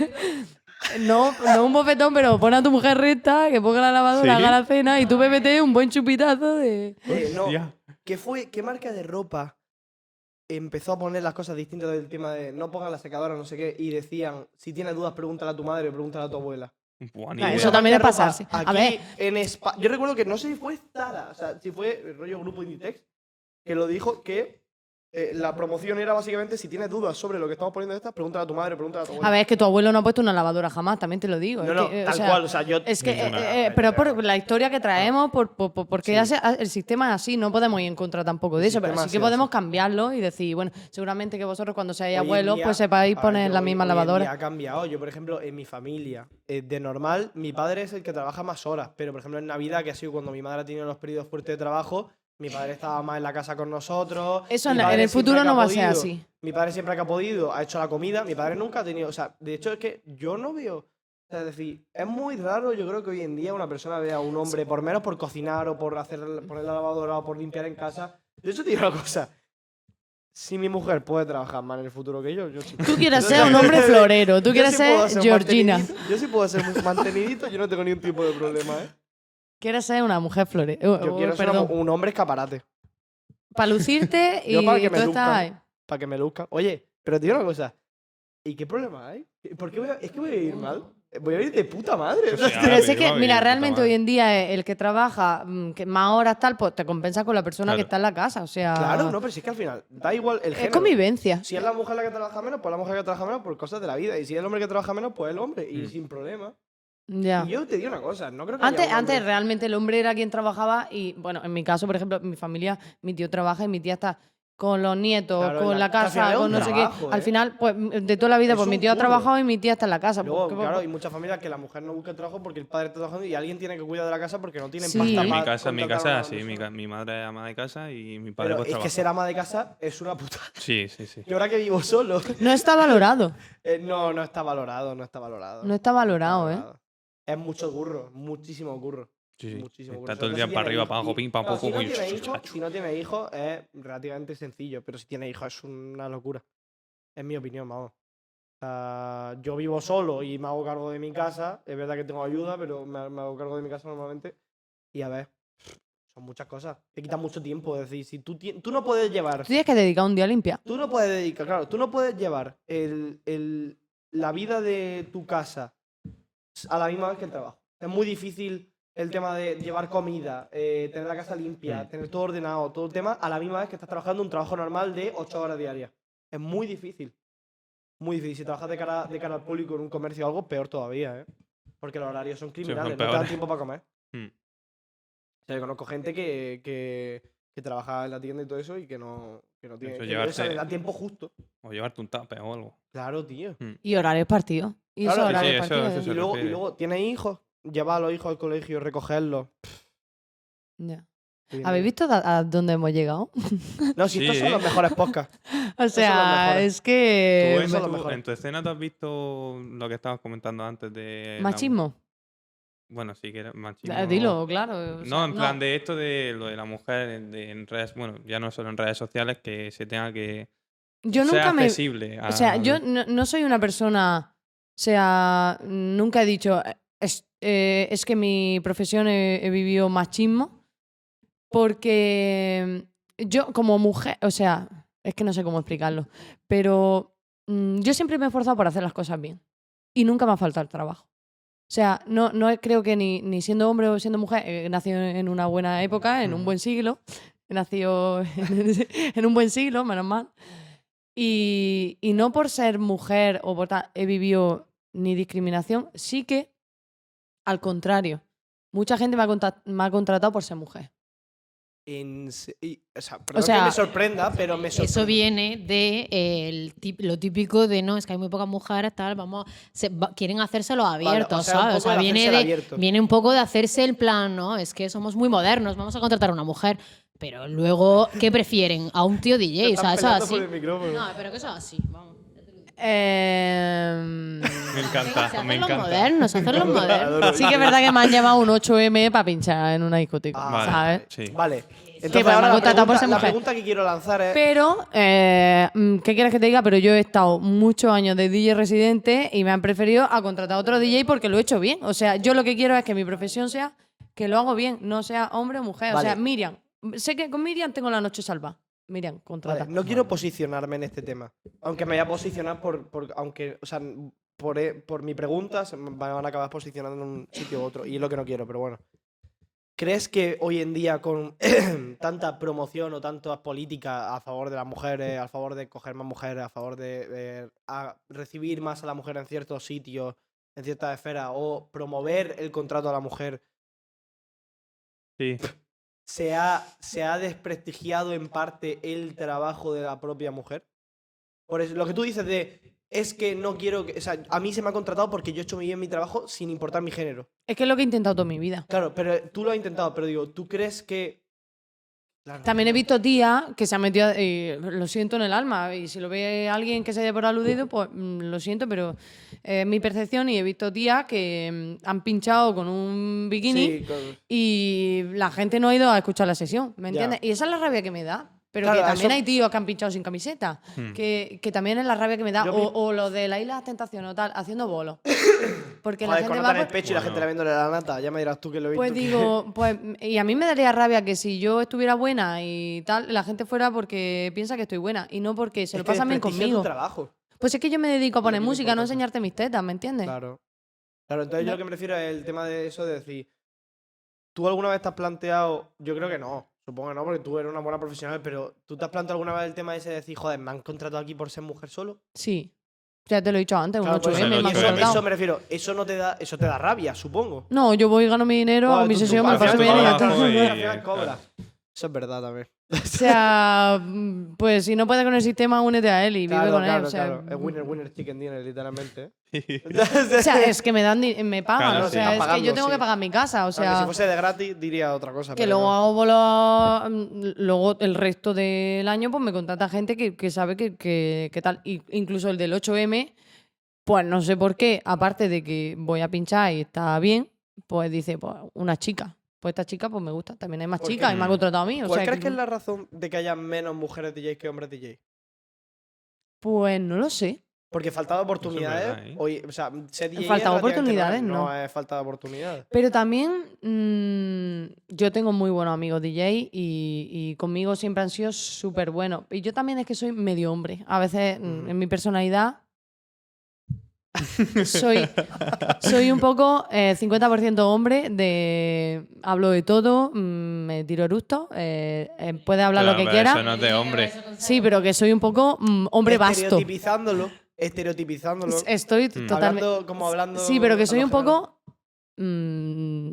S1: no, no un bofetón, pero pon a tu mujer recta, que ponga la lavadora,
S3: Sí.
S1: haga la cena y tú bébete un buen chupitazo de...
S2: Eh, no,
S3: Hostia.
S2: ¿Qué fue? ¿Qué marca de ropa empezó a poner las cosas distintas del tema de no pongan la secadora, no sé qué? Y decían, si tienes dudas, pregúntale a tu madre, pregúntale a tu abuela.
S3: Buah, ni
S1: Ah,
S3: idea.
S1: eso también es
S2: Marca de ropa
S1: pasarse. A
S2: aquí
S1: ver.
S2: En España. Yo recuerdo que no sé si fue Zara, o sea, si fue el rollo grupo Inditex, que lo dijo que eh, la promoción era básicamente si tienes dudas sobre lo que estamos poniendo de estas, pregúntale a tu madre, pregúntale a tu abuela.
S1: A ver, es que tu abuelo no ha puesto una lavadora jamás, también te lo digo.
S2: no,
S1: es
S2: no,
S1: que, eh, o
S2: tal
S1: sea,
S2: cual, o sea, yo.
S1: Es que, eh,
S3: Ninguna,
S1: eh,
S2: eh,
S1: pero
S2: claro.
S1: por la historia que traemos, por, por- por- porque ya se- el sistema es así, no podemos ir en contra tampoco de
S2: El
S1: eso, pero
S2: sistema
S1: sí que
S2: ha sido
S1: podemos
S2: así.
S1: cambiarlo y decir, bueno, seguramente que vosotros cuando seáis
S2: Hoy en
S1: abuelos,
S2: día-
S1: pues sepáis
S2: a ver,
S1: poner
S2: yo
S1: la
S2: hoy-
S1: misma
S2: hoy en día
S1: lavadora.
S2: ha cambiado. Yo, por ejemplo, en mi familia, eh, de normal, mi padre es el que trabaja más horas. Pero, por ejemplo, en Navidad, que ha sido cuando mi madre ha tenido los periodos fuertes de trabajo, mi padre estaba más en la casa con nosotros.
S1: Eso
S2: mi
S1: en la- en
S2: padre
S1: el
S2: siempre
S1: futuro
S2: que
S1: no
S2: ha
S1: va a ser
S2: podido-
S1: así.
S2: Mi padre siempre que ha podido ha hecho la comida. Mi padre nunca ha tenido. O sea, de hecho, es que yo no veo. o sea, Es decir, es muy raro, yo creo que hoy en día una persona vea a un hombre, por menos por cocinar o por hacer, poner la lavadora o por limpiar en casa. De hecho, te digo una cosa. Si mi mujer puede trabajar más en el futuro que yo, yo sí.
S1: Tú quieres
S2: Yo
S1: ser
S2: sí-
S1: un hombre florero, [LAUGHS] tú
S2: yo
S1: quieres
S2: sí puedo
S1: ser
S2: un
S1: Georgina,
S2: mantenidito, Yo sí puedo ser un mantenidito, yo no tengo ningún tipo de problema,
S1: [LAUGHS]
S2: ¿eh?
S1: quieres ser una mujer florero.
S2: Yo quiero ser
S1: perdón.
S2: un hombre escaparate,
S1: [LAUGHS] Para lucirte
S2: [LAUGHS]
S1: y
S2: Yo para que
S1: tú
S2: me
S1: estás
S2: luzca.
S1: ahí.
S2: para que me luzca. Oye, pero te digo una cosa. ¿Y qué problema hay? ¿Por qué voy a, es que voy a ir mal? Eh, Voy a ir de puta madre. o sea,
S3: sea,
S1: Pero
S3: Claro,
S1: sé
S3: que
S1: que,
S3: iba a
S1: mira,
S3: venir,
S1: realmente
S3: puta
S1: hoy
S3: madre.
S1: en día eh, el que trabaja mm, que más horas tal, pues te compensa con la persona que
S3: Claro.
S1: está en la casa. O sea,
S2: [LAUGHS] Claro, no, pero si es que al final, da igual el
S1: es
S2: género.
S1: convivencia.
S2: Si es la mujer la que trabaja menos, pues la mujer que trabaja menos por cosas de la vida. Y si es el hombre que trabaja menos, pues el hombre. Y
S3: Mm.
S2: sin problema.
S1: Ya.
S2: Y yo te digo una cosa, no [LAUGHS] creo que.
S1: Antes,
S2: haya un
S1: antes
S2: hombre-
S1: realmente el hombre era quien trabajaba y, bueno, en mi caso, por ejemplo, en mi familia, mi tío trabaja y mi tía está con los nietos,
S2: Claro, la-
S1: con la,
S2: al final
S1: casa,
S2: es un
S1: con no sé qué.
S2: trabajo,
S1: Al
S2: ¿eh?
S1: final, pues m- de toda la vida,
S2: Es
S1: pues mi
S2: un
S1: tío ha
S2: curro.
S1: trabajado y mi tía está en la casa.
S2: Luego,
S1: Pues, ¿qué-
S2: claro, hay muchas familias que la mujer no busca trabajo porque el padre está trabajando y alguien tiene que cuidar de la casa porque no tienen
S1: Sí.
S2: pasta
S1: En
S3: En
S2: para
S3: mi casa, en mi
S2: contratar ¿eh? a una
S3: casa, sí. Mi,
S2: persona.
S3: ca- mi madre es ama de casa y mi padre
S2: Pero
S3: pues
S2: es que
S3: trabaja.
S2: ser ama de casa es una puta. [LAUGHS]
S3: Sí, sí, sí.
S2: Y ahora que vivo solo,
S1: no está
S2: [LAUGHS]
S1: valorado.
S2: eh, no, no está valorado, no está valorado.
S1: No está valorado, ¿eh?
S2: ¿eh? Es mucho curro, muchísimo curro.
S3: Sí, sí.
S2: Muchísimo curro.
S3: Está todo el
S2: Sobre
S3: día
S2: todo si
S3: para
S2: tiene
S3: arriba, para abajo,
S2: hijos.
S3: pim, pam,
S2: Claro,
S3: pum, pum.
S2: Si no, tiene
S3: y-
S2: hijos, si no tiene hijos, es relativamente sencillo, pero si tiene hijos es una locura. Es mi opinión, vamos. O sea, yo vivo solo y me hago cargo de mi casa. Es verdad que tengo ayuda, pero me, me hago cargo de mi casa normalmente. Y a ver, son muchas cosas. Te quita mucho tiempo. Es decir, si tú, ti- tú no puedes llevar.
S1: Tú tienes que dedicar un día a limpiar.
S2: Tú no puedes dedicar, claro, tú no puedes llevar el, el- la vida de tu casa a la misma vez que el trabajo. Es muy difícil el tema de llevar comida, eh, tener la casa limpia,
S3: Mm.
S2: tener todo ordenado, todo el tema, a la misma vez que estás trabajando un trabajo normal de 8 horas diarias. Es muy difícil. Muy difícil. Si trabajas de cara, de cara al público en un comercio o algo, peor todavía, ¿eh? Porque los horarios son criminales, no te dan
S3: peores.
S2: tiempo para comer.
S3: Mm.
S2: O sea, yo conozco gente que, que, que trabaja en la tienda y todo eso y que no, que no tiene.
S3: Eso
S2: que
S3: llevarse-
S2: esa le da tiempo justo.
S3: O llevarte un tape o algo.
S2: Claro, tío.
S1: Y horarios partidos. Y
S2: Claro, sí,
S1: eso, horarios
S3: sí, eso-
S1: partidos.
S3: eso
S2: Y
S1: ¿eh?
S3: se
S2: luego, y
S3: refiere.
S2: luego, ¿tienes hijos? Lleva a los hijos al colegio, recogerlos.
S1: Ya.
S2: Sí,
S1: ¿Habéis
S2: no.
S1: visto a, a dónde hemos llegado? [LAUGHS]
S2: No, si estos
S3: Sí,
S2: son
S3: ¿eh?
S2: los mejores podcasts.
S1: O sea,
S2: mejores.
S1: es que...
S2: eso
S3: ¿Tú en,
S2: es Eh, lo
S3: tu-
S2: mejor.
S3: en tu escena te has visto lo que estabas comentando antes
S2: eh,
S3: de. la-
S1: Machismo.
S3: Bueno, sí que era machismo.
S1: Ah, Dilo, claro. o sea,
S3: No, en plan de esto de lo de la mujer en, de- en redes, bueno, ya no solo en redes sociales, que se tenga que
S1: Yo
S3: ser
S1: nunca me...
S3: accesible.
S1: O sea,
S3: al-
S1: yo no, no soy una persona, o sea, nunca he dicho, "Eh, es, eh, es que mi profesión he, he vivido machismo, porque yo como mujer, o sea, es que no sé cómo explicarlo, pero mm, yo siempre me he esforzado por hacer las cosas bien y nunca me ha faltado el trabajo. O sea, no, no he- creo que ni, ni siendo hombre o siendo mujer, eh, he nacido en una buena época, en un
S3: Ujú.
S1: buen siglo, he nacido [LAUGHS] en un buen siglo, menos mal. Y, y no por ser mujer o por tal, he vivido ni discriminación, sí que, al contrario, mucha gente me ha, conta- me ha contratado por ser mujer.
S2: En se- y- o sea, perdón que
S1: sea,
S2: me sorprenda, pero me sorprende.
S4: Eso viene de eh, el tip- lo típico de no, es que hay muy pocas mujeres, tal, vamos, se, va- quieren hacérselo
S2: Vale, o
S4: abierto,
S2: sea, un
S4: ¿sabes? O
S2: poco
S4: sea,
S2: el
S4: viene
S2: hacérselo
S4: de,
S2: abierto.
S4: viene un poco de hacerse el plan, ¿no? Es que somos muy modernos, vamos a contratar a una mujer, pero luego, ¿qué prefieren? A un tío DJ, o sea, eso es así. No, pero que eso es así, vamos.
S1: Em,
S3: Me
S1: [LAUGHS]
S3: encanta, me
S4: hacerlos
S3: encanta.
S2: [LAUGHS]
S3: [LAUGHS]
S4: modernos, hacerlos modernos.
S1: sí que es verdad que me han llevado un 8M para pinchar en una discoteca,
S2: Ah,
S3: Vale,
S1: ¿sabes?
S3: sí.
S2: Vale. Entonces,
S1: pues,
S2: ahora
S1: me
S2: la,
S1: gusta
S2: pregunta,
S1: taparse
S2: la
S1: mujer.
S2: pregunta que quiero lanzar es.
S1: Pero, eh, mm, ¿qué quieres que te diga? Pero yo he estado muchos años de DJ residente y me han preferido a contratar a otro DJ porque lo he hecho bien. O sea, yo lo que quiero es que mi profesión sea que lo hago bien, no sea hombre o mujer. O
S2: Vale.
S1: sea, Miriam, sé que con Miriam tengo la noche salva. Miriam,
S2: Vale,
S1: contrata.
S2: no quiero posicionarme en este tema. Aunque me voy a posicionar por. por- aunque, o sea, por, e- por mi pregunta se me van a acabar posicionando en un sitio u otro. Y es lo que no quiero, pero bueno. ¿Crees que hoy en día, con [CLEARS THROAT] tanta promoción o tantas políticas a favor de las mujeres, a favor de coger más mujeres, a favor de, de a- recibir más a la mujer en ciertos sitios, en ciertas esferas, o promover el contrato a la mujer,
S3: Sí.
S2: se ha, se ha desprestigiado en parte el trabajo de la propia mujer. Por eso, lo que tú dices de es que no quiero que. O sea, a mí se me ha contratado porque yo he hecho muy bien mi trabajo sin importar mi género.
S1: Es que es lo que he intentado toda mi vida.
S2: Claro, pero tú lo has intentado, pero digo, ¿tú crees que. Claro.
S1: También he visto tías que se han metido, eh, lo siento en el alma, y si lo ve alguien que se haya por aludido, pues mm, lo siento, pero eh, es mi percepción y he visto tías que mm, han pinchado con un bikini.
S2: Sí, con-
S1: y la gente no ha ido a escuchar la sesión, ¿me
S2: Ya.
S1: entiendes? Y esa es la rabia que me da. Pero
S2: Claro,
S1: que
S2: a eso-
S1: también
S2: Mm.
S1: hay tíos que han pinchado sin camiseta.
S3: Hmm. [LAUGHS]
S1: Que, que también es la rabia que me da.
S2: Yo
S1: O,
S2: mi-
S1: o lo de la isla de las tentaciones o tal, haciendo
S2: [COUGHS]
S1: bolos. Porque
S2: Joder,
S1: la
S2: con
S1: gente
S2: nota
S1: va pues,
S2: en el
S1: por-
S2: pecho y la
S3: Bueno.
S2: gente le viéndole la nata. Ya me dirás tú que lo he visto.
S1: Pues
S2: que- [LAUGHS]
S1: digo, pues, y a mí me daría rabia que si yo estuviera buena y tal, la gente fuera porque piensa que estoy buena y no porque se
S2: Es
S1: lo
S2: que
S1: pasan bien
S2: desprestigia tu
S1: conmigo.
S2: trabajo.
S1: Pues es que yo me dedico a poner
S2: que le
S1: música, no
S2: importa.
S1: enseñarte mis tetas, ¿me entiendes?
S2: Claro. Claro, entonces yo
S1: No.
S2: lo que me refiero es el tema de eso de decir, ¿tú alguna vez te has planteado, yo creo que no, supongo que no, porque tú eres una buena profesional, pero ¿tú te has planteado alguna vez el tema ese de decir, joder, me han contratado aquí por ser mujer solo?
S1: Sí. Ya te lo he dicho antes,
S2: Claro,
S1: un
S2: por
S1: 8M,
S2: eso,
S1: Pues me han
S3: el 8M.
S2: eso,
S1: contratado.
S2: eso me refiero, eso no te da, eso te da rabia, supongo.
S1: No, yo voy, gano mi dinero,
S2: Joder,
S1: mi
S2: tú-
S1: sesión,
S2: tú-
S1: me lo
S2: al final
S1: paso
S3: tu
S1: bien
S2: cobras,
S3: trabajo
S1: y ya está.
S3: y-
S2: al final cobras. Eso es verdad también.
S1: [LAUGHS] O sea, mm, pues si no puedes con el sistema, únete a él y vive
S2: Claro,
S1: con él.
S2: claro,
S1: O sea, mm.
S2: claro. Es winner, winner, chicken dinner, literalmente.
S1: [LAUGHS] o sea, es que me dan di- me pagan,
S3: Claro,
S1: o
S3: sí.
S1: sea,
S3: Están
S1: es que
S2: pagando,
S1: yo tengo
S2: sí.
S1: que pagar mi casa, o
S2: Claro, que si
S1: sea,
S2: fuese de gratis diría otra cosa.
S1: que
S2: pero
S1: luego
S2: no.
S1: hago bolos, mm, luego el resto del año pues me contrata gente que, que sabe que, que- que tal, Y incluso el del 8M, pues no sé por qué, aparte de que voy a pinchar y está bien, pues dice, pues una chica, pues esta chica pues me gusta, también hay más
S2: Porque-
S1: chicas y me ha contratado a mí, o
S2: ¿Cuál
S1: sea,
S2: crees que
S1: que-
S2: es la razón de que haya menos mujeres DJs que hombres DJs?
S1: pues no lo sé.
S2: Porque falta de oportunidades.
S3: verdad, ¿eh?
S2: oye, o sea, ser DJ
S1: Falta de
S2: es relativamente
S1: oportunidades,
S2: nuevo,
S1: no.
S2: es falta de oportunidades.
S1: Pero también mm, yo tengo muy buenos amigos DJ y, y conmigo siempre han sido súper buenos. Y yo también es que soy medio hombre. A veces mm,
S2: Ujú.
S1: en mi personalidad soy, soy un poco eh, 50% hombre, de hablo de todo, mm, me tiro eructo, eh, eh, puedes hablar lo que
S3: quiera
S1: quieras.
S3: Eso no es de hombre.
S1: Sí, pero que soy un poco mm, hombre eh, vasto. [LAUGHS]
S2: Estereotipizándolo. Estereotipizándolo.
S1: Estoy
S3: Mm.
S1: totalmente...
S2: Hablando, como hablando.
S1: Sí, pero
S2: a
S1: que soy
S2: lo
S1: un
S2: general.
S1: poco. mm,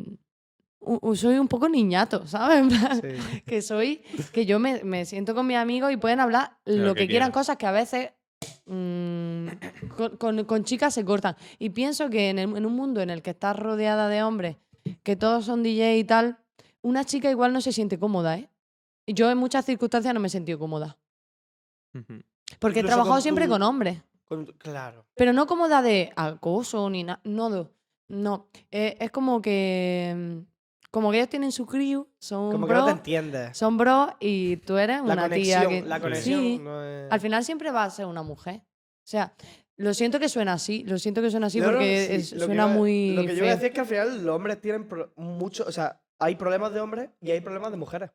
S1: u- u- soy un poco niñato, ¿sabes? [LAUGHS] En plan,
S2: Sí.
S1: que soy, que yo me, me siento con mis amigos y pueden hablar lo, que,
S3: que
S1: quieran,
S3: quieran.
S1: cosas que a veces mm, con, con- con chicas se cortan. Y pienso que en, el- en un mundo en el que estás rodeada de hombres, que todos son DJ y tal, una chica igual no se siente cómoda, ¿eh? Y Yo en muchas circunstancias no me he sentido cómoda.
S3: [LAUGHS] Ujú.
S1: Porque he
S2: Incluso
S1: trabajado
S2: con
S1: siempre
S2: tu-
S1: con hombres.
S2: Con- claro.
S1: Pero no cómoda de acoso ni nada. No, do- no. Eh, es como que. mm, Como que ellos tienen su crew, son
S2: Como que
S1: bros,
S2: no te entiendes.
S1: son bros y tú eres
S2: La
S1: una
S2: conexión,
S1: tía que...
S2: la conexión.
S1: Sí,
S2: no es-
S1: al final siempre va a ser una mujer. O sea, lo siento que suena así, lo siento que suena así
S2: No, no,
S1: porque
S2: sí,
S1: es-
S2: lo que
S1: suena
S2: iba-
S1: muy
S2: Lo que yo voy a
S1: feo.
S2: decir es que al final los hombres tienen pro- mucho. O sea, hay problemas de hombres y hay problemas de mujeres.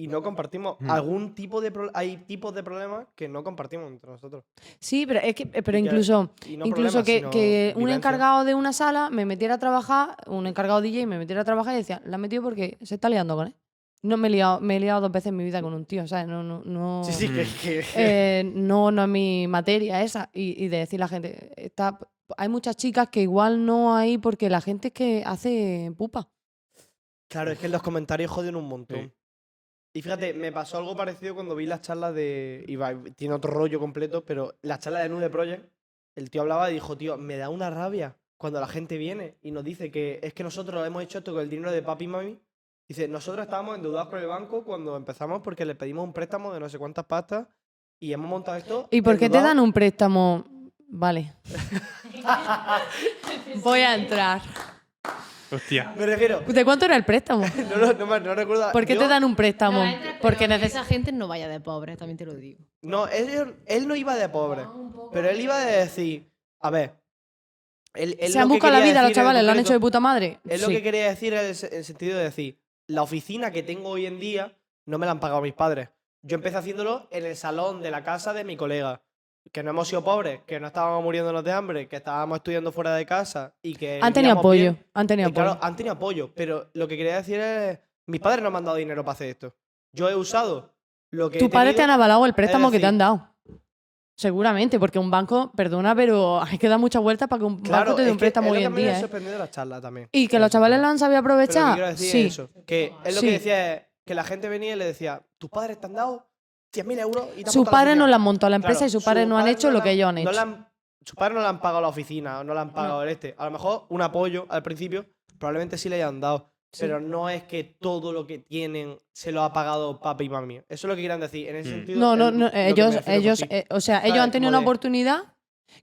S2: Y no compartimos
S3: Mm.
S2: algún tipo de. pro- hay tipos de problemas que no compartimos entre nosotros.
S1: Sí, pero es que eh, pero
S2: Y que-
S1: incluso
S2: Y no
S1: incluso
S2: problemas,
S1: que,
S2: sino
S1: que un
S2: vivencias.
S1: encargado de una sala me metiera a trabajar, un encargado DJ me metiera a trabajar y decía, la ha metido porque se está liando con él. No me he liado, me he liado dos veces en mi vida con un tío, ¿sabes? No, no, no.
S2: Sí, sí, que. que-
S1: eh, no, no es mi materia esa. Y, y de decir la gente, está, hay muchas chicas que igual no hay porque la gente es que hace pupa.
S2: Claro, es que en los comentarios joden un montón.
S3: Sí.
S2: Y fíjate, me pasó algo parecido cuando vi las charlas de. y va- tiene otro rollo completo, pero las charlas de Nude Project, el tío hablaba y dijo, tío, me da una rabia cuando la gente viene y nos dice que es que nosotros hemos hecho esto con el dinero de papi y mami. Dice, nosotros estábamos endeudados con el banco cuando empezamos porque le pedimos un préstamo de no sé cuántas pastas y hemos montado esto.
S1: ¿Y por qué te
S2: endeudados".
S1: dan un préstamo? Vale. Voy a entrar.
S3: Hostia.
S2: Me refiero. [LAUGHS]
S1: ¿De cuánto era el préstamo?
S2: No, no, no, me- no recuerdo.
S1: ¿Por qué
S2: yo-
S1: te dan un préstamo? Porque
S4: esa
S1: necesitas.
S4: gente no vaya de pobre, también te lo digo.
S2: No, él, él no iba de pobre.
S4: Ah, un poco
S2: Pero él iba de decir, a ver. Él, él
S1: Se
S2: lo
S1: han
S2: que
S1: buscado la
S2: quería
S1: vida los
S2: decir en
S1: chavales, lo han hecho de
S2: concreto-
S1: puta madre.
S2: Él lo
S1: Sí.
S2: que quería decir es el sentido de decir, la oficina que tengo hoy en día no me la han pagado mis padres. Yo empecé haciéndolo en el salón de la casa de mi colega. Que no hemos sido pobres, que no estábamos muriéndonos de hambre, que estábamos estudiando fuera de casa y que.
S1: Han tenido
S2: vivíamos
S1: apoyo.
S2: bien.
S1: Han tenido
S2: Y claro,
S1: apoyo.
S2: han tenido apoyo, pero lo que quería decir es, mis padres no me han dado dinero para hacer esto. Yo he usado lo que... he
S1: Tus padres te han
S2: tenido-
S1: avalado el préstamo que te
S2: decir-
S1: han dado. Seguramente, porque un banco, perdona, pero hay que dar muchas vueltas para que un
S2: Claro,
S1: banco te dé
S2: es
S1: un
S2: que
S1: préstamo
S2: es lo
S1: hoy
S2: que
S1: en
S2: a mí me ha
S1: día. ¿eh?
S2: sorprendido de las charlas también.
S1: Y que los chavales lo han sabido
S2: Pero lo que
S1: aprovechar.
S2: quiero decir
S1: sí.
S2: es eso, que es lo
S1: Sí.
S2: que decía es que la gente venía y le decía, tus padres te han dado 100.000 euros y te han
S1: Sus
S2: montado la
S1: padres no
S2: oficina".
S1: le han montado la
S2: Claro,
S1: empresa y sus
S2: sus
S1: padres no han
S2: padres
S1: hecho
S2: no
S1: lo
S2: la-
S1: que ellos han
S2: no le
S1: hecho.
S2: han- sus padres no le han pagado la oficina, no le han pagado el este. A lo mejor un apoyo al principio probablemente sí le hayan dado,
S1: Sí.
S2: pero no es que todo lo que tienen se lo ha pagado papi y mami. Eso es lo que quieran decir. En ese
S3: Mm.
S2: sentido,
S1: No, no,
S2: el-
S1: no,
S2: lo que me
S1: ellos,
S2: refiero con
S1: ellos,
S2: sí.
S1: eh, o sea,
S2: Claro,
S1: ellos han
S2: es
S1: tenido
S2: como
S1: una
S2: de-
S1: oportunidad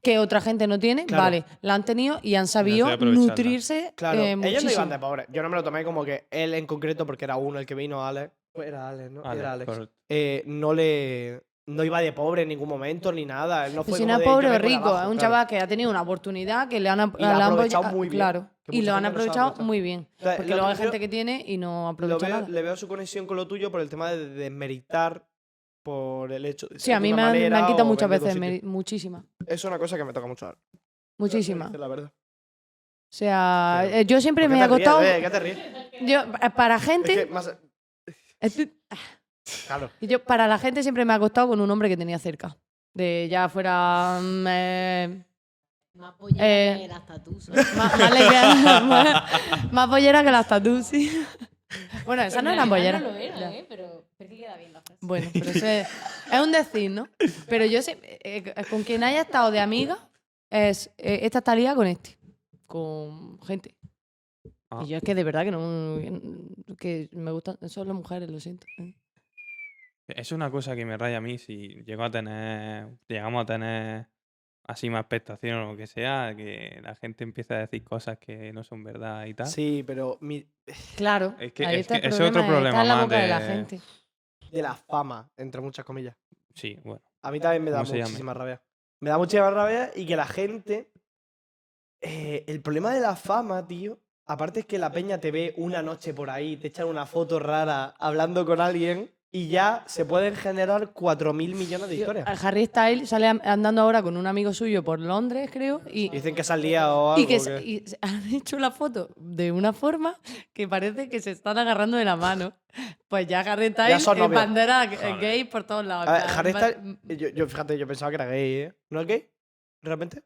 S1: que otra gente no tiene,
S2: Claro.
S1: vale, la han tenido y han
S3: sabido
S1: sabido
S3: aprovecharla.
S1: nutrirse
S2: Claro,
S1: eh,
S2: ellos no
S1: muchísimo.
S2: iban de pobres. Yo no me lo tomé como que él en concreto, porque era uno el que vino, Alex. Pues Era Alex, ¿no?
S3: Vale,
S2: era Alex.
S3: correcto.
S2: eh, no le no iba de pobre en ningún momento ni nada. Él no
S1: Pues
S2: fue
S1: si
S2: como
S1: no es
S2: de, yo
S1: pobre o
S2: vengo de
S1: rico,
S2: abajo,
S1: es un
S2: claro.
S1: chaval que ha tenido una oportunidad que le han, ap-
S2: Y la ha
S1: le han
S2: aprovechado
S1: apoyado-
S2: muy bien,
S1: Claro,
S2: que
S1: y
S2: mucha
S1: lo
S2: gente no
S1: han
S2: sabe
S1: aprovechado
S2: aprovechar.
S1: muy bien.
S2: Entonces,
S1: Porque
S2: lo
S1: luego
S2: que
S1: hay
S2: yo-
S1: gente que tiene y no
S2: Lo
S1: aprovecha
S2: veo,
S1: nada.
S2: le veo su conexión con lo tuyo por el tema de desmeritar, por el hecho de
S1: Sí,
S2: ser
S1: a
S2: de
S1: mí
S2: una
S1: me han, me han
S2: manera
S1: quitado
S2: o
S1: muchas
S2: venir de
S1: veces,
S2: un
S1: meri-
S2: sitio.
S1: muchísimas,
S2: Es una cosa que me toca mucho ahora.
S1: muchísimas.
S2: La verdad.
S1: O sea,
S2: Pero-
S1: eh, yo siempre me ha
S2: ¿Por qué te
S1: costado,
S2: ríes, eh? ¿Qué te ríes?
S1: [LAUGHS] yo, eh, para
S2: Es que
S1: gente,
S2: más-
S1: estoy-
S2: Claro.
S1: Y Yo, para la gente siempre me ha costado con un hombre que tenía cerca. De ya fuera mm, eh,
S4: Más pollera
S1: Eh,
S4: que las tatús.
S1: más,
S4: [LAUGHS]
S2: [LAUGHS]
S1: más lesbiana, [LAUGHS] más, más bollera que las tattoos, sí. [LAUGHS] Bueno, esas no eran bolleras.
S4: No lo era,
S1: Ya.
S4: ¿eh? Pero, pero que queda bien la frase.
S1: Bueno, pero
S3: [LAUGHS]
S1: eso es, es un decir, ¿no? Pero yo sé, eh, eh, con quien haya estado de amiga, es eh, esta estaría con este, con gente.
S3: Ah.
S1: Y yo es que de verdad que no, que me gustan, son las mujeres, lo siento.
S3: Es una cosa que me raya a mí si llego a tener, llegamos a tener así más expectación o lo que sea, que la gente empieza a decir cosas que no son verdad y tal.
S2: Sí, pero mi-
S1: Claro,
S3: Es que-
S1: ahí
S3: es
S1: está
S3: que
S1: el
S3: ese es otro
S1: problema, está en la
S3: problema
S1: boca de la
S3: más de-
S1: gente.
S2: de la fama, entre muchas comillas.
S3: Sí, bueno.
S2: A mí también me da
S3: ¿Cómo se llama?
S2: muchísima rabia. Me da muchísima rabia y que la gente. eh, el problema de la fama, tío. Aparte es que la peña te ve una noche por ahí, te echan una foto rara hablando con alguien y ya se pueden generar 4.000 millones de
S1: Yo-
S2: historias.
S1: a Harry Styles sale am- andando ahora con un amigo suyo por Londres, creo, y,
S2: Dicen que se han liado o algo.
S1: y que se-
S2: ¿qué?
S1: y se- [LAUGHS] han hecho la foto de una forma que parece que se están agarrando de la mano. Pues ya Harry Styles
S2: son
S1: es
S2: novios.
S1: bandera eh,
S3: Joder.
S1: gay por todos lados.
S2: A ver,
S1: en plan,
S2: Harry
S1: va-
S2: Styles- Yo, yo, fíjate, yo pensaba que era gay, ¿eh? ¿No es gay? ¿Realmente?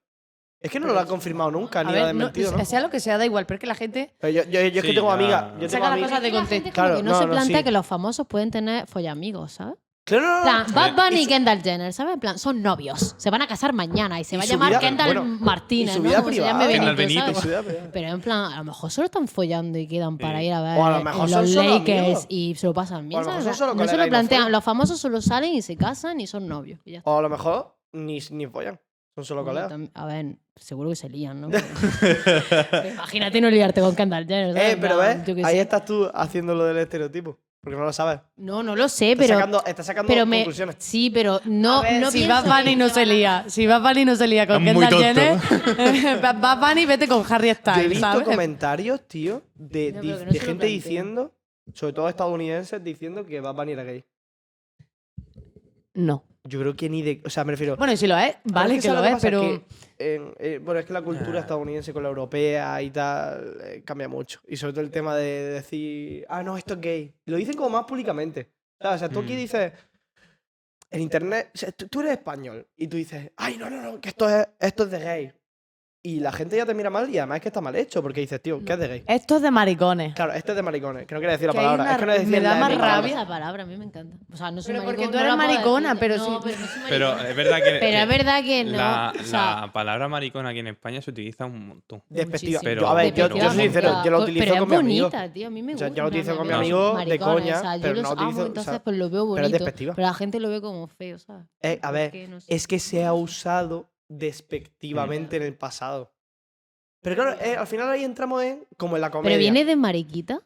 S2: Es que no lo han confirmado nunca, ni
S1: A
S2: lo ha
S1: ver, no-
S2: desmentido, ¿no?
S1: sea lo que sea, da igual, pero es que la gente
S2: Pero yo, yo- yo es que
S3: Sí,
S2: tengo
S3: ya.
S2: amigas. Yo tengo
S1: saca las
S2: amigas.
S1: cosas de contexto.
S2: Claro,
S4: Claro, que no,
S2: no,
S4: se
S2: no,
S4: plantea
S2: sí.
S4: que los famosos pueden tener follamigos, ¿sabes?
S2: Claro, no, no,
S4: En
S2: no.
S4: plan, Bad Bunny
S2: Y
S4: y
S2: su-
S4: Kendall Jenner, ¿sabes? En plan, son novios. Se van a casar mañana y se
S2: Y
S4: va a
S2: su
S4: llamar
S2: vida-
S4: Kendall
S2: bueno,
S4: Martínez,
S2: y su
S4: ¿no?
S2: vida
S4: Como se llame
S2: privada.
S4: Benito,
S3: Kendall Benito.
S4: ¿sabes?
S2: Sí, da, pero-
S4: Pero en plan, a lo mejor solo están follando y quedan para
S3: Sí.
S4: ir a ver
S2: O a lo mejor
S4: en
S2: son
S4: los
S2: solo amigos.
S4: Lakers y se lo pasan
S2: O a
S4: bien.
S2: lo mejor
S4: ¿sabes?
S2: son solo
S4: no se
S2: colegas
S4: lo
S2: y no
S4: plantean.
S2: follan.
S4: Los famosos solo salen y se casan y son novios. y ya está.
S2: O a lo mejor ni, ni follan. Son solo colegas.
S4: Tam- A ver, seguro que se lían, ¿no? [LAUGHS] Pero- Imagínate no liarte con Kendall Jenner. ¿sabes?
S2: Eh, pero
S4: En plan,
S2: ves,
S4: yo qué
S2: ahí
S4: sé.
S2: estás tú haciendo lo del estereotipo. Porque no lo sabes.
S4: No, no lo sé,
S2: Estás
S4: pero.
S2: sacando, estás sacando
S4: pero me,
S2: conclusiones.
S4: sí, pero no,
S1: A ver,
S4: no
S1: si
S4: pienso
S1: Bad Bunny
S4: que- [LAUGHS]
S1: no se lía, si Bad Bunny no se lía con
S3: Es muy
S1: Kendall
S3: [LAUGHS]
S1: Jenner, [LAUGHS] Bad- Bad Bunny vete con Harry
S2: Yo he
S1: Styles,
S2: visto
S1: ¿sabes?
S2: comentarios, tío, de,
S4: No, pero
S2: di-
S4: que no
S2: de
S4: se lo
S2: gente
S4: planteen.
S2: diciendo, sobre todo estadounidenses, diciendo que Bad Bunny era gay.
S1: No.
S2: Yo creo que ni de. O sea, me refiero.
S1: Bueno, y si lo es, vale
S2: es
S1: que lo
S2: ¿sabes
S1: es,
S2: pasa?
S1: pero
S2: Que, en- eh, bueno, es que la cultura
S3: Nah.
S2: estadounidense con la europea y tal eh, cambia mucho. Y sobre todo el tema de decir, ah, no, esto es gay. Lo dicen como más públicamente. ¿Sabes? O sea, tú aquí
S3: Mm.
S2: dices, en internet, o sea, tú, tú eres español y tú dices, ay, no, no, no, que esto es, esto es de gay. Y la gente ya te mira mal y además es que está mal hecho porque dices, tío, ¿qué es de gay?
S1: esto es de maricones.
S2: Claro, este es de maricones, que no quiere decir la
S1: Eh, Que hay
S2: palabra.
S1: una-
S2: es que no
S1: me
S2: decir
S1: da
S2: la
S1: más
S4: Me
S2: N
S4: encanta
S2: palabra.
S1: rabia.
S4: Esa palabra a mí me encanta. O sea, no soy
S1: Pero porque
S4: maricón,
S1: tú
S4: no
S1: eres
S4: la puedo
S1: maricona,
S4: decir.
S1: pero
S4: No,
S1: sí.
S4: pero no soy
S3: Pero
S4: maricona.
S3: es verdad que.
S4: Pero
S3: que
S4: es verdad que no.
S3: La,
S4: o sea,
S3: la palabra maricón aquí en España se utiliza un montón.
S2: Despectiva.
S4: muchísimo.
S2: Yo, a ver, yo, yo soy
S3: Despectivamente.
S2: sincero, yo lo
S4: Pero
S2: utilizo
S4: es
S2: con mi amigo.
S4: bonita, tío, a mí me
S2: O sea,
S4: gusta.
S2: yo lo utilizo con mi
S4: Maricones,
S2: amigo de
S4: maricones,
S2: coña,
S4: o sea, yo
S2: pero
S4: los
S2: no
S4: amo,
S2: utilizo- o
S4: entonces
S2: sea,
S4: pues lo veo
S2: pero
S4: bonito.
S2: es despectiva.
S4: Pero la gente lo ve como feo, ¿sabes?
S2: Eh, a
S4: Es
S2: ver,
S4: que no sé.
S2: es que se ha usado despectivamente en el pasado. Pero claro, eh, al final ahí entramos en como en la comedia.
S4: Pero viene de mariquita,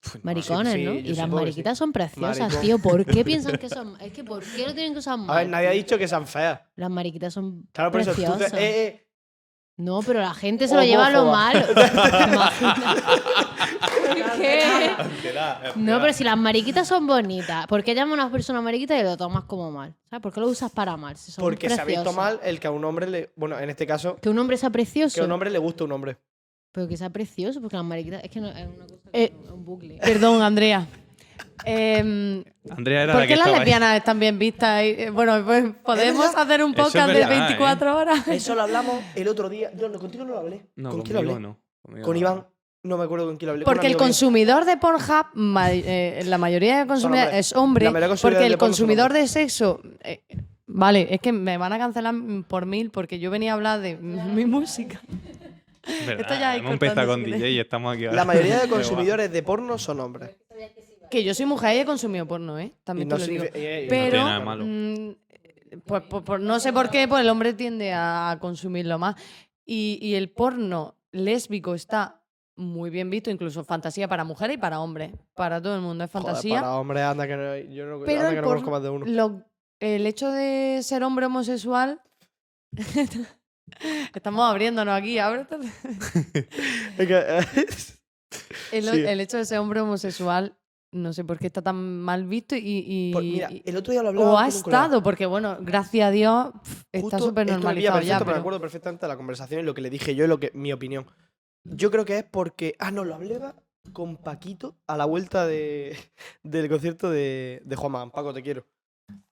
S3: Pff, no sé.
S4: maricones,
S2: Pues, sí,
S4: ¿no?
S2: yo
S4: Y las
S2: supongo que
S4: mariquitas son preciosas,
S2: Maricón.
S4: tío. ¿Por
S2: [LAUGHS]
S4: qué piensan que son.? Es que ¿por qué lo tienen que usar mal?
S2: A ver, nadie ha
S4: tío?
S2: dicho que sean feas.
S4: Las mariquitas son
S2: Claro, por eso tú te-
S4: preciosas.
S2: eh, eh,
S4: No, pero la gente se lo lleva a lo
S2: Homófoba.
S4: malo.
S2: [LAUGHS]
S4: ¿Por qué? No, pero si las mariquitas son bonitas, ¿por qué llamas a una persona mariquita y lo tomas como mal? ¿Sabes? ¿Por qué lo usas para mal? Si son
S2: porque se ha visto
S4: preciosas.
S2: mal el que a un hombre le, bueno, en este caso,
S4: Que un hombre sea precioso.
S2: que a un hombre le gusta un hombre.
S4: Pero que sea precioso, porque las mariquitas. Es que no, es una cosa.
S1: Eh,
S4: que no- es un bucle.
S2: [LAUGHS]
S1: Perdón, Andrea. Em,
S3: Andrea era
S1: ¿Por
S3: la
S1: qué
S3: que
S1: las
S3: estaba ahí.
S1: lesbianas están bien vistas? Y, eh, bueno, pues podemos hacer un
S3: Eso es
S1: podcast de
S3: verdad, ¿eh?
S1: 24 [LAUGHS] horas.
S2: Eso lo hablamos el otro día. Yo no, contigo no lo hablé.
S3: No,
S2: ¿Con quién lo
S3: conmigo
S2: hablé?
S3: no. Conmigo
S2: Con
S3: no.
S2: Iván. No me acuerdo con quién lo hablé. con un
S1: Porque el
S2: amigo mío.
S1: consumidor de Pornhub, ma- eh, la mayoría de consumidores
S2: hombres.
S1: es hombre,
S2: La mayoría de consumidores
S1: porque
S2: de
S1: el
S2: porno son
S1: consumidor de sexo... eh, vale, es que me van a cancelar por mil porque yo venía a hablar de mi música.
S3: Es verdad,
S1: Esto ya es
S3: hemos empezado con
S1: cortando, si
S3: DJ y estamos [LAUGHS] aquí ahora.
S2: La mayoría de
S3: Pero va.
S2: consumidores de porno son hombres.
S1: Que yo soy mujer y he consumido porno, ¿eh?
S2: Y
S1: También
S2: no
S1: te lo digo.
S2: significa- eh, eh,
S3: No tiene
S1: Pero,
S3: nada de malo.
S1: mm, pues, pues- pues no sé por qué, pues el hombre tiende a consumirlo más. Y, y el porno lésbico está muy bien visto, incluso fantasía para mujeres y para hombres. Para todo el mundo es
S2: Joder,
S1: fantasía.
S2: para hombres, anda que no, yo no,
S1: Pero
S2: anda
S1: el
S2: que no conozco
S1: porno-
S2: más de uno.
S1: Lo- el hecho de ser hombre homosexual. [LAUGHS] Estamos abriéndonos aquí, ábrete.
S2: Es [LAUGHS] que- eh,
S1: El,
S2: Sí.
S1: el hecho de ser hombre homosexual, no sé por qué está tan mal visto y. y-
S2: Por- Pues mira,
S1: y-
S2: el otro día lo hablaba.
S1: o ha
S2: con un colega.
S1: estado, porque bueno, gracias a Dios pf, está
S2: Justo
S1: súper
S2: esto me pilla
S1: normalizado ya.
S2: perfecto, Me
S1: pero-
S2: acuerdo perfectamente de la conversación y lo que le dije yo y lo que, mi opinión. Yo creo que es porque. Ah, no, lo hablaba con Paquito a la vuelta de, [LAUGHS] del concierto de, de Juan Magán. Paco, te quiero.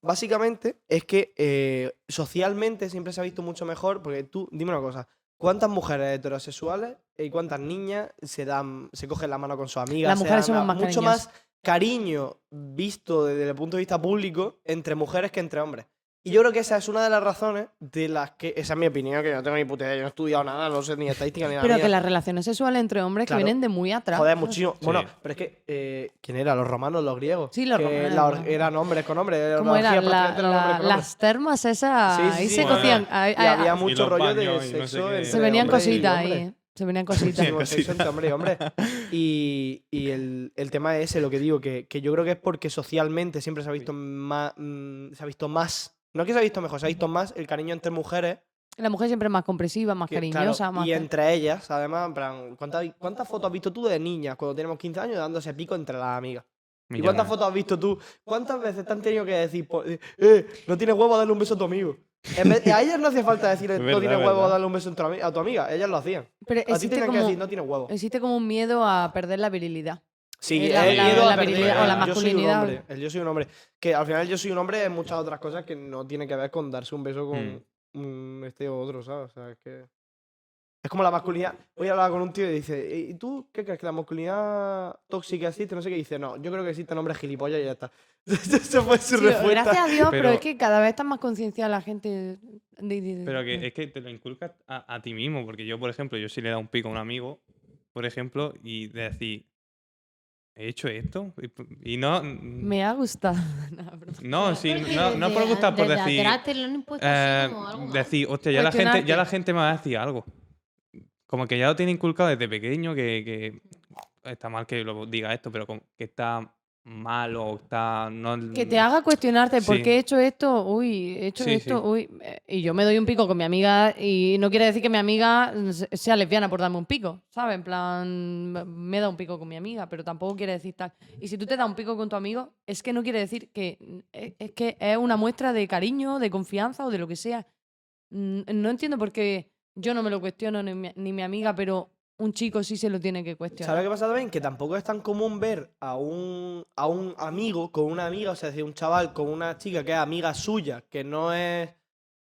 S2: Básicamente es que eh, socialmente siempre se ha visto mucho mejor. Porque tú, dime una cosa. ¿Cuántas mujeres heterosexuales y cuántas niñas se dan, se cogen la mano con sus amigas?
S1: Las
S2: se
S1: mujeres
S2: dan
S1: somos más
S2: mucho
S1: cariñosas.
S2: más cariño visto desde el punto de vista público entre mujeres que entre hombres. Y yo creo que esa es una de las razones de las que. Esa es mi opinión, que yo no tengo ni puta idea. Yo no he estudiado nada, no sé ni estadística ni nada.
S1: Pero que las relaciones sexuales entre hombres
S2: Claro.
S1: que vienen de muy atrás.
S2: Joder, muchísimo.
S3: Sí.
S2: Bueno, pero es que. eh, ¿Quién era? ¿Los romanos, los griegos?
S1: Sí, los
S2: Que
S1: romanos,
S2: la or-
S1: los-
S2: eran hombres con hombres. era
S1: ¿Cómo
S2: una
S1: era?
S2: orgía,
S1: La-
S2: prácticamente eran
S1: la-
S2: hombres con hombres.
S1: las termas esas,
S2: Sí, sí,
S1: ahí
S2: sí.
S1: se
S3: Bueno,
S1: cocían. ahí-
S2: Y
S1: ahí-
S2: había
S3: los
S2: mucho rollo de
S3: baños y no sé
S2: sexo.
S3: qué.
S2: entre
S1: se venían
S2: hombres y
S1: cositas
S2: hombres.
S1: ahí. ¿eh? Se venían cositas.
S2: [LAUGHS] Sí, sexo entre hombre y hombre. Y, y el, el tema es ese, lo que digo, que, que yo creo que es porque socialmente siempre se ha visto más. se ha visto más. No es que se ha visto mejor, se ha visto más el cariño entre mujeres.
S1: La mujer siempre es más compresiva, más
S2: que,
S1: cariñosa,
S2: claro,
S1: más.
S2: Y entre ellas, además, en plan, ¿cuántas, ¿cuántas fotos has visto tú de niñas cuando tenemos 15 años dándose pico entre las amigas? ¿Y cuántas
S3: Millones.
S2: fotos has visto tú? ¿Cuántas veces te han tenido que decir, po- eh, eh, no tienes huevo a darle un beso a tu amigo? En vez- a ellas no hacía falta decir,
S3: [LAUGHS] Es
S2: no
S3: verdad,
S2: tienes
S3: es
S2: huevo a
S3: verdad.
S2: darle un beso a tu ami- a tu amiga. Ellas lo hacían.
S1: Pero
S2: A ti
S1: existe
S2: tenían que
S1: como,
S2: decir, no tienes huevo.
S1: existe como un miedo a perder
S2: [LAUGHS]
S1: la virilidad.
S2: Sí,
S1: Es Eh, la-
S2: el
S1: la-
S2: miedo
S1: la
S2: a perder-
S3: virilidad o
S2: el
S3: la
S2: yo soy un
S1: masculinidad.
S2: hombre, el yo soy un hombre. Que al final yo soy un hombre es muchas otras cosas que no tiene que ver con darse un beso con un este o otro, ¿sabes? O sea, es que... Es como la masculinidad. Hoy hablaba con un tío y dice, "Eh, ¿y tú qué crees que la masculinidad tóxica existe? No sé qué. Y dice, no, yo creo que existen hombres gilipollas y ya está. [LAUGHS] Esa fue su
S1: Sí,
S2: respuesta.
S1: gracias a Dios, pero,
S3: Pero-
S1: es que cada vez está más conciencia la gente. de- de- de-
S3: Pero que es que te lo inculcas a, a ti mismo, porque yo, por ejemplo, yo sí le he dado un pico a un amigo, por ejemplo, y de decir, ¿he hecho esto? Y p- Y, no...
S1: Me ha gustado. [LAUGHS] No, broma.
S3: No, sí, no, no por gustar, por decir...
S4: Atrás te lo han impuesto
S3: eh,
S4: así Pues como algo malo.
S3: decir, hostia, ya la, gente, ya
S1: Cuestionarte.
S3: la gente me va a decir algo. Como que ya lo tiene inculcado desde pequeño, que, que está mal que lo diga esto, pero como que está mal o está... No,
S1: Que te haga cuestionarte por
S3: Sí.
S1: qué he hecho esto, uy, he hecho
S3: Sí, sí.
S1: esto, uy. eh, Y yo me doy un pico con mi amiga y no quiere decir que mi amiga mm, se- sea lesbiana por darme un pico, ¿sabes? En plan, me- me da un pico con mi amiga, pero tampoco quiere decir tal. Y si tú te das un pico con tu amigo, es que no quiere decir que. mm, Es es que es una muestra de cariño, de confianza o de lo que sea. Mm, No entiendo por qué yo no me lo cuestiono ni mi, ni mi amiga, pero un chico sí se lo tiene que cuestionar.
S2: ¿Sabes lo que pasa también? Que tampoco es tan común ver a un, a un amigo con una amiga, o sea, es decir, un chaval con una chica que es amiga suya, que no es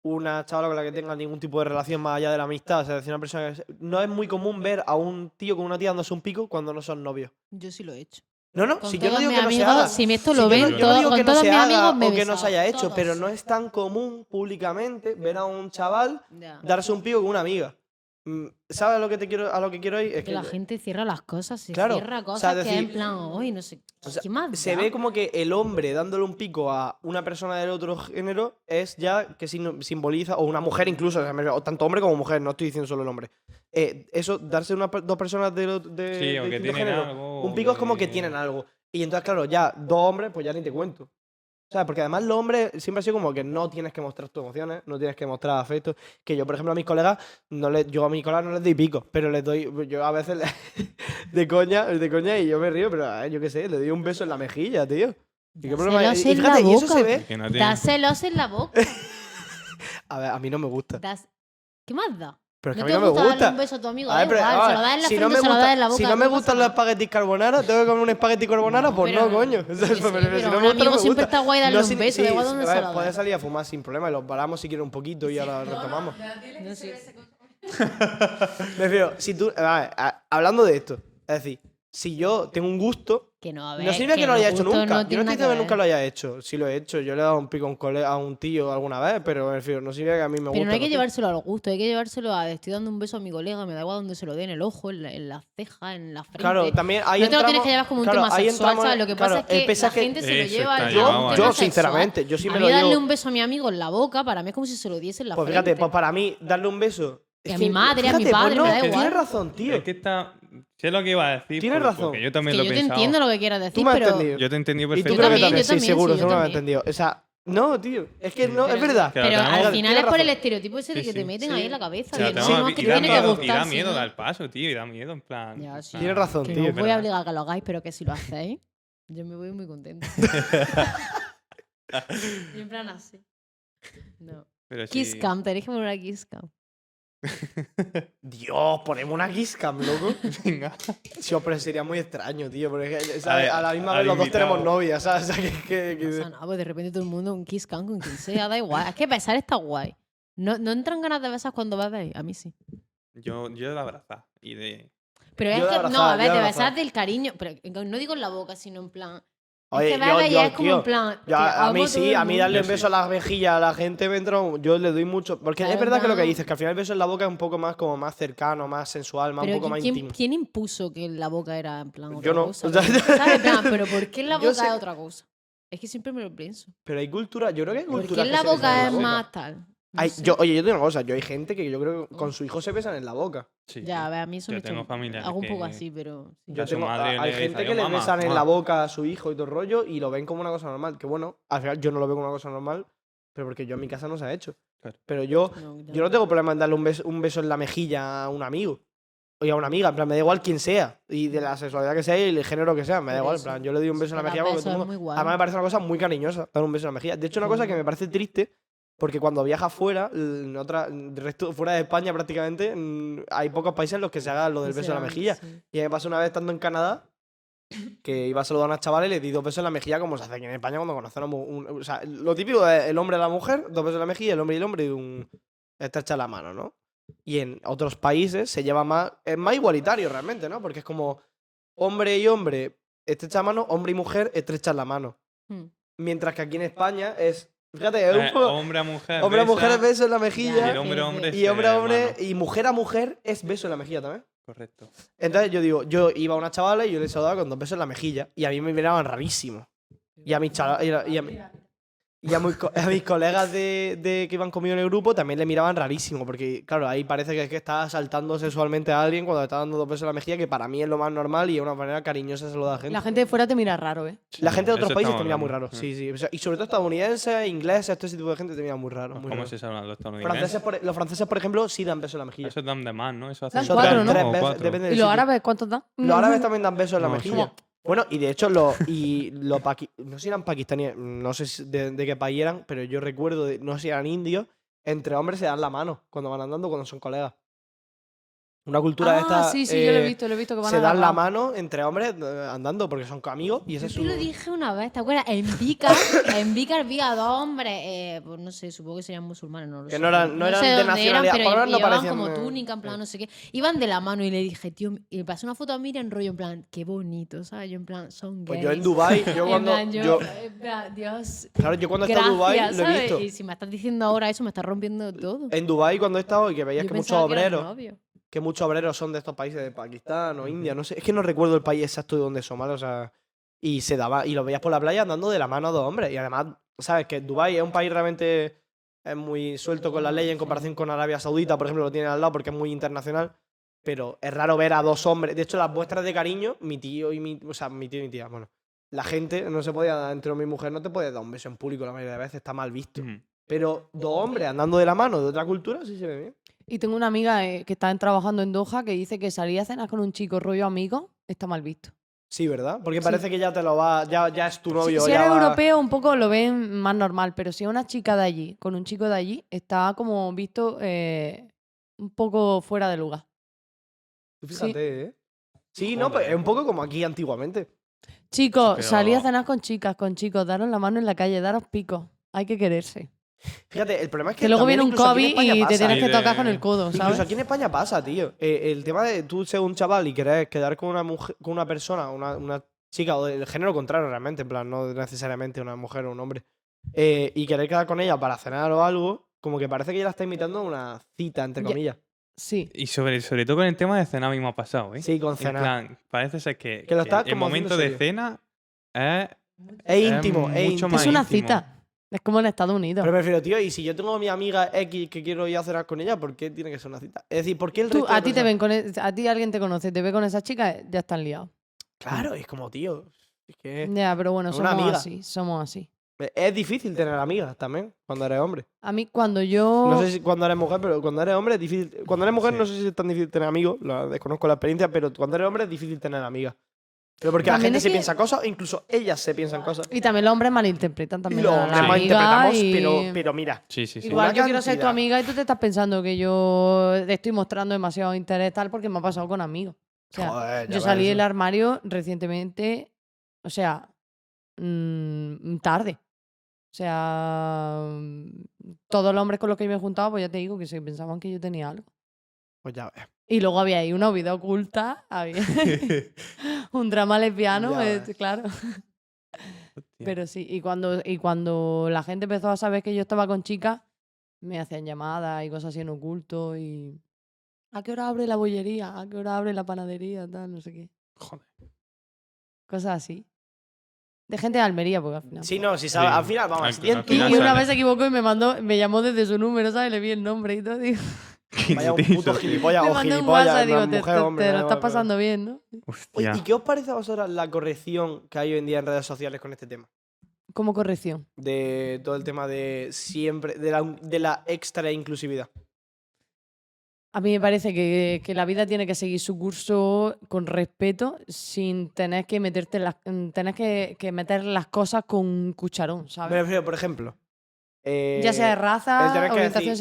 S2: una chavala con la que tenga ningún tipo de relación más allá de la amistad, o sea, es decir, una persona que... es- No es muy común ver a un tío con una tía dándose un pico cuando no son novios.
S4: Yo sí lo he hecho.
S2: No, no,
S4: Con
S2: si yo
S4: todos
S2: no digo
S4: mis
S2: que no se
S4: amigos,
S2: haga.
S4: si me esto
S2: Sí,
S4: lo
S2: yo no-
S4: ven,
S2: yo no
S4: todo-
S2: digo
S4: con
S2: que no
S4: todos
S2: se
S4: mis
S2: haga
S4: amigos me
S2: o que no se
S4: besaba,
S2: haya hecho, pero
S4: todos.
S2: no es tan común públicamente ver a un chaval
S4: Ya.
S2: darse un pico con una amiga. Mm, ¿Sabes a lo que te quiero a lo que quiero ir? Es
S4: Que la gente cierra las cosas, se
S2: Claro,
S4: cierra
S2: o
S4: cosas
S2: sea,
S4: que
S2: decir-
S4: es en plan, hoy no sé,
S2: o sea,
S4: ¿qué más
S2: se
S4: da?".
S2: ve como que el hombre dándole un pico a una persona del otro género es ya que signo- simboliza, o una mujer incluso, o sea, me refiero, o tanto hombre como mujer, no estoy diciendo solo el hombre. Eh, eso, darse una, per- dos personas de, lo- de,
S3: Sí,
S2: de
S3: o que
S2: distinto
S3: tienen
S2: género,
S3: algo...
S2: un
S3: o
S2: pico es como que tienen algo. Y entonces, claro, ya dos hombres, pues ya ni te cuento. O sea, porque además los hombres siempre ha sido como que no tienes que mostrar tus emociones, no tienes que mostrar afecto. Que yo, por ejemplo, a mis colegas, no les, yo a mis colegas no les doy pico, pero les doy, pues yo a veces les- [LAUGHS] de coña, de coña y yo me río, pero ah, yo qué sé, le doy un beso en la mejilla, tío. ¿Y qué problema hay?
S4: Dáselos
S2: Y
S4: en la
S2: fíjate, y eso
S4: boca.
S2: se ve.
S3: que no tienen-
S4: Dáselos en la boca.
S2: A ver, a mí no me gusta.
S4: das- ¿Qué más da?
S2: Pero es que
S4: no
S2: a
S4: te
S2: mí no me
S4: gusta darle
S2: gusta.
S4: un beso a tu amigo,
S2: A ver,
S4: da
S2: Ah, pero,
S4: igual,
S2: a
S4: se
S2: ver,
S4: lo da en la
S2: si no
S4: frente,
S2: me
S4: se lo da
S2: gusta-
S4: en la boca.
S2: Si no me
S4: pasa
S2: gustan los
S4: nada.
S2: espaguetis carbonara, tengo que comer un espagueti carbonara, pues
S4: Pero-
S2: no, coño. [LAUGHS] O sea,
S4: yo qué sé,
S2: pero si no
S4: pero un
S2: me gusta, no
S4: amigo
S2: me
S4: siempre
S2: gusta.
S4: está guay darle
S2: No,
S4: un
S2: sin-
S4: beso, da igual dónde
S2: a
S4: se
S2: ver,
S4: lo
S2: Puedes
S4: da.
S2: salir a fumar sin problema, y los paramos si quieres un poquito y ya lo retomamos.
S4: No sé.
S2: [LAUGHS] Me refiero, si tú, a ver, a- hablando de esto, es decir, si yo tengo un gusto,
S4: Que no, a ver.
S2: no significa que, no lo
S4: los
S2: haya hecho
S4: gustos
S2: nunca. yo no
S4: tienen
S2: estoy
S4: nada
S2: diciendo que
S4: que
S2: nunca lo
S4: ver.
S2: haya hecho. Si lo he hecho, yo le he dado un pico a un, cole, a un tío alguna vez, pero me refiero, no significa que a mí me gusta.
S4: Pero no hay que
S2: lo
S4: llevárselo a los gustos, hay que llevárselo a estoy dando un beso a mi colega, me da igual dónde se lo dé, en el ojo, en la, en la ceja, en la frente.
S2: Claro, también ahí
S4: no te lo
S2: entramos-
S4: tienes que llevar como un
S2: claro,
S4: tema
S2: ahí
S4: sexual,
S2: entramos-
S4: ¿sabes? Lo que
S2: claro, el
S4: pasa es que la
S2: pesaje-
S4: gente se lo
S3: Eso
S4: lleva
S3: está
S4: al
S3: llevado,
S4: tema
S3: eh.
S2: Yo,
S4: sexual.
S2: sinceramente, yo sí
S4: a
S2: me
S4: mí
S2: lo
S4: darle
S2: llevo-
S4: un beso a mi amigo en la boca, para mí es como si se lo diese en la
S2: Pues
S4: frente.
S2: fíjate, pues para mí, darle un beso.
S4: Y
S2: es
S4: a
S2: que-
S4: mi madre, a
S2: fíjate,
S4: mi
S2: pues
S4: padre,
S2: no,
S4: me da
S2: Tienes
S4: igual.
S2: razón, tío.
S3: Es que está... Sé lo que iba a decir.
S2: Tienes
S3: por-
S2: razón.
S3: porque yo
S4: Es
S3: también
S4: que
S3: lo
S4: yo te
S3: pensaba.
S4: entiendo lo que quieras decir,
S2: Tú me has
S4: pero...
S2: entendido.
S3: Yo te he
S2: Y
S3: entendido
S2: tú creo
S3: perfectamente.
S2: que
S4: también,
S2: también,
S4: yo
S2: sí,
S4: también,
S2: seguro,
S4: sí, yo
S2: seguro me has
S4: también.
S2: entendido. O sea, no, tío, es que no, es
S4: pero-
S2: verdad.
S3: Pero
S4: Pero
S3: tenemos-
S4: al
S2: Tienes
S4: final es por el
S2: razón.
S4: estereotipo ese de
S3: Sí,
S4: que te
S3: sí.
S4: meten
S2: Sí.
S4: ahí en la
S3: O
S4: cabeza.
S3: sea,
S4: que
S2: tenemos
S4: no,
S2: que-
S4: que te
S3: y da
S4: tiene que
S3: miedo, y da
S4: gustar. si
S3: miedo
S4: no-
S3: dar el paso, tío, y da miedo, en plan...
S4: Ya, sí.
S2: Tienes razón,
S4: Que
S2: tío.
S4: no os voy
S3: ¿verdad?
S4: a obligar a que lo hagáis, pero que si lo hacéis, yo me voy
S3: [LAUGHS]
S4: muy contenta. [LAUGHS] Y en plan así. No.
S3: Pero sí.
S4: Kiss cam, tenéis que poner una kiss cam.
S2: Dios, ponemos una kiss cam,
S3: [LAUGHS]
S2: loco.
S3: Venga.
S2: Sí, pero sería muy extraño, tío. Porque ¿sabes?
S3: A ver,
S2: a la misma
S3: al
S2: vez los dos
S3: invitado.
S2: tenemos novia, ¿sabes? [LAUGHS] O sea, que, que- que-
S4: O sea, no, pues de repente todo el mundo un kiss cam con quien sea, da igual. Es que besar está guay. ¿No, no entran ganas de besar cuando bebéis? A mí sí.
S3: Yo, yo de abrazar y de...
S4: Pero
S2: Yo
S4: es
S2: de
S4: que, no,
S2: abrazar,
S4: a ver,
S2: yo de
S4: de
S2: abrazar.
S4: besar del cariño. Pero no digo en la boca, sino en plan.
S2: Oye,
S4: es que
S2: yo-
S4: bebe
S2: yo,
S4: y es como
S2: tío,
S4: en plan.
S2: yo
S4: te
S2: a, a mí
S4: amo todo
S2: sí,
S4: el
S2: a mí darle
S3: Yo
S2: un
S3: sí.
S2: beso a la mejilla a la gente me entra un- yo le doy mucho, porque es
S4: Claro,
S2: verdad que lo que
S4: no.
S2: dices, que al final el beso en la boca es un poco más como más cercano, más sensual, más
S4: Pero
S2: un poco más
S4: ¿quién,
S2: íntimo.
S4: quién impuso que la boca era en plan
S2: Yo
S4: otra
S2: no,
S4: cosa?
S2: o sea,
S4: Pero, ¿sabes?
S2: [LAUGHS]
S4: En plan, Pero ¿por qué la
S2: yo
S4: boca
S2: sé-
S4: es otra cosa? Es que siempre me lo pienso.
S2: Pero hay cultura, yo creo que hay
S4: ¿Por
S2: cultura.
S4: qué
S2: que
S4: la
S2: se besa en
S4: boca es
S2: boca.
S4: más tal? No
S2: Hay-
S4: sé.
S2: yo, oye, yo tengo una cosa, yo hay gente que yo creo que con
S4: Oh.
S2: su hijo se besan en la boca.
S3: Sí.
S4: Ya, a ver, a mí eso
S3: Yo
S4: me
S3: tengo
S4: choca.
S3: familiares
S4: Hago un
S3: que-
S4: poco así, pero... sí.
S2: Yo
S3: a su
S2: tengo-
S3: madre
S2: a- hay
S3: le Ah.
S2: gente
S3: dice,
S2: que le
S3: "Mamá,
S2: besan en
S3: mamá".
S2: la boca a su hijo y todo el rollo y lo ven como una cosa normal. Que bueno, al final yo no lo veo como una cosa normal, pero porque yo en mi casa no se ha hecho.
S3: Claro.
S2: Pero yo,
S4: No, ya
S2: yo no tengo problema en darle un beso, un beso en la mejilla a un amigo. O a una amiga, en plan, me da igual quién sea. Y de la sexualidad que sea y el género que sea, me da
S4: Por
S2: igual. En
S4: eso.
S2: plan, yo le doy un beso en la mejilla
S4: Pero dar
S2: porque
S4: besos
S2: todo el
S4: es
S2: mundo-
S4: muy guay.
S2: Además me parece una cosa muy cariñosa dar un beso en la mejilla. De hecho, una cosa que me parece triste, porque cuando viajas fuera, en otra, en resto- fuera de España prácticamente, mm, hay pocos países en los que se haga lo del
S4: Sí,
S2: beso en la
S4: sí,
S2: mejilla.
S4: sí.
S2: Y a mí me pasó una vez estando en Canadá que iba a saludar a unas chavales y le di dos besos en la mejilla como se hace aquí en España cuando conocemos un, un- O sea, lo típico es el hombre a este la mujer, dos besos en la mestilla, el hombre y el hombre y un... estrecha la mano, ¿no? Y en otros países se lleva más. Es más igualitario realmente, ¿no? Porque es como hombre y hombre estrechan la mano, hombre y mujer estrechan la mano.
S4: Mm.
S2: Mientras que aquí en España es. Fíjate, es un
S3: Eh,
S2: poco-
S3: hombre a mujer.
S2: hombre a
S3: besa,
S2: mujer es beso en la
S3: Y el
S2: mejilla.
S3: hombre a hombre.
S2: Y hombre a
S3: se
S2: hombre.
S3: mano.
S2: Y mujer a mujer es beso en la mejilla también.
S3: Correcto.
S2: Entonces yo digo, yo iba a una chavala y yo le saludaba con dos besos en la mejilla. Y a mí me miraban rarísimo. Y a mis chala- y a, y a mi- y a mis, co- a mis colegas de, de que iban conmigo en el grupo también le miraban rarísimo. Porque, claro, ahí parece que es que está asaltando sexualmente a alguien cuando le está dando dos besos en la mejilla, que para mí es lo más normal y es una manera cariñosa de saludar a la gente.
S1: La gente de fuera te mira raro, ¿eh?
S2: La gente de
S3: Eso
S2: otros países
S3: estamos
S2: te mira muy
S3: hablando,
S2: raro.
S3: eh.
S2: Sí, sí. O sea, y sobre todo estadounidenses, ingleses, todo ese tipo de gente te mira muy raro.
S3: Pues
S2: muy
S3: ¿Cómo
S2: raro.
S3: se saludan los
S2: Franceses,
S3: estadounidenses?
S2: por- e, los franceses, por ejemplo, sí dan besos en la mejilla.
S3: Eso dan de más, ¿no? Eso
S1: Dan
S3: hacen
S1: cuatro,
S3: tres,
S1: ¿no?
S2: tres
S3: tres o
S2: veces,
S3: cuatro.
S2: depende del
S1: ¿Y los
S2: sitio.
S1: árabes cuántos dan?
S2: Los
S1: [LAUGHS]
S2: árabes también dan besos en la
S3: No,
S2: mejilla.
S3: sí.
S2: Bueno, y de hecho, los, y los paqui- no sé si eran pakistaníes, no sé si- de, de qué país eran, pero yo recuerdo, de- no sé si eran indios, entre hombres se dan la mano cuando van andando, cuando son colegas. Una cultura de
S1: Ah,
S2: esta.
S1: sí, sí, yo lo he
S2: eh,
S1: visto, lo he visto que van
S2: Se
S1: a
S2: dan la mano entre hombres eh, andando porque son amigos y ese es
S4: Yo
S2: su.
S4: lo dije una vez, ¿te acuerdas? En
S2: [LAUGHS]
S4: Vícar, en Vícar había dos hombres, eh, pues no sé, supongo que serían musulmanes, no lo
S2: Que
S4: sé.
S2: no eran- no eran de
S4: dónde
S2: nacionalidad,
S4: pero
S2: por ahora no
S4: llevaban
S2: parecían,
S4: como
S2: eh,
S4: túnica, en plan,
S2: eh.
S4: no sé qué. Iban de la mano y le dije, tío, y le pasé una foto a Miriam, rollo, en plan, qué bonito, ¿sabes? Yo, en plan, son gays.
S2: Pues yo en Dubai, yo
S4: [LAUGHS] En
S2: cuando.
S4: plan, yo,
S2: yo-
S4: en plan, Dios,
S2: claro, yo cuando he estado
S4: gracias,
S2: en Dubai lo he
S4: ¿sabes?
S2: visto.
S4: Y si me estás diciendo ahora eso, me estás rompiendo todo.
S2: En Dubai cuando he estado y que veías
S4: Yo
S2: que muchos
S4: pensaba que eran
S2: obreros.
S4: novios.
S2: que muchos obreros son de estos países de Pakistán o India, no sé, es que no recuerdo el país exacto de dónde son, ¿vale? O sea, y se daba, y los veías por la playa andando de la mano a dos hombres. Y además, sabes que Dubái es un país realmente es muy suelto con la ley en comparación con Arabia Saudita, por ejemplo, lo tienen al lado porque es muy internacional. Pero es raro ver a dos hombres. De hecho, las muestras de cariño, mi tío y mi. O sea, mi tío y mi tía, bueno. La gente no se podía dar entre hombre y mujer, no te puedes dar un beso en público la mayoría de veces, está mal visto.
S3: Ujú.
S2: Pero dos hombres andando de la mano de otra cultura, sí se ve bien.
S1: Y tengo una amiga eh, que está trabajando en Doha que dice que salir a cenar con un chico rollo amigo está mal visto.
S2: Sí, ¿verdad? Porque
S1: Sí.
S2: parece que ya te lo va, ya, ya es tu
S1: Si,
S2: novio.
S1: si
S2: ya
S1: eres
S2: va-
S1: europeo un poco lo ven más normal, pero si es una chica de allí con un chico de allí está como visto eh, un poco fuera de lugar.
S2: Tú
S1: sí.
S2: Fíjate, ¿eh? Sí, no,
S3: Joder.
S2: pero es un poco como aquí antiguamente.
S1: Chicos,
S3: Pero-
S1: salí a cenar con chicas, con chicos, daros la mano en la calle, daros picos. Hay que quererse.
S2: Fíjate, el problema es que.
S1: Que luego
S2: también
S1: viene un
S2: incluso aquí en
S1: COVID
S2: España
S1: y te
S2: pasa.
S1: tienes
S3: Y
S1: que
S3: de-
S1: tocar con el codo,
S2: Incluso
S1: ¿sabes?
S2: aquí en España pasa, tío. Eh, el tema de tú ser un chaval y querer quedar con una mujer, con una persona, una, una chica o del género contrario realmente, en plan, no necesariamente una mujer o un hombre, eh, y querer quedar con ella para cenar o algo, como que parece que ya la está invitando a una cita, entre
S1: Ya.
S2: comillas.
S1: Sí.
S3: Y sobre, sobre todo con el tema de cenar mismo ha pasado, ¿eh?
S2: Sí, con
S3: En
S2: cenar.
S3: plan, parece ser que,
S2: Que lo
S3: que
S2: estás
S3: el
S2: como haciendo
S3: momento de
S2: serio.
S3: cena es
S2: Es
S3: es
S2: íntimo, es
S3: mucho
S2: íntimo.
S3: más
S1: Es una
S3: íntimo.
S1: cita. Es como en Estados Unidos.
S2: Pero prefiero, tío, y si yo tengo a mi amiga X que quiero ir a cenar con ella, ¿por qué tiene que ser una cita? Es decir, ¿por qué el
S1: Tú,
S2: resto de
S1: a ti te
S2: personas-
S1: ven con e- a ti alguien te conoce, te ve con esa chica, eh, ya están liados.
S2: Claro, es como, tío. Es que.
S1: Ya, pero bueno,
S2: Eh, una
S1: somos
S2: amiga.
S1: así, somos así.
S2: Es difícil tener amigas también cuando eres hombre.
S1: A mí cuando yo
S2: No sé si cuando eres mujer, pero cuando eres hombre es difícil. Cuando eres mujer,
S3: Sí.
S2: no sé si es tan difícil tener amigos, la desconozco la experiencia, pero cuando eres hombre es difícil tener amigas. Pero porque la
S1: También
S2: gente
S1: es
S2: se
S1: que-
S2: piensa cosas, incluso ellas se piensan cosas.
S1: y también los hombres malinterpretan
S2: Y
S1: también
S2: lo
S1: a la amiga
S2: malinterpretamos,
S1: y-
S2: pero, pero mira.
S3: Sí, sí, sí. [LAUGHS]
S1: Igual
S2: Una
S1: yo quiero ser tu
S2: cantidad.
S1: amiga y tú te estás pensando que yo te estoy mostrando demasiado interés tal porque me ha pasado con amigos. O sea,
S2: Joder, ya
S1: yo
S2: ves
S1: salí
S2: eso.
S1: del armario recientemente, o sea, mm, tarde. O sea, mm, todos los hombres con los que yo me he juntado, pues ya te digo que se pensaban que yo tenía algo.
S2: Pues ya ves.
S1: Y luego había ahí una vida oculta,
S2: [LAUGHS]
S1: había [LAUGHS] un drama lesbiano,
S2: Ya
S1: eh,
S2: ves.
S1: claro. Pero sí, y cuando, y cuando la gente empezó a saber que yo estaba con chicas, me hacían llamadas y cosas así en oculto y... ¿A qué hora abre la bollería? ¿A qué hora abre la panadería? Tal, no sé qué.
S3: Joder.
S1: Cosas así. De gente de Almería, porque al final...
S2: Sí, no, si sabes.
S3: Sí.
S2: Al final, vamos,
S3: Al-
S2: si tienes
S3: al
S2: tu
S1: Y,
S3: final
S1: y una
S3: sale.
S1: vez se equivocó y me mandó, me llamó desde su número, ¿sabes? Le vi el nombre y todo. Digo,
S2: Vaya un puto gilipollas
S1: [LAUGHS] me
S2: o
S1: mandó un
S2: gilipollas.
S1: WhatsApp,
S2: en plan,
S1: digo, te,
S2: mujer,
S1: te-
S2: hombre,
S1: te
S2: da
S1: lo
S2: igual,
S1: estás
S2: pero-
S1: pasando bien, ¿no?
S2: Oye,
S3: Hostia.
S2: ¿y qué os parece a vosotros la corrección que hay hoy en día en redes sociales con este tema?
S1: Como corrección.
S2: De todo el tema de siempre, de la, de la extra inclusividad.
S1: A mí me parece que, que la vida tiene que seguir su curso con respeto, sin tener que meterte en las, en tener que, que meter las cosas con un cucharón,
S2: Me
S1: ¿sabes?
S2: refiero, por ejemplo. eh,
S1: ya sea de
S2: el tener
S1: raza,
S2: que
S1: orientación
S2: decir-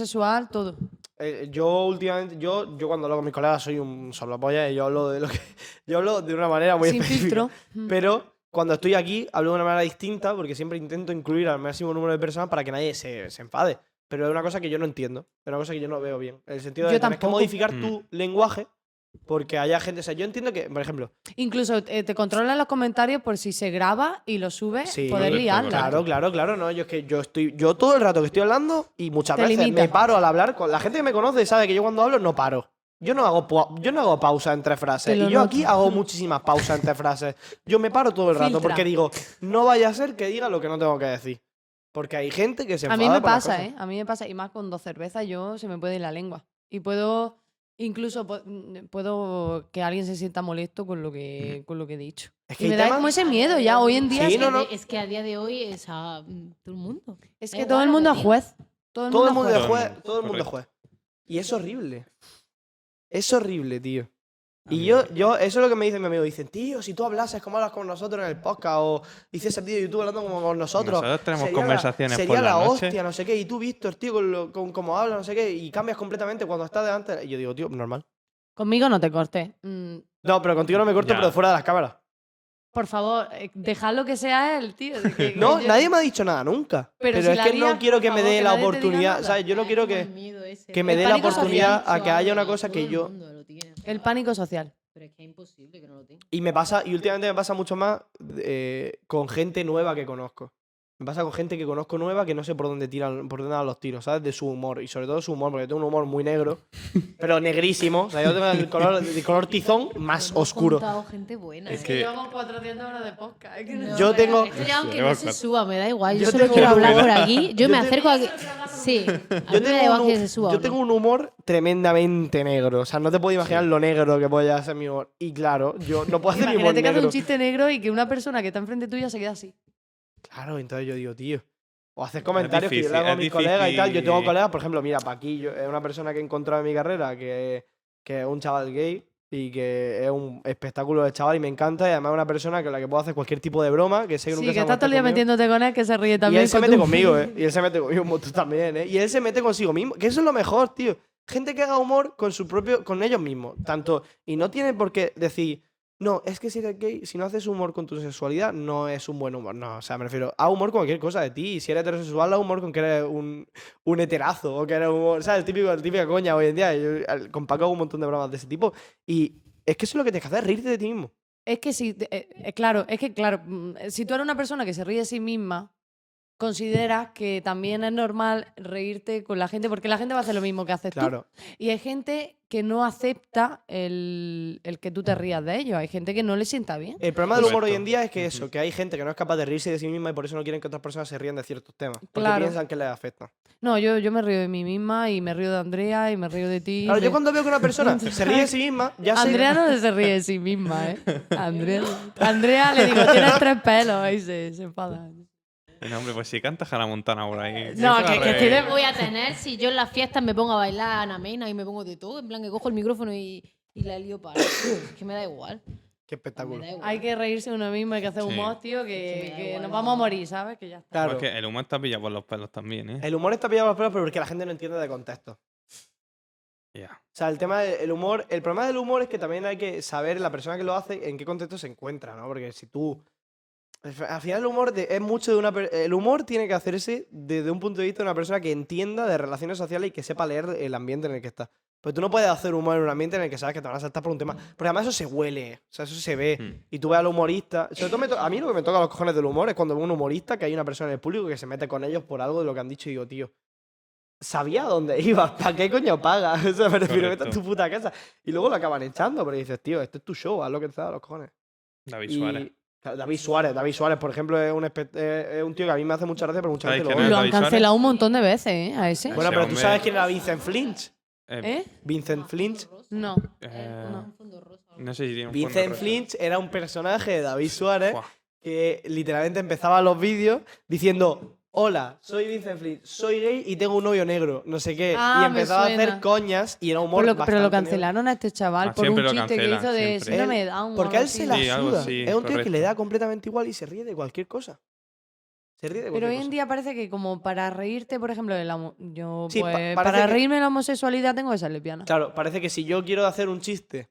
S2: [LAUGHS]
S1: sexual, todo.
S2: eh, yo últimamente, yo, yo cuando hablo con mis colegas soy un soplapolla y yo hablo de lo que. [LAUGHS] Yo hablo de una manera muy
S1: sin
S2: específica.
S1: filtro.
S2: [LAUGHS]
S1: Mm.
S2: Pero cuando estoy aquí, hablo de una manera distinta porque siempre intento incluir al máximo número de personas para que nadie se, se enfade. Pero es una cosa que yo no entiendo. Es una cosa que yo no veo bien. En el sentido de
S1: Yo
S2: que tienes que
S1: tampoco.
S2: modificar
S3: Mm.
S2: tu lenguaje porque haya gente. O sea, yo entiendo que, por ejemplo,
S1: Incluso eh, te controlan los comentarios por si se graba y lo sube,
S2: Sí,
S1: poder
S3: correcto,
S1: liarla.
S2: Claro, claro, claro, no, yo es que yo estoy yo todo el rato que estoy hablando y muchas
S1: Te
S2: veces
S1: limita.
S2: me paro al hablar con la gente que me conoce sabe que yo cuando hablo no paro. Yo no hago pau- yo no hago pausa entre frases
S1: Te
S2: y
S1: lo
S2: yo
S1: noto.
S2: aquí
S1: [LAUGHS]
S2: hago muchísimas pausas entre frases. Yo me paro todo el rato
S1: Filtra.
S2: porque digo, no vaya a ser que diga lo que no tengo que decir. Porque hay gente que se
S1: A
S2: enfada
S1: mí me
S2: por las
S1: pasa,
S2: cosas.
S1: ¿eh? A mí me pasa. Y más con dos cervezas yo se me puede ir la lengua. Y puedo, incluso po- mm, puedo que alguien se sienta molesto con lo que, con lo que he dicho.
S2: Es
S1: y
S2: hay
S1: me da
S2: temas-
S1: como ese miedo ya hoy en
S2: Sí,
S1: día. es,
S4: es,
S1: que,
S2: no,
S4: que,
S2: no.
S4: de- es que a día de hoy es a mm, todo el mundo.
S1: es
S4: Da
S1: que
S4: igual
S1: todo el
S4: lo
S1: mundo
S4: que
S1: es
S4: diga.
S1: juez. Todo el
S2: Todo el
S1: mundo
S2: mundo
S1: es
S2: es
S1: juez.
S2: juez,
S3: mundo,
S2: todo el mundo es juez.
S3: correcto.
S2: Y es horrible. Es horrible, tío.
S3: A
S2: Y
S3: mí-
S2: yo, yo, eso es lo que me dice mi amigo. Dicen, tío, si tú hablases como hablas con nosotros en el podcast o hicieses vídeo de YouTube hablando como con nosotros.
S3: Nosotros tenemos
S2: sería la-
S3: conversaciones
S2: Sería
S3: por la noche".
S2: hostia, no sé qué. Y tú, Víctor, tío, con, lo- con cómo hablas, no sé qué. Y cambias completamente cuando estás delante. Y yo digo, tío, normal.
S1: Conmigo no te cortes. Mm,
S2: No, pero contigo no me corto,
S3: Ya.
S2: pero fuera de las cámaras.
S1: por favor, eh, dejadlo que sea él, tío. de [LAUGHS] que-
S2: No,
S1: que yo-
S2: nadie me ha dicho nada nunca.
S1: Pero
S2: Pero,
S1: si
S2: es
S1: la
S2: que
S1: lías,
S2: no quiero que
S1: por
S2: me
S1: favor,
S2: dé
S1: que
S2: la
S1: nadie te diga
S2: oportunidad.
S1: nada.
S2: ¿Sabes? Yo no
S4: Ah,
S2: quiero
S4: es como el
S2: que.
S4: miedo ese.
S2: que me
S1: El dé la pánico oportunidad
S2: social. a que haya una cosa que
S4: Todo el
S2: yo-
S4: mundo lo tiene,
S1: El
S4: ¿sabes?
S1: pánico social.
S4: Pero es que es imposible que no lo tenga.
S2: Y me pasa, y últimamente me pasa mucho más eh, con gente nueva que conozco. Me pasa con gente que conozco nueva que no sé por dónde tiran, por dónde dan los tiros, ¿sabes? De su humor. Y sobre todo su humor, porque yo tengo un humor muy
S1: [LAUGHS]
S2: negro, pero negrísimo. O sea, yo tengo el color, el color tizón más
S4: Hemos
S2: oscuro.
S4: juntado gente buena.
S3: Es
S4: ¿eh?
S3: que-
S1: llevamos 400 horas de podcast. eh,
S4: No,
S2: Yo
S4: pero
S2: tengo-
S4: esto ya aunque no
S3: Llevamos
S4: se
S3: cuatro.
S4: suba, me da igual. Yo,
S2: Yo
S4: solo
S2: tengo-
S4: quiero hablar por
S2: [LAUGHS]
S4: aquí. Yo,
S2: Yo
S4: me
S2: tengo-
S4: acerco aquí. Sí. A mí
S2: Yo
S4: me da igual
S2: tengo, un,
S4: que se suba.
S2: yo
S4: o no.
S2: tengo un humor tremendamente negro. O sea, no te puedo imaginar lo negro que puede llegar a ser mi humor. Y claro, yo no puedo hacer mi humor
S1: Imagínate que hace
S2: negro.
S1: un chiste negro y que una persona que está enfrente tuya se queda así.
S2: Claro, entonces yo digo, tío. O haces comentarios que yo
S3: difícil,
S2: le hago a
S3: es
S2: mis colegas y tal. Yo tengo
S3: difícil.
S2: colegas, por ejemplo, mira, Paquillo es una persona que he encontrado en mi carrera que, que es un chaval gay y que es un espectáculo de chaval y me encanta. Y además es una persona con la que puedo hacer cualquier tipo de broma, que sé que
S1: Sí,
S2: nunca se
S1: que
S2: va a
S1: estás todo
S2: molestar
S1: el día
S2: conmigo.
S1: metiéndote con él, que se ríe
S2: Y
S1: también.
S2: él se mete
S1: tu-
S2: conmigo, ¿eh? Y él se mete conmigo un montón también, ¿eh? Y él se mete consigo mismo. Que eso es lo mejor, tío. Gente que haga humor con su propio, con ellos mismos. Tanto. Y no tiene por qué decir, no, es que si eres gay, si no haces humor con tu sexualidad, no es un buen humor. No, o sea, me refiero a humor con cualquier cosa de ti. Y si eres heterosexual, a humor con que eres un, un heterazo o que eres humor. O sea, el típico, el típica coña hoy en día. Yo, al- con Paco hago un montón de bromas de ese tipo. Y es que eso es lo que tienes que hacer, reírte de ti mismo.
S1: Es que si, te- eh, eh, claro, es que claro, mm, eh, si tú eres una persona que se ríe de sí misma, consideras que también es normal reírte con la gente, porque la gente va a hacer lo mismo que haces tú.
S2: Claro.
S1: Y hay gente que no acepta el, el que tú te rías de ellos. Hay gente que no le sienta bien.
S2: El problema del humor hoy
S3: Correcto.
S2: en día es que eso,
S3: Ujú.
S2: que hay gente que no es capaz de reírse de sí misma y por eso no quieren que otras personas se rían de ciertos temas. Porque
S1: Claro.
S2: piensan que les afecta.
S1: No, yo, yo me río de mí misma y me río de Andrea y me río de ti. y
S2: Claro,
S1: me-
S2: yo cuando veo que una
S1: [LAUGHS]
S2: persona se ríe de sí misma, ya sé.
S1: Andrea no se ríe de sí
S2: [LAUGHS]
S1: misma, ¿eh? Andrea, Andrea le digo, tienes tres pelos y se, se enfada.
S3: Eh, No, hombre, pues si canta Hannah Montana por ahí. siempre
S1: No, que-
S3: al
S1: que
S3: revés.
S1: estoy
S4: ¿Qué voy a tener si yo en las fiestas me pongo a bailar a Ana Mena y me pongo de todo? En plan, que cojo el micrófono y, y la lío para. [COUGHS] Es que me da igual.
S2: Qué
S4: Me
S2: espectáculo.
S4: da igual.
S1: Hay que reírse uno mismo, hay que hacer
S3: Sí.
S1: humor, tío,
S4: Sí, me
S1: que,
S4: da
S1: que
S4: igual,
S1: nos
S4: no.
S1: vamos a morir, ¿sabes? Que ya está.
S3: Pues
S2: Claro.
S3: que el humor está pillado por los pelos también, ¿eh?
S2: El humor está pillado por los pelos, pero porque la gente no entiende de contexto. O
S3: [LAUGHS] Ya.
S2: sea, el tema del el humor, el problema del humor es que también hay que saber la persona que lo hace en qué contexto se encuentra, ¿no? Porque si tú. Al final el humor de- es mucho de una per- el humor tiene que hacerse desde un punto de vista de una persona que entienda de relaciones sociales y que sepa leer el ambiente en el que está. Pero tú no puedes hacer humor en un ambiente en el que sabes que te van a saltar por un tema. Porque además eso se huele, o sea, eso se ve.
S3: Mm.
S2: Y tú ves al humorista. Sobre todo me to- a mí lo que me toca los cojones del humor es cuando veo un humorista que hay una persona en el público que se mete con ellos por algo de lo que han dicho y digo, tío, sabía dónde [LAUGHS] ibas, ¿para qué coño pagas? O sea, me refiero, vete a
S3: Correcto.
S2: tu puta casa. Y luego lo acaban echando, pero dices, tío, este es tu show, haz lo que te da los cojones.
S3: David
S2: Y-
S3: Suárez.
S2: Claro, David Suárez, David Suárez, por ejemplo, es un, espe- eh, es un tío que a mí me hace mucha gracia, pero mucha
S3: ¿Sabéis
S2: gente lo
S3: quién
S2: odia.
S1: Lo han
S3: David Suárez.
S1: cancelado un montón de veces, ¿eh? A ese.
S2: Bueno,
S3: Ese
S2: pero tú
S3: hombre-
S2: sabes quién era Vincent Flinch.
S3: Eh,
S1: ¿Eh?
S2: Vincent Flinch.
S1: No.
S3: eh,
S1: no.
S3: No sé si tiene un
S2: Vincent ¿eh?
S3: fondo
S2: Flinch era un personaje de David Suárez
S3: rosa. Buah,
S2: que literalmente empezaba los vídeos diciendo hola soy Vincent Flynn soy gay y tengo un novio negro no sé qué
S1: Ah,
S2: y
S1: me
S2: empezaba a hacer
S1: suena.
S2: coñas y era humor
S1: Pero lo, pero lo
S2: bastante negro.
S1: cancelaron a este chaval
S3: Ah,
S1: por un
S3: siempre lo
S1: chiste que
S3: cancelan,
S1: hizo de
S3: siempre.
S1: síndrome de
S2: Él-
S1: Down.
S2: porque
S1: o
S2: a
S1: algo
S2: él se
S1: así.
S2: la
S3: Sí, algo
S2: suda
S3: así,
S2: es un tío que le
S3: correcto.
S2: da completamente igual y se ríe de cualquier cosa se ríe de
S1: Pero
S2: cualquier
S1: hoy en
S2: cosa.
S1: día parece que como para reírte, por ejemplo, de la homo- yo
S2: Sí, pa- parece
S1: pues, para
S2: que-
S1: reírme de la homosexualidad tengo que ser lesbiana.
S2: claro parece que si yo quiero hacer un chiste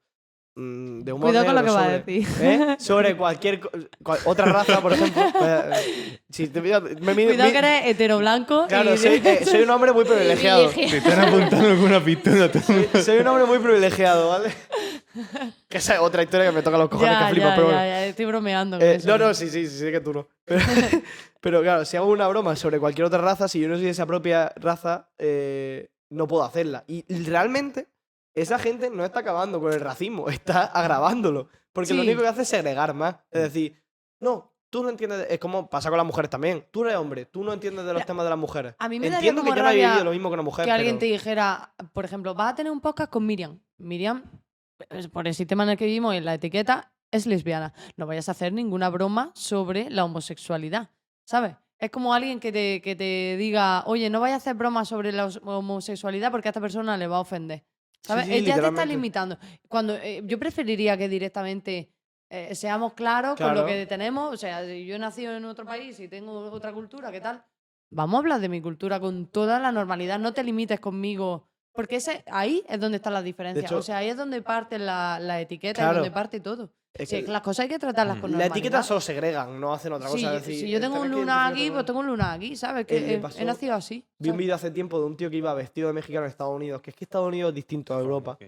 S2: mm, de humor
S5: Cuidado con lo que
S2: negro
S5: va a
S2: sobre-
S5: decir.
S1: [LAUGHS]
S2: ¿eh? Sobre cualquier co- cual- otra raza, por ejemplo. [LAUGHS] Eh, si te pido- me mide-
S1: Cuidado
S2: mi-
S1: que eres hetero blanco. y-
S2: Claro,
S1: [LAUGHS]
S2: soy, eh, soy un hombre muy privilegiado.
S4: Privilegiado.
S3: Te están apuntando alguna
S2: [LAUGHS]
S3: pistola. tú.
S2: Soy un hombre muy privilegiado, ¿vale? Que esa es otra historia que me toca los cojones
S1: ya,
S2: que flipo,
S1: ya,
S2: pero bueno.
S1: ya, ya, estoy bromeando. con
S2: Eh,
S1: eso.
S2: no, no, sí, sí, sí, sé que tú no. [LAUGHS] Pero, pero claro, si hago una broma sobre cualquier otra raza, si yo no soy de esa propia raza, eh, no puedo hacerla. Y realmente, esa gente no está acabando con el racismo, [LAUGHS] está agravándolo. Porque lo
S1: Sí.
S2: único que hace es segregar más. Es decir, no, tú no entiendes. Es como pasa con las mujeres también. Tú eres hombre, tú no entiendes de los
S1: Mira,
S2: temas de las mujeres.
S1: a mí me daría
S2: Entiendo que
S1: como
S2: yo no he
S1: rabia
S2: vivido lo mismo que una mujer.
S1: que alguien
S2: pero-
S1: te dijera, por ejemplo, vas a tener un podcast con Miriam. Miriam, pues, por el sistema en el que vivimos y en la etiqueta, es lesbiana. No vayas a hacer ninguna broma sobre la homosexualidad, ¿sabes? Es como alguien que te, que te diga, oye, no vayas a hacer bromas sobre la os- homosexualidad porque a esta persona le va a ofender. ¿Sabes?
S2: sí,
S1: Él ya te está
S2: literalmente.
S1: limitando. Cuando, eh, yo preferiría que directamente eh, seamos claros con
S2: Claro.
S1: lo que tenemos. O sea, si yo he nacido en otro país y tengo otra cultura, ¿qué tal? Vamos a hablar de mi cultura con toda la normalidad, no te limites conmigo. Porque ese, ahí es donde están las diferencias.
S2: hecho-
S1: o sea, ahí es donde parte la, la etiqueta,
S2: Claro.
S1: es donde parte todo.
S2: es
S1: Sí,
S2: que
S1: es que las cosas hay que tratarlas con
S2: la
S1: normalidad.
S2: etiqueta solo segregan, no hacen otra
S1: Sí,
S2: cosa. es
S1: si,
S2: decir,
S1: yo tengo
S2: tenés
S1: un
S2: que
S1: lunar
S2: identificarte
S1: aquí,
S2: con
S1: pues
S2: él.
S1: tengo un lunar aquí, ¿sabes?
S2: Eh, me
S1: Que he-
S2: pasó-
S1: he nacido así.
S2: Vi un
S1: ¿sabes?
S2: vídeo hace tiempo de un tío que iba vestido de mexicano en Estados Unidos, que es que Estados Unidos es distinto a Europa.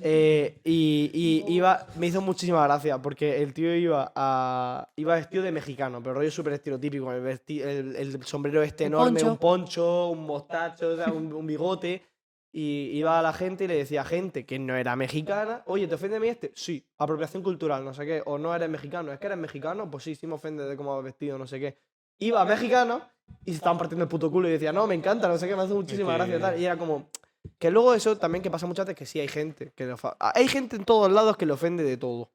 S2: Eh, y, y iba, me hizo muchísima gracia porque el tío iba a, iba vestido de mexicano, pero rollo súper estereotípico. El, vesti- el, el sombrero este
S1: Un
S2: enorme,
S1: poncho.
S2: un poncho, un mostacho, o sea, un, un bigote. Y iba a la gente y le decía a gente que no era mexicana, oye, ¿te ofende a mí este? Sí, apropiación cultural, no sé qué. O no eres mexicano, es que eres mexicano, pues sí, sí me ofende de cómo vas vestido, no sé qué. Iba a mexicano y se estaban partiendo el puto culo y decía, no, me encanta, no sé qué, me hace muchísima
S3: que-
S2: gracia tal. Y era como, que luego eso también que pasa muchas veces que sí hay gente que le ofa- Hay gente en todos lados que le ofende de todo.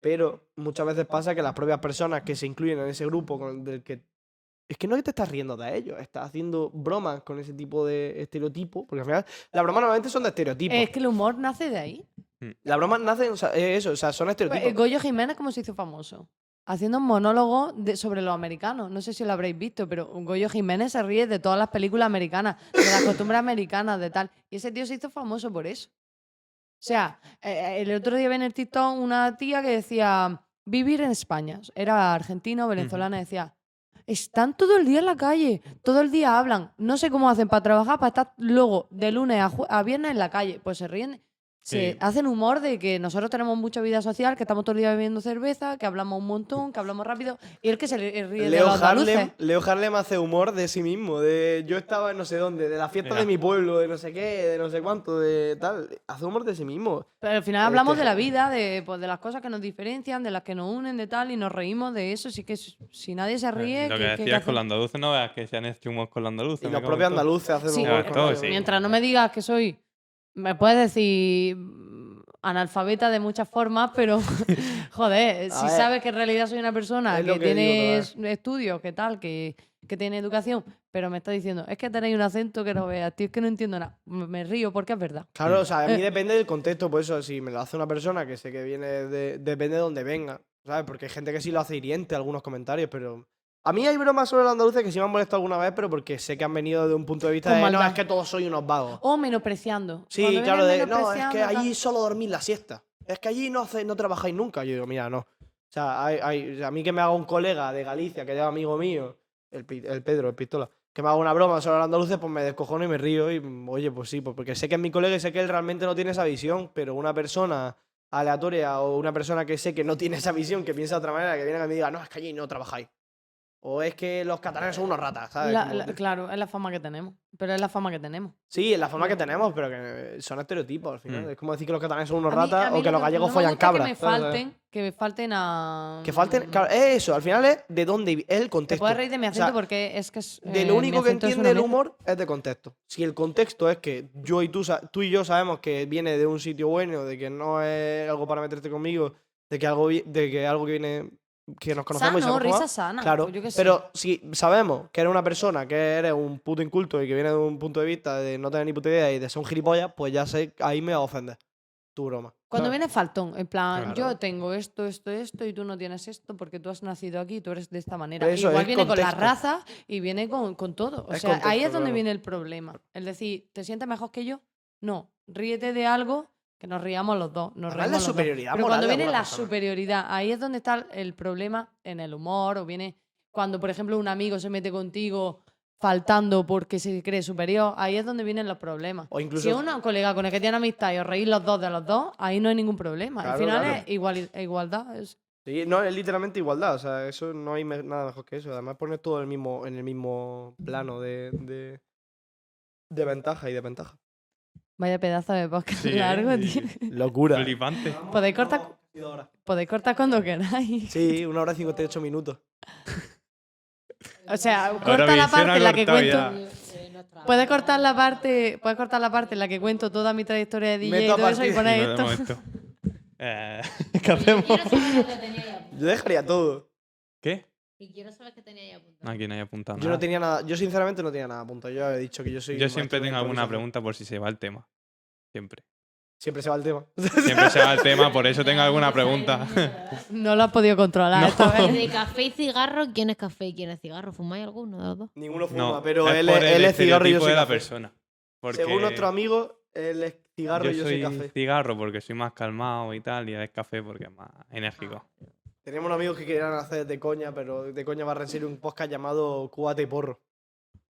S2: Pero muchas veces pasa que las propias personas que se incluyen en ese grupo con del que es que no es que te estás riendo de ellos, estás haciendo bromas con ese tipo de estereotipo, porque al final las bromas normalmente son de estereotipos.
S1: Es que el humor nace de ahí.
S2: Las bromas nacen, o sea, es eso, o sea, son
S1: Pues,
S2: estereotipos.
S1: eh, Goyo Jiménez, ¿cómo se hizo famoso? Haciendo un monólogo de- sobre los americanos. No sé si lo habréis visto, pero Goyo Jiménez se ríe de todas las películas americanas, de las costumbres americanas, de tal. Y ese tío se hizo famoso por eso. O sea, eh, eh, el otro día vi en el TikTok una tía que decía, vivir en España. Era argentina o venezolana, decía, están todo el día en la calle, todo el día hablan. No sé cómo hacen para trabajar, para estar luego de lunes a, jue- a viernes en la calle. Pues se ríen se
S3: Sí.
S1: hacen humor de que nosotros tenemos mucha vida social, que estamos todo el día bebiendo cerveza, que hablamos un montón, que hablamos rápido, y el que se le- ríe de
S2: Leo
S1: los andaluces.
S2: Harlem, Leo Harlem hace humor de sí mismo, de yo estaba en no sé dónde, de la fiesta
S3: Mira.
S2: de mi pueblo, de no sé qué, de no sé cuánto, de tal. Hace humor de sí mismo.
S1: Pero al final
S2: Este
S1: hablamos de la
S2: Harlem.
S1: vida, de, pues, de las cosas que nos diferencian, de las que nos unen, de tal, y nos reímos de eso. Así que s- si nadie se ríe.
S3: Eh, Lo
S1: ¿qué-
S3: que
S1: qué- qué
S3: decías con los
S1: hacemos?
S3: andaluces, no veas que se han hecho humor con los andaluces.
S2: Y
S3: me
S2: los
S3: cago en
S2: propios
S3: todo.
S2: andaluces hacen
S1: Sí,
S2: humor.
S3: claro,
S2: con
S3: sí.
S2: ellos.
S1: Mientras no me digas que soy. Me puedes decir mm, analfabeta de muchas formas,
S2: [LAUGHS]
S1: pero [LAUGHS] joder,
S2: A
S1: si
S2: ver,
S1: sabes que en realidad soy una persona
S2: es
S1: que,
S2: lo que digo,
S1: tiene es- estudios, que tal, que, que tiene educación, pero me está diciendo, es que tenéis un acento que no veas, tío, es que no entiendo nada. Me, me río porque es verdad.
S2: Claro, o sea, a mí
S1: Eh.
S2: depende del contexto, por eso, si me lo hace una persona que sé que viene de. Depende de dónde venga, ¿sabes? Porque hay gente que sí lo hace hiriente algunos comentarios, pero. A mí hay bromas sobre los andaluces que sí me han molestado alguna vez, pero porque sé que han venido de un punto de vista
S1: Con
S2: de. No,
S1: maldad.
S2: es que todos soy unos vagos.
S1: O menospreciando.
S2: Sí,
S1: Cuando
S2: claro, de,
S1: vienen
S2: no, es que
S1: menospreciando,
S2: allí
S1: tal.
S2: solo dormís la siesta. Es que allí no, hace- no trabajáis nunca. Yo digo, mira, no. O sea, hay- hay- o sea, a mí que me haga un colega de Galicia, que es amigo mío, el, Pi- el Pedro, el Pistola, que me haga una broma sobre los andaluces, pues me descojono y me río. Y mm, oye, pues sí, pues porque sé que es mi colega y sé que él realmente no tiene esa visión, pero una persona aleatoria o una persona que sé que no tiene esa visión, que piensa de otra manera, que viene y me diga, no, es que allí no trabajáis. O es que los catalanes son unos ratas, ¿sabes?
S1: La-
S2: Como-
S1: la- claro, es la fama que tenemos. Pero es la fama que tenemos.
S2: Sí, es la forma que tenemos, pero que eh, son estereotipos al final.
S3: Mm.
S2: Es como decir que los catalanes son unos
S1: A mí- a
S2: ratas
S1: mí
S2: o que
S1: lo
S2: los gallegos
S1: no me
S2: follan
S1: gusta
S2: cabras.
S1: Que me
S2: ¿sabes?
S1: falten, que me falten a. mm,
S2: Que falten. Claro, es eso, al final es de dónde vi- es el
S1: Te
S2: contexto.
S1: puedes reír de mi
S2: O sea,
S1: acento porque es que es.
S2: de
S1: eh,
S2: lo
S1: mi
S2: único que
S1: acento es
S2: entiende
S1: una
S2: el
S1: mierda.
S2: humor es de contexto. Si el contexto es que yo y tú, sa- tú y yo sabemos que viene de un sitio bueno, de que no es algo para meterte conmigo, de que algo, vi- de que, algo que viene que nos conocemos y
S1: Sano,
S2: sabemos cómo va,
S1: risa sana.
S2: Claro,
S1: pues yo qué sé.
S2: pero si sabemos que eres una persona, que eres un puto inculto y que viene de un punto de vista de no tener ni puta idea y de ser un gilipollas, pues ya sé, ahí me va a ofender tu broma.
S1: Cuando
S2: ¿sabes?
S1: viene faltón, en plan,
S3: Claro.
S1: yo tengo esto, esto, esto, y tú no tienes esto porque tú has nacido aquí, tú eres de esta manera.
S2: Eso,
S1: Igual
S2: es
S1: viene con la
S2: contexto.
S1: raza y viene con, con todo. O
S2: Es
S1: sea, ahí
S2: contexto,
S1: es donde
S2: claro.
S1: viene el problema. El decir, ¿te sientes mejor que yo? No. Ríete de algo Que nos riamos los dos.
S2: Además,
S1: Nos reímos
S2: la
S1: los dos.
S2: superioridad
S1: Pero
S2: moral
S1: cuando
S2: de
S1: viene
S2: alguna
S1: la
S2: persona.
S1: superioridad, ahí es donde está el problema en el humor, o viene cuando, por ejemplo, un amigo se mete contigo faltando porque se cree superior, ahí es donde vienen los problemas.
S2: O incluso-
S1: Si es una colega con el que tiene amistad y os reís los dos de los dos, ahí no hay ningún problema.
S2: Claro,
S1: Al final
S2: claro.
S1: es igual, igualdad. es-
S2: Sí, no, es literalmente igualdad, o sea, eso no hay me- nada mejor que eso. Además, poner todo en el mismo, en el mismo plano de, de, de ventaja y desventaja.
S1: Vaya pedazo de podcast
S3: Sí, ¿eh?
S1: largo,
S3: Sí, sí.
S1: tío.
S2: Locura.
S3: Flipante.
S1: Podéis cortar, [LAUGHS] podéis cortar cuando queráis.
S2: Sí, una hora y 58 minutos.
S1: O sea, corta
S3: bien,
S1: la
S3: se
S1: parte
S3: han
S1: en la que
S3: cortado
S1: cuento.
S3: ya.
S1: Puedes cortar la parte, puedes cortar la parte en la que cuento toda mi trayectoria de DJ
S2: Meto
S1: y
S2: a
S1: todo eso y
S2: partir-
S3: [LAUGHS]
S1: poner
S3: Y nos
S1: esto.
S3: vemos esto. Eh, ¿Qué hacemos?
S2: Yo dejaría todo.
S3: ¿Qué?
S4: Y quiero saber qué tenía ahí apuntado.
S3: Aquí no hay apuntado
S2: Yo
S3: nada.
S2: no tenía nada, yo sinceramente no tenía nada a punto. Yo he dicho que yo soy.
S3: Yo
S2: un maestro
S3: siempre
S2: de
S3: tengo alguna
S2: improvisación.
S3: pregunta por si se va el tema.
S2: [LAUGHS]
S3: Siempre.
S2: Siempre se va el tema.
S3: Siempre se va el tema, por eso tengo alguna pregunta.
S1: [LAUGHS] No lo has podido controlar esta
S3: [LAUGHS]
S1: vez.
S4: De café y cigarro, ¿quién es café y quién es cigarro? ¿Fumáis alguno de los dos?
S2: [LAUGHS] Ninguno fuma,
S3: No,
S2: pero
S3: es
S2: él,
S3: por
S2: es- él
S3: el
S2: es cigarro y yo
S3: estereotipo
S2: soy
S3: de la
S2: café.
S3: persona. Porque
S2: Según nuestro amigo, él es cigarro y yo soy café.
S3: cigarro porque soy más calmado y tal, y él es café porque es más enérgico.
S2: Teníamos unos amigos que querían hacer de coña, pero de coña va a recibir un podcast llamado Cubate y Porro.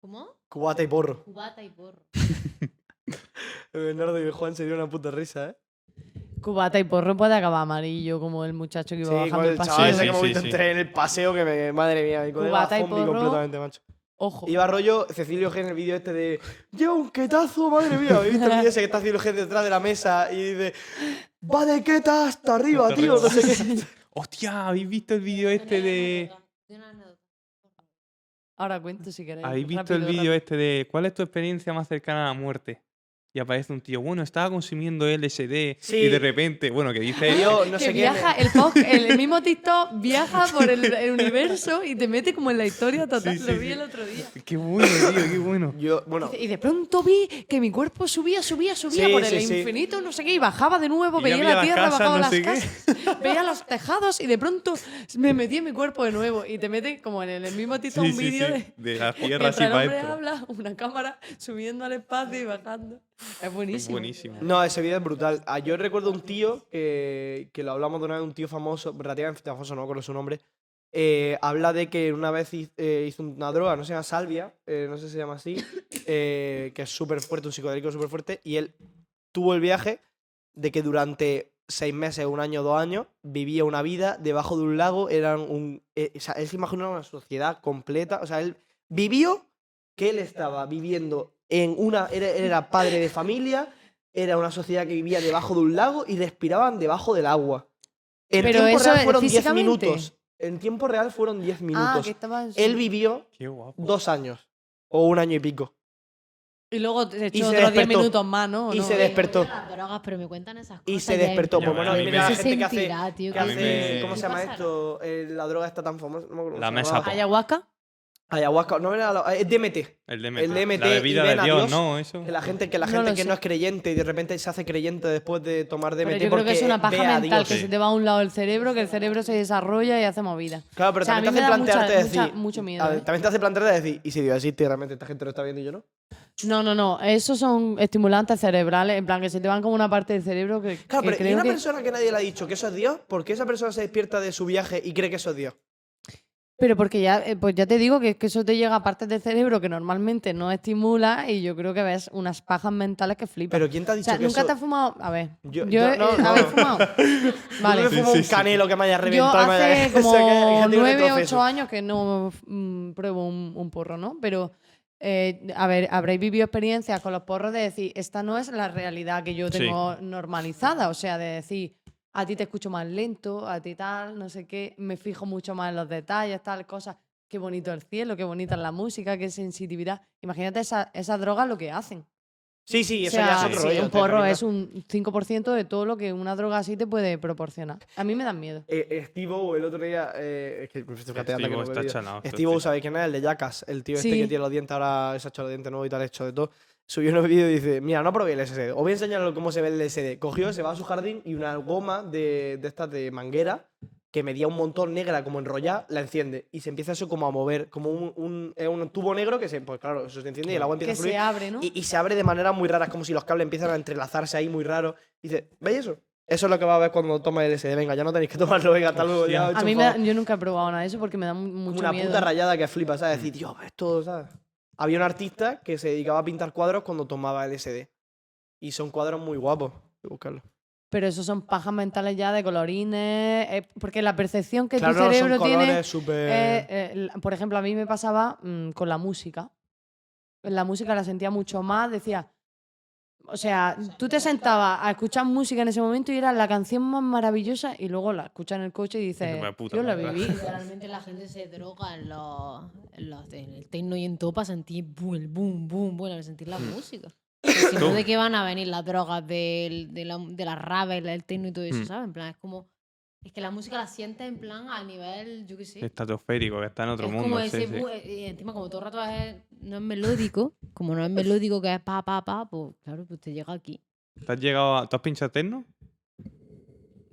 S4: ¿Cómo?
S2: Cubate y Porro.
S4: Cubata y porro.
S2: Bernardo y Juan se dieron una puta risa, ¿eh?
S1: Cubata y porro puede acabar amarillo como el muchacho que iba
S2: Sí, con
S1: bajando el
S2: el chaval
S1: paseo.
S2: ese
S3: Sí,
S2: que
S3: sí,
S2: me
S3: sí,
S2: entré en el paseo que me... Madre mía, me colega
S1: Cubata y
S2: zombie
S1: porro.
S2: completamente, macho.
S1: Ojo.
S2: Iba rollo Cecilio G en el vídeo este de Lleva un quetazo, madre mía. ¿Habéis visto el vídeo ese que está Cecilio G detrás de la mesa y dice Va de queta hasta arriba,
S3: Hasta
S2: tío? No
S3: arriba.
S2: sé
S1: [LAUGHS]
S2: qué.
S3: ¡Hostia! ¿Habéis visto el vídeo este de.
S1: Ahora cuento si queréis.
S3: ¿Habéis visto el
S1: rápido,
S3: vídeo
S1: rápido.
S3: este de. ¿Cuál es tu experiencia más cercana a la muerte? Y aparece un tío, bueno, estaba consumiendo LSD y
S2: Sí.
S3: de repente, bueno, que dice.
S1: [LAUGHS]
S2: Yo no
S1: que
S2: sé qué.
S1: viaja, el,
S3: [LAUGHS]
S1: post- el mismo TikTok viaja por el, el universo y te mete como en la historia total.
S3: Sí, sí,
S1: lo vi
S3: sí.
S1: el otro día.
S3: ¡Qué bueno, tío!
S2: [LAUGHS]
S3: ¡Qué bueno!
S2: Yo, bueno,
S1: Dice, Y de pronto vi que mi cuerpo subía, subía, subía
S2: Sí,
S1: por
S2: sí,
S1: el
S2: sí.
S1: infinito, no sé qué, y bajaba de nuevo,
S3: Y ya
S1: veía
S3: veía
S1: la
S3: las
S1: tierra,
S3: casas,
S1: bajaba
S3: no
S1: las
S3: sé qué.
S1: casas, [LAUGHS] veía los tejados y de pronto me metí en mi cuerpo de nuevo y te mete como en el mismo título
S3: Sí,
S1: un
S3: sí,
S1: vídeo
S3: sí,
S1: de...
S3: De la tierra
S1: Mientras
S3: así
S1: el
S3: para
S1: hombre
S3: adentro.
S1: habla, una cámara subiendo al espacio y bajando. Es buenísimo.
S3: Buenísimo.
S2: No, ese vídeo es brutal. Ah, Yo recuerdo un tío que, que lo hablamos de una vez, un tío famoso, relativamente famoso, no recuerdo su nombre. eh, habla de que una vez hiz- eh, hizo una droga, no se llama salvia, eh, no sé si se llama
S1: [LAUGHS]
S2: así, eh, que es súper fuerte, un psicodélico súper fuerte, y él tuvo el viaje de que durante seis meses, un año, dos años, vivía una vida debajo de un lago, eran un... eh, o sea, él se imaginaba una sociedad completa, o sea, él vivió que él estaba viviendo en una... Era, era padre de familia, era una sociedad que vivía debajo de un lago y respiraban debajo del agua. En
S1: Pero
S2: tiempo
S1: eso
S2: real
S1: es
S2: fueron 10
S1: físicamente.
S2: minutos. En tiempo real fueron 10
S1: Ah,
S2: minutos.
S1: que estaba en su-
S2: Él vivió
S3: ¡Qué guapo!
S2: dos años o un año y pico.
S1: Y luego te
S2: Y
S1: echó
S2: se
S1: otros 10
S2: despertó.
S1: minutos más, ¿no? ¿O
S2: Y
S1: no?
S2: se despertó.
S4: Las drogas, pero me cuentan esas cosas.
S2: Y se
S4: ya es-
S2: despertó.
S3: Ya,
S2: Pues bueno,
S3: a mí
S2: viene la
S3: me-
S4: Se
S2: gente que hace.
S4: sentirá, tío,
S2: que
S4: que
S3: a mí
S2: hace-
S3: me-
S2: ¿Cómo se
S4: ¿Qué
S2: llama
S4: pasa?
S2: esto? Eh, la droga está tan famosa. no me acuerdo cómo
S3: La
S2: se
S3: mesa
S2: llamaba.
S3: pop.
S1: ¿Ayahuasca?
S2: Ayahuasca. No era la- eh, DMT.
S3: El
S2: El
S3: DMT.
S2: DMT
S3: La bebida
S2: y
S3: de
S2: ven a
S3: Dios,
S2: Dios.
S3: ¿no? Eso.
S2: Que la gente que, la
S1: No
S2: gente
S1: lo
S2: que
S1: sé.
S2: no es creyente y de repente se hace creyente después de tomar DMT.
S1: Pero yo creo
S2: porque
S1: que es una
S2: ve a
S1: paja mental
S2: Dios.
S1: que
S3: Sí.
S1: se te va a un lado el cerebro, que el cerebro se desarrolla y hace movida.
S2: Claro, pero
S1: O sea, a
S2: también
S1: mí
S2: te hace
S1: me da mucha-
S2: plantearte
S1: mucha-
S2: decir.
S1: mucho miedo,
S2: a ver,
S1: ¿eh?
S2: También te hace plantearte decir, ¿y si Dios existe y realmente esta gente lo está viendo y yo no?
S1: No, no, no. Esos son estimulantes cerebrales, en plan que se te van como una parte del cerebro que,
S2: Claro,
S1: que
S2: pero ¿y
S1: creo
S2: una
S1: que...
S2: persona que nadie le ha dicho que eso es Dios? ¿Por qué esa persona se despierta de su viaje y cree que eso es Dios?
S1: Pero porque ya, eh, pues ya te digo que, es que eso te llega a partes del cerebro que normalmente no estimula y yo creo que ves unas pajas mentales que flipas.
S2: ¿Pero quién te ha
S1: o
S2: dicho
S1: sea,
S2: que
S1: nunca
S2: eso...?
S1: te has fumado. A ver,
S2: Yo-
S1: yo,
S2: yo-
S1: he-
S2: no,
S1: eh,
S2: no.
S1: ¿habéis fumado?
S2: [LAUGHS] Yo
S1: Vale.
S2: me fumo
S3: Sí,
S2: un
S3: sí, sí.
S2: canelo que me haya
S1: Yo
S2: reventado. me [LAUGHS] haya-
S1: hace
S2: eso que- que
S1: como
S2: tiene
S1: nueve,
S2: retroceso.
S1: ocho años que no mm, pruebo un, un porro, ¿no? Pero, eh, a ver, habréis vivido experiencias con los porros de decir, esta no es la realidad que yo
S3: Sí.
S1: tengo normalizada. O sea, de decir, a ti te escucho más lento, a ti tal, no sé qué, me fijo mucho más en los detalles, tal, cosas. Qué bonito el cielo, qué bonita es la música, qué sensitividad. Imagínate esa- esas drogas lo que hacen.
S2: Sí, sí,
S1: O
S2: eso
S1: sea,
S2: ya es otro
S1: sí,
S2: rollo.
S1: un
S2: te
S1: porro
S2: permite-
S1: es un 5% de todo lo que una droga así te puede proporcionar. A mí me dan miedo.
S2: Eh, eh, Steve O el otro día... eh, es que me estoy fíjate, anda que
S3: Steve-O
S2: no me
S3: está
S2: olvido.
S3: chalado,
S2: Steve O, ¿sabéis quién es? El de Jackass. El tío este
S1: Sí.
S2: que tiene los dientes ahora, se ha hecho los dientes nuevos y tal, ha hecho de todo. Subió un vídeo y dice, mira, no probé el SD. Os voy a enseñar cómo se ve el SD. Cogió, se va a su jardín y una goma de, de estas de manguera que medía un montón negra como enrollada, la enciende y se empieza eso como a mover, como un, un, es un tubo negro que se, pues claro, eso se enciende y el agua empieza
S1: Que
S2: a fluir.
S1: se abre, ¿no?
S2: Y, y se abre de maneras muy raras, como si los cables empiezan a entrelazarse ahí muy raro. Dice, ¿veis eso? Eso es lo que va a ver cuando toma LSD. Venga, ya no tenéis que [LAUGHS] tomarlo, venga, hasta luego. Ya,
S3: Hostia.
S1: a mí me
S2: chufao".
S1: da- yo nunca he probado nada de eso porque me da mu-
S2: Como
S1: mucho
S2: una
S1: miedo.
S2: puta rayada que flipa, ¿sabes? Decir, Dios, ves todo, ¿sabes? Había un artista que se dedicaba a pintar cuadros cuando tomaba LSD. Y son cuadros muy guapos. Voy a buscarlo.
S1: Pero eso son pajas mentales ya de colorines, eh, porque la percepción que
S2: claro,
S1: tu cerebro
S2: son
S1: tiene...
S2: colores súper.
S1: Eh, eh, la- por ejemplo, a mí me pasaba mm, con la música. La música la sentía mucho más, decía. O sea, tú te sentabas a escuchar música en ese momento y era la canción más maravillosa y luego la escuchas en el coche y dices,
S3: "Vaya puta
S1: yo la
S3: mierda".
S1: viví.
S4: Realmente la gente se droga en, los, en, los, en el techno y en todo para sentir bu- el boom, boom, bueno, para sentir la música. Si no,
S3: Mm. Tú.
S4: ¿de qué van a venir las drogas del- de, la, de la rave, el- el techno y todo eso,
S3: Mm.
S4: ¿sabes? En plan, es como... Es que la música la sientes en plan a nivel, yo qué sé.
S3: Estratosférico, que está en otro
S4: es
S3: mundo.
S4: como
S3: sí, sí.
S4: ese... bu- eh, encima, como todo el rato es, no es melódico, como no es melódico que es pa, pa, pa, pues claro, pues te llega aquí.
S3: ¿Te has llegado a- ¿Tú has pinchado techno?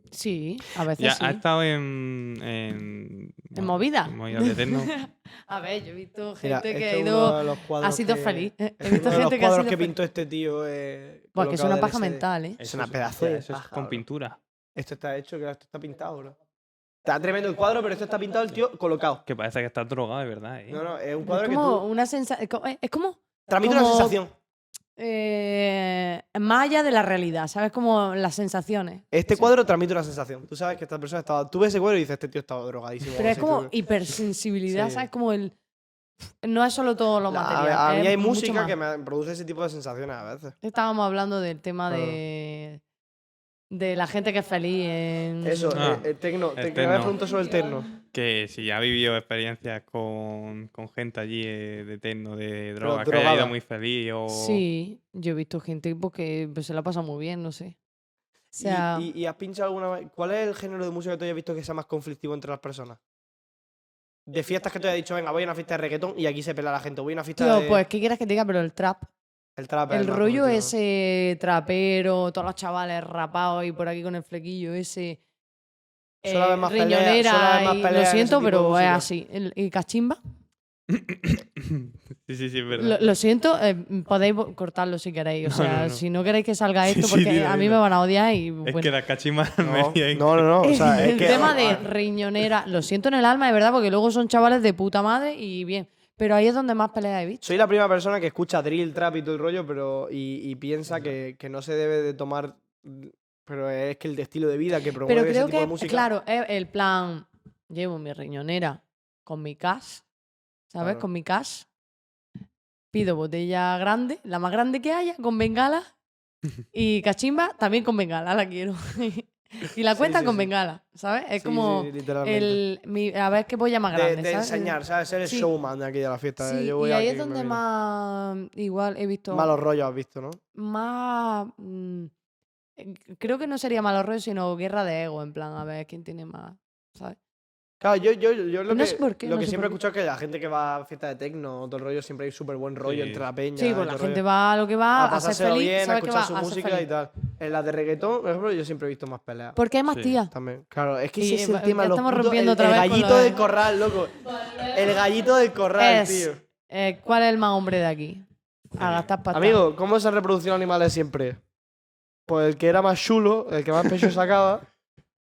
S1: Sí, a veces
S3: Ya,
S1: sí.
S3: has estado en. En, bueno,
S1: movida?
S3: en movidas de
S1: [LAUGHS]
S3: techno.
S1: A ver, yo he visto
S2: Mira,
S1: gente
S2: este
S1: que ha
S2: es uno
S1: ido.
S2: de los
S1: Ha
S2: cuadros
S1: sido
S2: que-
S1: feliz. Eh,
S2: este
S1: He
S2: es uno de
S1: visto
S2: los
S1: gente que ha
S2: cuadros
S1: sido
S2: que
S1: feliz.
S2: pintó este tío. Eh,
S1: Buah, que es
S2: colocado
S1: una
S2: del
S1: paja
S2: SD.
S1: mental, ¿eh?
S2: Es una pedazo de
S3: Eso es
S2: paja,
S3: con
S2: bro.
S3: pintura.
S2: Esto está hecho, que esto está pintado, bro. Está tremendo el cuadro, pero esto está pintado el tío colocado.
S3: Que parece que está drogado, de verdad. ¿eh?
S2: No, no, es un
S1: Es
S2: cuadro que
S1: como
S2: tú.
S1: una sensación. Es como
S2: Transmite una
S1: como-
S2: sensación.
S1: eh, más allá de la realidad, ¿sabes? Como las sensaciones.
S2: Este cuadro transmite una sensación. Tú sabes que esta persona estaba. Tú ves ese cuadro y dices, este tío estaba drogadísimo.
S1: Pero
S2: no
S1: es
S2: sé,
S1: como
S2: creo que-
S1: hipersensibilidad,
S2: Sí.
S1: ¿sabes? Como el. No es solo todo lo
S2: La-
S1: material.
S2: a, a mí
S1: es
S2: hay
S1: mucho
S2: música
S1: más.
S2: que me produce ese tipo de sensaciones a veces.
S1: Estábamos hablando del tema
S2: Claro.
S1: de. de la gente que es feliz en.
S2: Eso,
S3: Ah,
S2: el, el tecno.
S3: el
S2: Te
S3: tecno.
S2: me pregunto sobre el tecno.
S3: Que si ha vivido experiencias con, con gente allí eh, de techno, de
S2: Pero
S3: drogas, que haya
S2: drogada.
S3: ido muy feliz o.
S1: Sí, yo he visto gente pues, que pues, se la pasa muy bien, no sé. O
S2: Y-
S1: sea,
S2: y, y has pinchado alguna vez? ¿Cuál es el género de música que tú hayas visto que sea más conflictivo entre las personas? De fiestas que tú hayas dicho, venga, voy a una fiesta de reggaetón y aquí se pela la gente. Voy a una fiesta
S1: tío,
S2: de.
S1: pues, ¿qué quieras que te diga? Pero el trap.
S2: el trap. es
S1: El
S2: más
S1: rollo
S2: conflictivo, ¿no?
S1: ese trapero, todos los chavales rapados y por aquí con el flequillo ese. eh,
S2: Suele haber más peleas-
S1: riñonera
S2: suele haber más
S1: y-
S2: peleas en
S1: lo
S2: ese
S1: siento,
S2: tipo de
S1: pero es
S2: música.
S1: así. El- ¿Y cachimba?
S3: [COUGHS] sí, sí, sí, es
S1: Lo,
S3: verdad.
S1: lo siento, eh, podéis bo- cortarlo si queréis. O
S3: No,
S1: sea,
S3: no, no.
S1: si no queréis que
S3: [LAUGHS]
S1: salga
S3: Sí,
S1: esto,
S3: sí,
S1: porque
S3: dilo,
S1: a mí
S3: dilo.
S1: me van a odiar y
S3: Es
S1: bueno.
S3: que la cachima [LAUGHS]
S2: No,
S3: media ahí.
S2: no, no, no, O sea, es
S1: [LAUGHS] el
S2: que-
S1: tema de riñonera, lo siento en el alma, de verdad, porque luego son chavales de puta madre y bien. Pero ahí es donde más peleas he visto.
S2: Soy la primera persona que escucha drill, trap y todo el rollo, pero y, y piensa que, que no se debe de tomar, pero es que el estilo de vida que promueve
S1: Pero
S2: ese
S1: creo
S2: tipo de música.
S1: que,
S2: [LAUGHS]
S1: claro, es el plan, llevo mi riñonera con mi cash, ¿sabes?
S2: Claro.
S1: Con mi cash. Pido botella grande, la más grande que haya,
S2: [LAUGHS]
S1: con bengala. Y cachimba también con bengala, la quiero. [LAUGHS] y la
S2: Sí,
S1: cuenta
S2: sí,
S1: con
S2: sí.
S1: bengala, ¿sabes? Es
S2: Sí,
S1: como
S2: sí, literalmente.
S1: el, mi- a ver qué polla más
S2: de,
S1: grande,
S2: de
S1: ¿sabes?
S2: enseñar, ¿sabes? Ser el
S1: Sí.
S2: showman de aquí de la fiesta.
S1: Sí,
S2: Yo voy
S1: y ahí
S2: aquí,
S1: es
S2: me
S1: donde
S2: miro.
S1: más igual he visto
S2: Malos rollos has visto, ¿no?
S1: más mm, eh, creo que no sería malo rollo, sino guerra de ego, en plan, a ver quién tiene más, ¿sabes?
S2: Claro, yo, yo, yo lo
S1: No
S2: que,
S1: sé por qué,
S2: lo
S1: no
S2: que
S1: sé
S2: siempre he
S1: por
S2: escuchado es que la gente que va a fiesta de tecno, todo el rollo, siempre hay súper buen rollo
S3: Sí.
S2: entre la peña. y
S1: Sí,
S2: todo
S1: pues la
S2: el
S1: gente
S2: rollo.
S1: va a lo que va,
S2: a
S1: a, ser
S2: pasárselo
S1: Ah, feliz,
S2: bien, a
S1: sabe que
S2: escuchar
S1: va
S2: su
S1: a ser
S2: música
S1: feliz.
S2: y tal. En las de reggaetón, por ejemplo, yo siempre he visto más peleas.
S1: Porque hay más
S3: Sí.
S1: tías.
S2: También, claro, es que
S1: Y,
S2: ese es
S1: eh,
S2: el
S1: va-
S2: tema.
S1: ya
S2: los
S1: estamos
S2: putos-
S1: rompiendo
S2: el,
S1: otra
S2: el
S1: vez con
S2: gallito
S1: lo de-
S2: del corral, loco. El gallito del corral,
S1: Es,
S2: tío.
S1: eh, ¿Cuál es el más hombre de aquí? A
S3: Sí.
S1: gastar pasta.
S2: Amigo, ¿cómo se han reproducido animales siempre? Pues el que era más chulo, el que más pecho sacaba.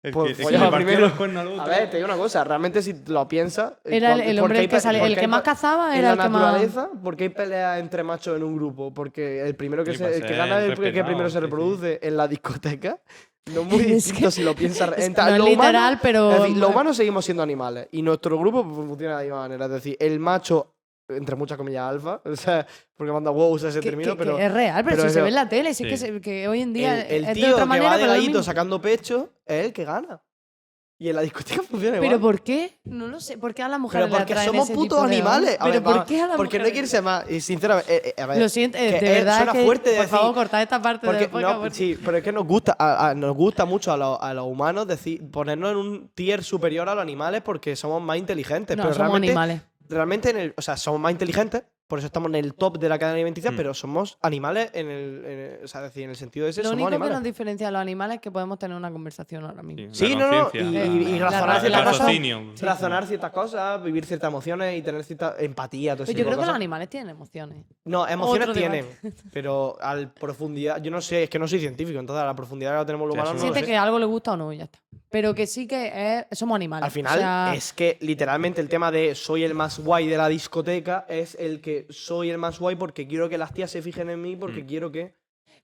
S3: El
S2: Pues
S3: que, el que
S2: follaba
S3: le partió
S2: primero.
S3: los cuernos al
S2: [LAUGHS]
S3: otro.
S2: A ver, te digo una cosa, realmente si lo piensas.
S1: era el, el hombre el que salía, el que más
S2: cazaba En
S1: cazaba Ah, era
S2: la
S1: el que más
S2: naturaleza, ¿por qué hay peleas entre machos en un grupo? Porque el primero que,
S3: Sí,
S2: se-
S3: para
S2: el que
S3: ser
S2: gana es el que
S3: respetado,
S2: primero
S3: sí,
S2: se
S3: sí.
S2: reproduce en la discoteca. [LAUGHS] No es muy
S1: [LAUGHS] Es
S2: distinto
S1: que-
S2: si lo piensas.
S1: es-
S2: En tal-
S1: no es
S2: lo humano-
S1: literal, pero-
S2: es decir, los humanos seguimos siendo animales y nuestro grupo pues, funciona de la misma manera. Es decir, el macho, entre muchas comillas, alfa, [LAUGHS] o sea, porque manda wow, usa ese
S1: que-
S2: término,
S1: que- que
S2: pero.
S1: es real, pero,
S2: pero
S1: si
S2: es
S1: se
S2: lo-
S1: ve en la tele, si es que,
S3: Sí.
S1: se- que hoy en
S2: El,
S1: día
S2: el
S1: es de
S2: tío
S1: otra
S2: que
S1: manera,
S2: va de
S1: pero es lo
S2: gallito
S1: mismo.
S2: sacando pecho es el que gana. Y en la discoteca [LAUGHS] funciona igual.
S1: ¿Pero por qué? No lo sé. ¿Por qué a las mujeres
S2: Pero
S1: le
S2: porque
S1: atraen
S2: somos
S1: ese
S2: putos
S1: tipo de
S2: animales.
S1: hombres?
S2: A
S1: ¿Pero
S2: ver,
S1: por
S2: vamos,
S1: qué a las
S2: Porque no
S1: mujeres?
S2: quiere ser más. Y sinceramente, eh, eh, a ver,
S1: Lo siento, eh,
S2: que,
S1: de
S2: eh,
S1: verdad.
S2: suena
S1: que,
S2: fuerte de
S1: por favor,
S2: decir,
S1: cortad esta parte de
S2: Porque,
S1: la podcast,
S2: no,
S1: porque-
S2: sí, pero es que nos gusta, a, a- nos gusta mucho a, lo- a los humanos decir, ponernos en un tier superior a los animales porque somos más inteligentes.
S1: No,
S2: pero
S1: somos
S2: realmente,
S1: animales.
S2: realmente en el, o sea, somos más inteligentes, Por eso estamos en el top de la cadena alimenticia,
S3: Mm.
S2: pero somos animales en el, en el- o sea, decir, en el sentido de ese,
S1: Lo
S2: somos
S1: único que
S2: animales.
S1: nos diferencia a los animales es que podemos tener una conversación ahora mismo.
S2: Sí,
S3: la
S2: no, no,
S3: conciencia,
S1: y- y- y
S3: la-
S1: razonar
S3: el
S1: ciertas cosas.
S3: raciocinio.
S2: Razonar ciertas cosas, vivir ciertas emociones y tener cierta empatía, todo ese tipo
S1: Pero Pues yo
S2: de
S1: creo que los
S2: cosas.
S1: animales tienen emociones.
S2: No, emociones
S1: Otro
S2: tienen, pero al profundidad, yo no sé, es que no soy científico, entonces a la profundidad que lo tenemos los
S3: Sí,
S2: humanos
S3: eso
S2: no lo
S1: Siente
S2: sé.
S1: que algo le gusta o no, y ya está. Pero que sí que es- somos animales.
S2: Al final
S1: o sea,
S2: es que literalmente el tema de soy el más guay de la discoteca es el que soy el más guay porque quiero que las tías se fijen en mí porque
S3: Mm.
S2: quiero que...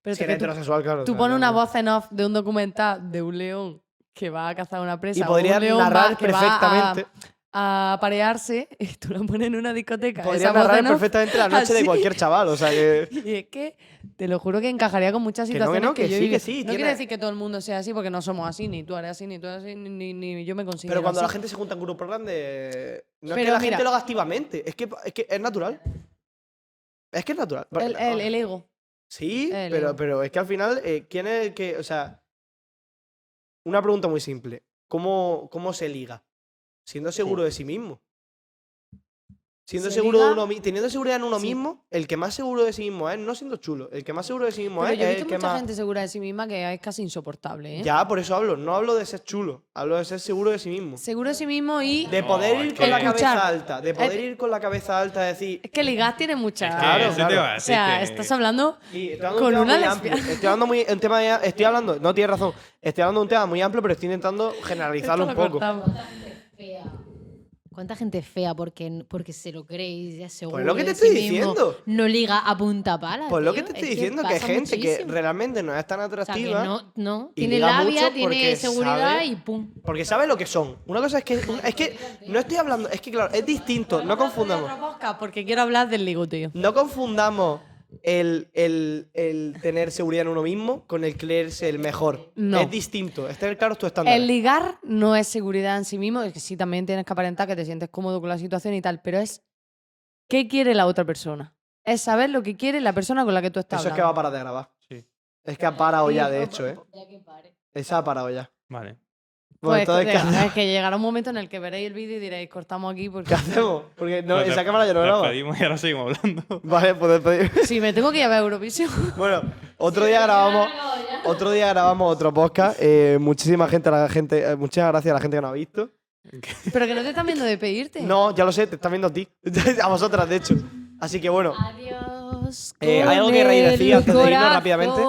S1: pero
S2: Si
S1: es que
S2: eres
S1: tú,
S2: heterosexual, claro.
S1: tú
S2: o sea,
S1: pones
S2: no-
S1: una voz en off de un documental de un león que va a cazar una presa.
S2: Y
S1: o
S2: podría
S1: un león va-
S2: narrar
S1: que va a-
S2: perfectamente.
S1: a aparearse [LAUGHS] y tú lo pones en una discoteca.
S2: Podría
S1: esa voz
S2: narrar
S1: en off,
S2: perfectamente la noche de
S1: [LAUGHS] así.
S2: cualquier chaval, o sea que...
S1: Y es que te lo juro que encajaría con muchas
S2: Que no, que
S1: situaciones
S2: no, que
S1: yo
S2: sí, que
S1: viví.
S2: sí,
S1: No
S2: tiene-
S1: quiere decir que todo el mundo sea así porque no somos así, ni tú eres así, ni tú eres así, ni, ni- ni yo me
S2: [LAUGHS]
S1: considero
S2: Pero cuando la
S1: así.
S2: gente se junta en grupos grandes... No es que
S1: Pero
S2: la
S1: mira-
S2: gente lo haga activamente, es que es, que es natural. Es que es natural.
S1: El, el- el ego.
S2: Sí,
S1: El
S2: pero,
S1: ego.
S2: pero es que al final, eh, ¿quién es el que.? O sea. Una pregunta muy simple. ¿Cómo, cómo se liga? Siendo seguro de sí mismo. Siendo
S1: ¿Se
S2: seguro de
S1: liga?
S2: uno mi- Teniendo seguridad en uno
S1: Sí.
S2: mismo, el que más seguro de sí mismo es, no siendo chulo, el que más seguro de sí mismo
S1: Pero
S2: es,
S1: yo he
S2: es
S1: visto
S2: el que
S1: mucha
S2: más.
S1: gente segura de sí misma que es casi insoportable, ¿eh?
S2: Ya, por eso hablo. No hablo de ser chulo, hablo de ser seguro de sí mismo.
S1: Seguro de sí mismo y...
S2: De
S3: No,
S2: poder
S3: es
S2: ir con la
S1: que-
S2: cabeza
S1: Escuchar.
S2: alta. De poder ir con la cabeza alta, decir.
S1: Es que ligar tiene mucha...
S3: Es que
S2: Claro,
S3: eso te
S2: claro.
S3: va a
S1: O
S3: decir
S1: sea,
S3: que-
S1: estás hablando...
S2: Sí, estoy hablando de
S1: Con
S2: un tema
S1: una
S2: muy
S1: [LAUGHS] lesbia.
S2: amplio. Estoy hablando muy, un tema de- estoy hablando, no tienes razón. Estoy hablando de un tema muy amplio, pero estoy intentando generalizarlo un
S1: Esto lo
S2: poco.
S1: cortamos.
S4: fea. ¿Cuánta gente fea porque, porque se lo creéis ya seguro?
S2: lo que te
S4: de
S2: estoy
S4: sí mismo,
S2: diciendo.
S4: No liga a punta pala.
S2: Pues lo que
S4: tío.
S2: te
S4: Es
S2: estoy diciendo que hay
S4: pasa
S2: gente que
S4: muchísimo.
S2: realmente no es tan
S4: O sea, que
S2: atractiva
S4: no, no.
S2: y
S4: Tiene
S2: liga
S4: labia,
S2: mucho
S4: tiene
S2: porque
S4: seguridad
S2: sabe-
S4: y pum.
S2: porque sabe lo que son. Una cosa es que es que no estoy hablando, es que claro, es distinto, no confundamos.
S1: Otro podcast, Porque quiero hablar del ligoteo.
S2: No confundamos el, el- el tener seguridad en uno mismo con el creerse el mejor.
S1: No.
S2: Es distinto, es tener claros tu estándar.
S1: El ligar no es seguridad en sí mismo, es que sí también tienes que aparentar que te sientes cómodo con la situación y tal, pero es qué quiere la otra persona. Es saber lo que quiere la persona con la que tú estás
S2: Eso es que va a
S1: hablando.
S2: parar de grabar.
S3: Sí.
S2: Es que ha parado ya, de hecho, ¿eh? Esa ha parado ya.
S3: Vale.
S2: Bueno,
S1: Pues,
S2: entonces, ¿qué
S1: es
S2: hacemos?
S1: que llegará un momento en el que veréis el vídeo y diréis, cortamos aquí
S2: ¿Qué [LAUGHS]
S1: porque
S2: hacemos? Porque no,
S3: Pues
S2: esa
S3: des-
S2: cámara ya no graba.
S3: despedimos y ahora seguimos hablando.
S2: Vale, pues despedir.
S1: si me tengo que ir a ver Eurovisión. [LAUGHS]
S2: Bueno, otro día grabamos. Otro día grabamos otro podcast. Eh, muchísima gente, a la gente, eh, muchas gracias a la gente que nos ha visto.
S1: Pero que no te están viendo despedirte.
S2: No, ya lo sé, te están viendo a ti. [LAUGHS] a vosotras, de hecho. Así que bueno.
S4: Adiós.
S2: Eh, ¿hay
S4: con
S2: algo que reír
S4: el
S2: decir antes de irnos
S4: corazón?
S2: rápidamente?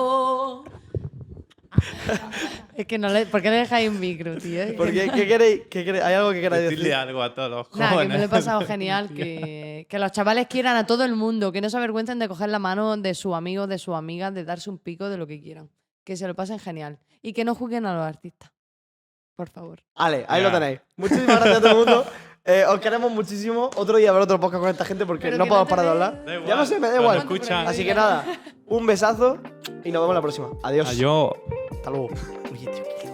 S1: Es que no le. ¿Por qué le dejáis un micro, tío? Es que
S2: Porque, ¿qué queréis? ¿Qué queréis? ¿Hay algo que queráis
S3: Decirle
S2: decir?
S3: algo a todos los jóvenes.
S1: Nada, que me lo he pasado genial, que, que los chavales quieran a todo el mundo, que no se avergüencen de coger la mano de su amigo, de su amiga, de darse un pico, de lo que quieran. Que se lo pasen genial. Y que no juzguen a los artistas. Por favor.
S2: Vale, ahí lo
S3: Ya.
S2: tenéis. Muchísimas gracias a todo el mundo. Eh, os queremos muchísimo. Otro día habrá otro podcast con esta gente porque
S1: Pero
S2: no
S1: que
S2: podemos
S1: no te
S2: parar de
S1: ve-
S2: hablar.
S3: Da igual,
S2: Ya no sé, me da
S3: cuando
S2: igual.
S3: escuchan-
S2: Así que nada, un besazo y nos vemos la próxima. Adiós.
S3: Adiós.
S2: Hasta luego. Oye, tío, qué-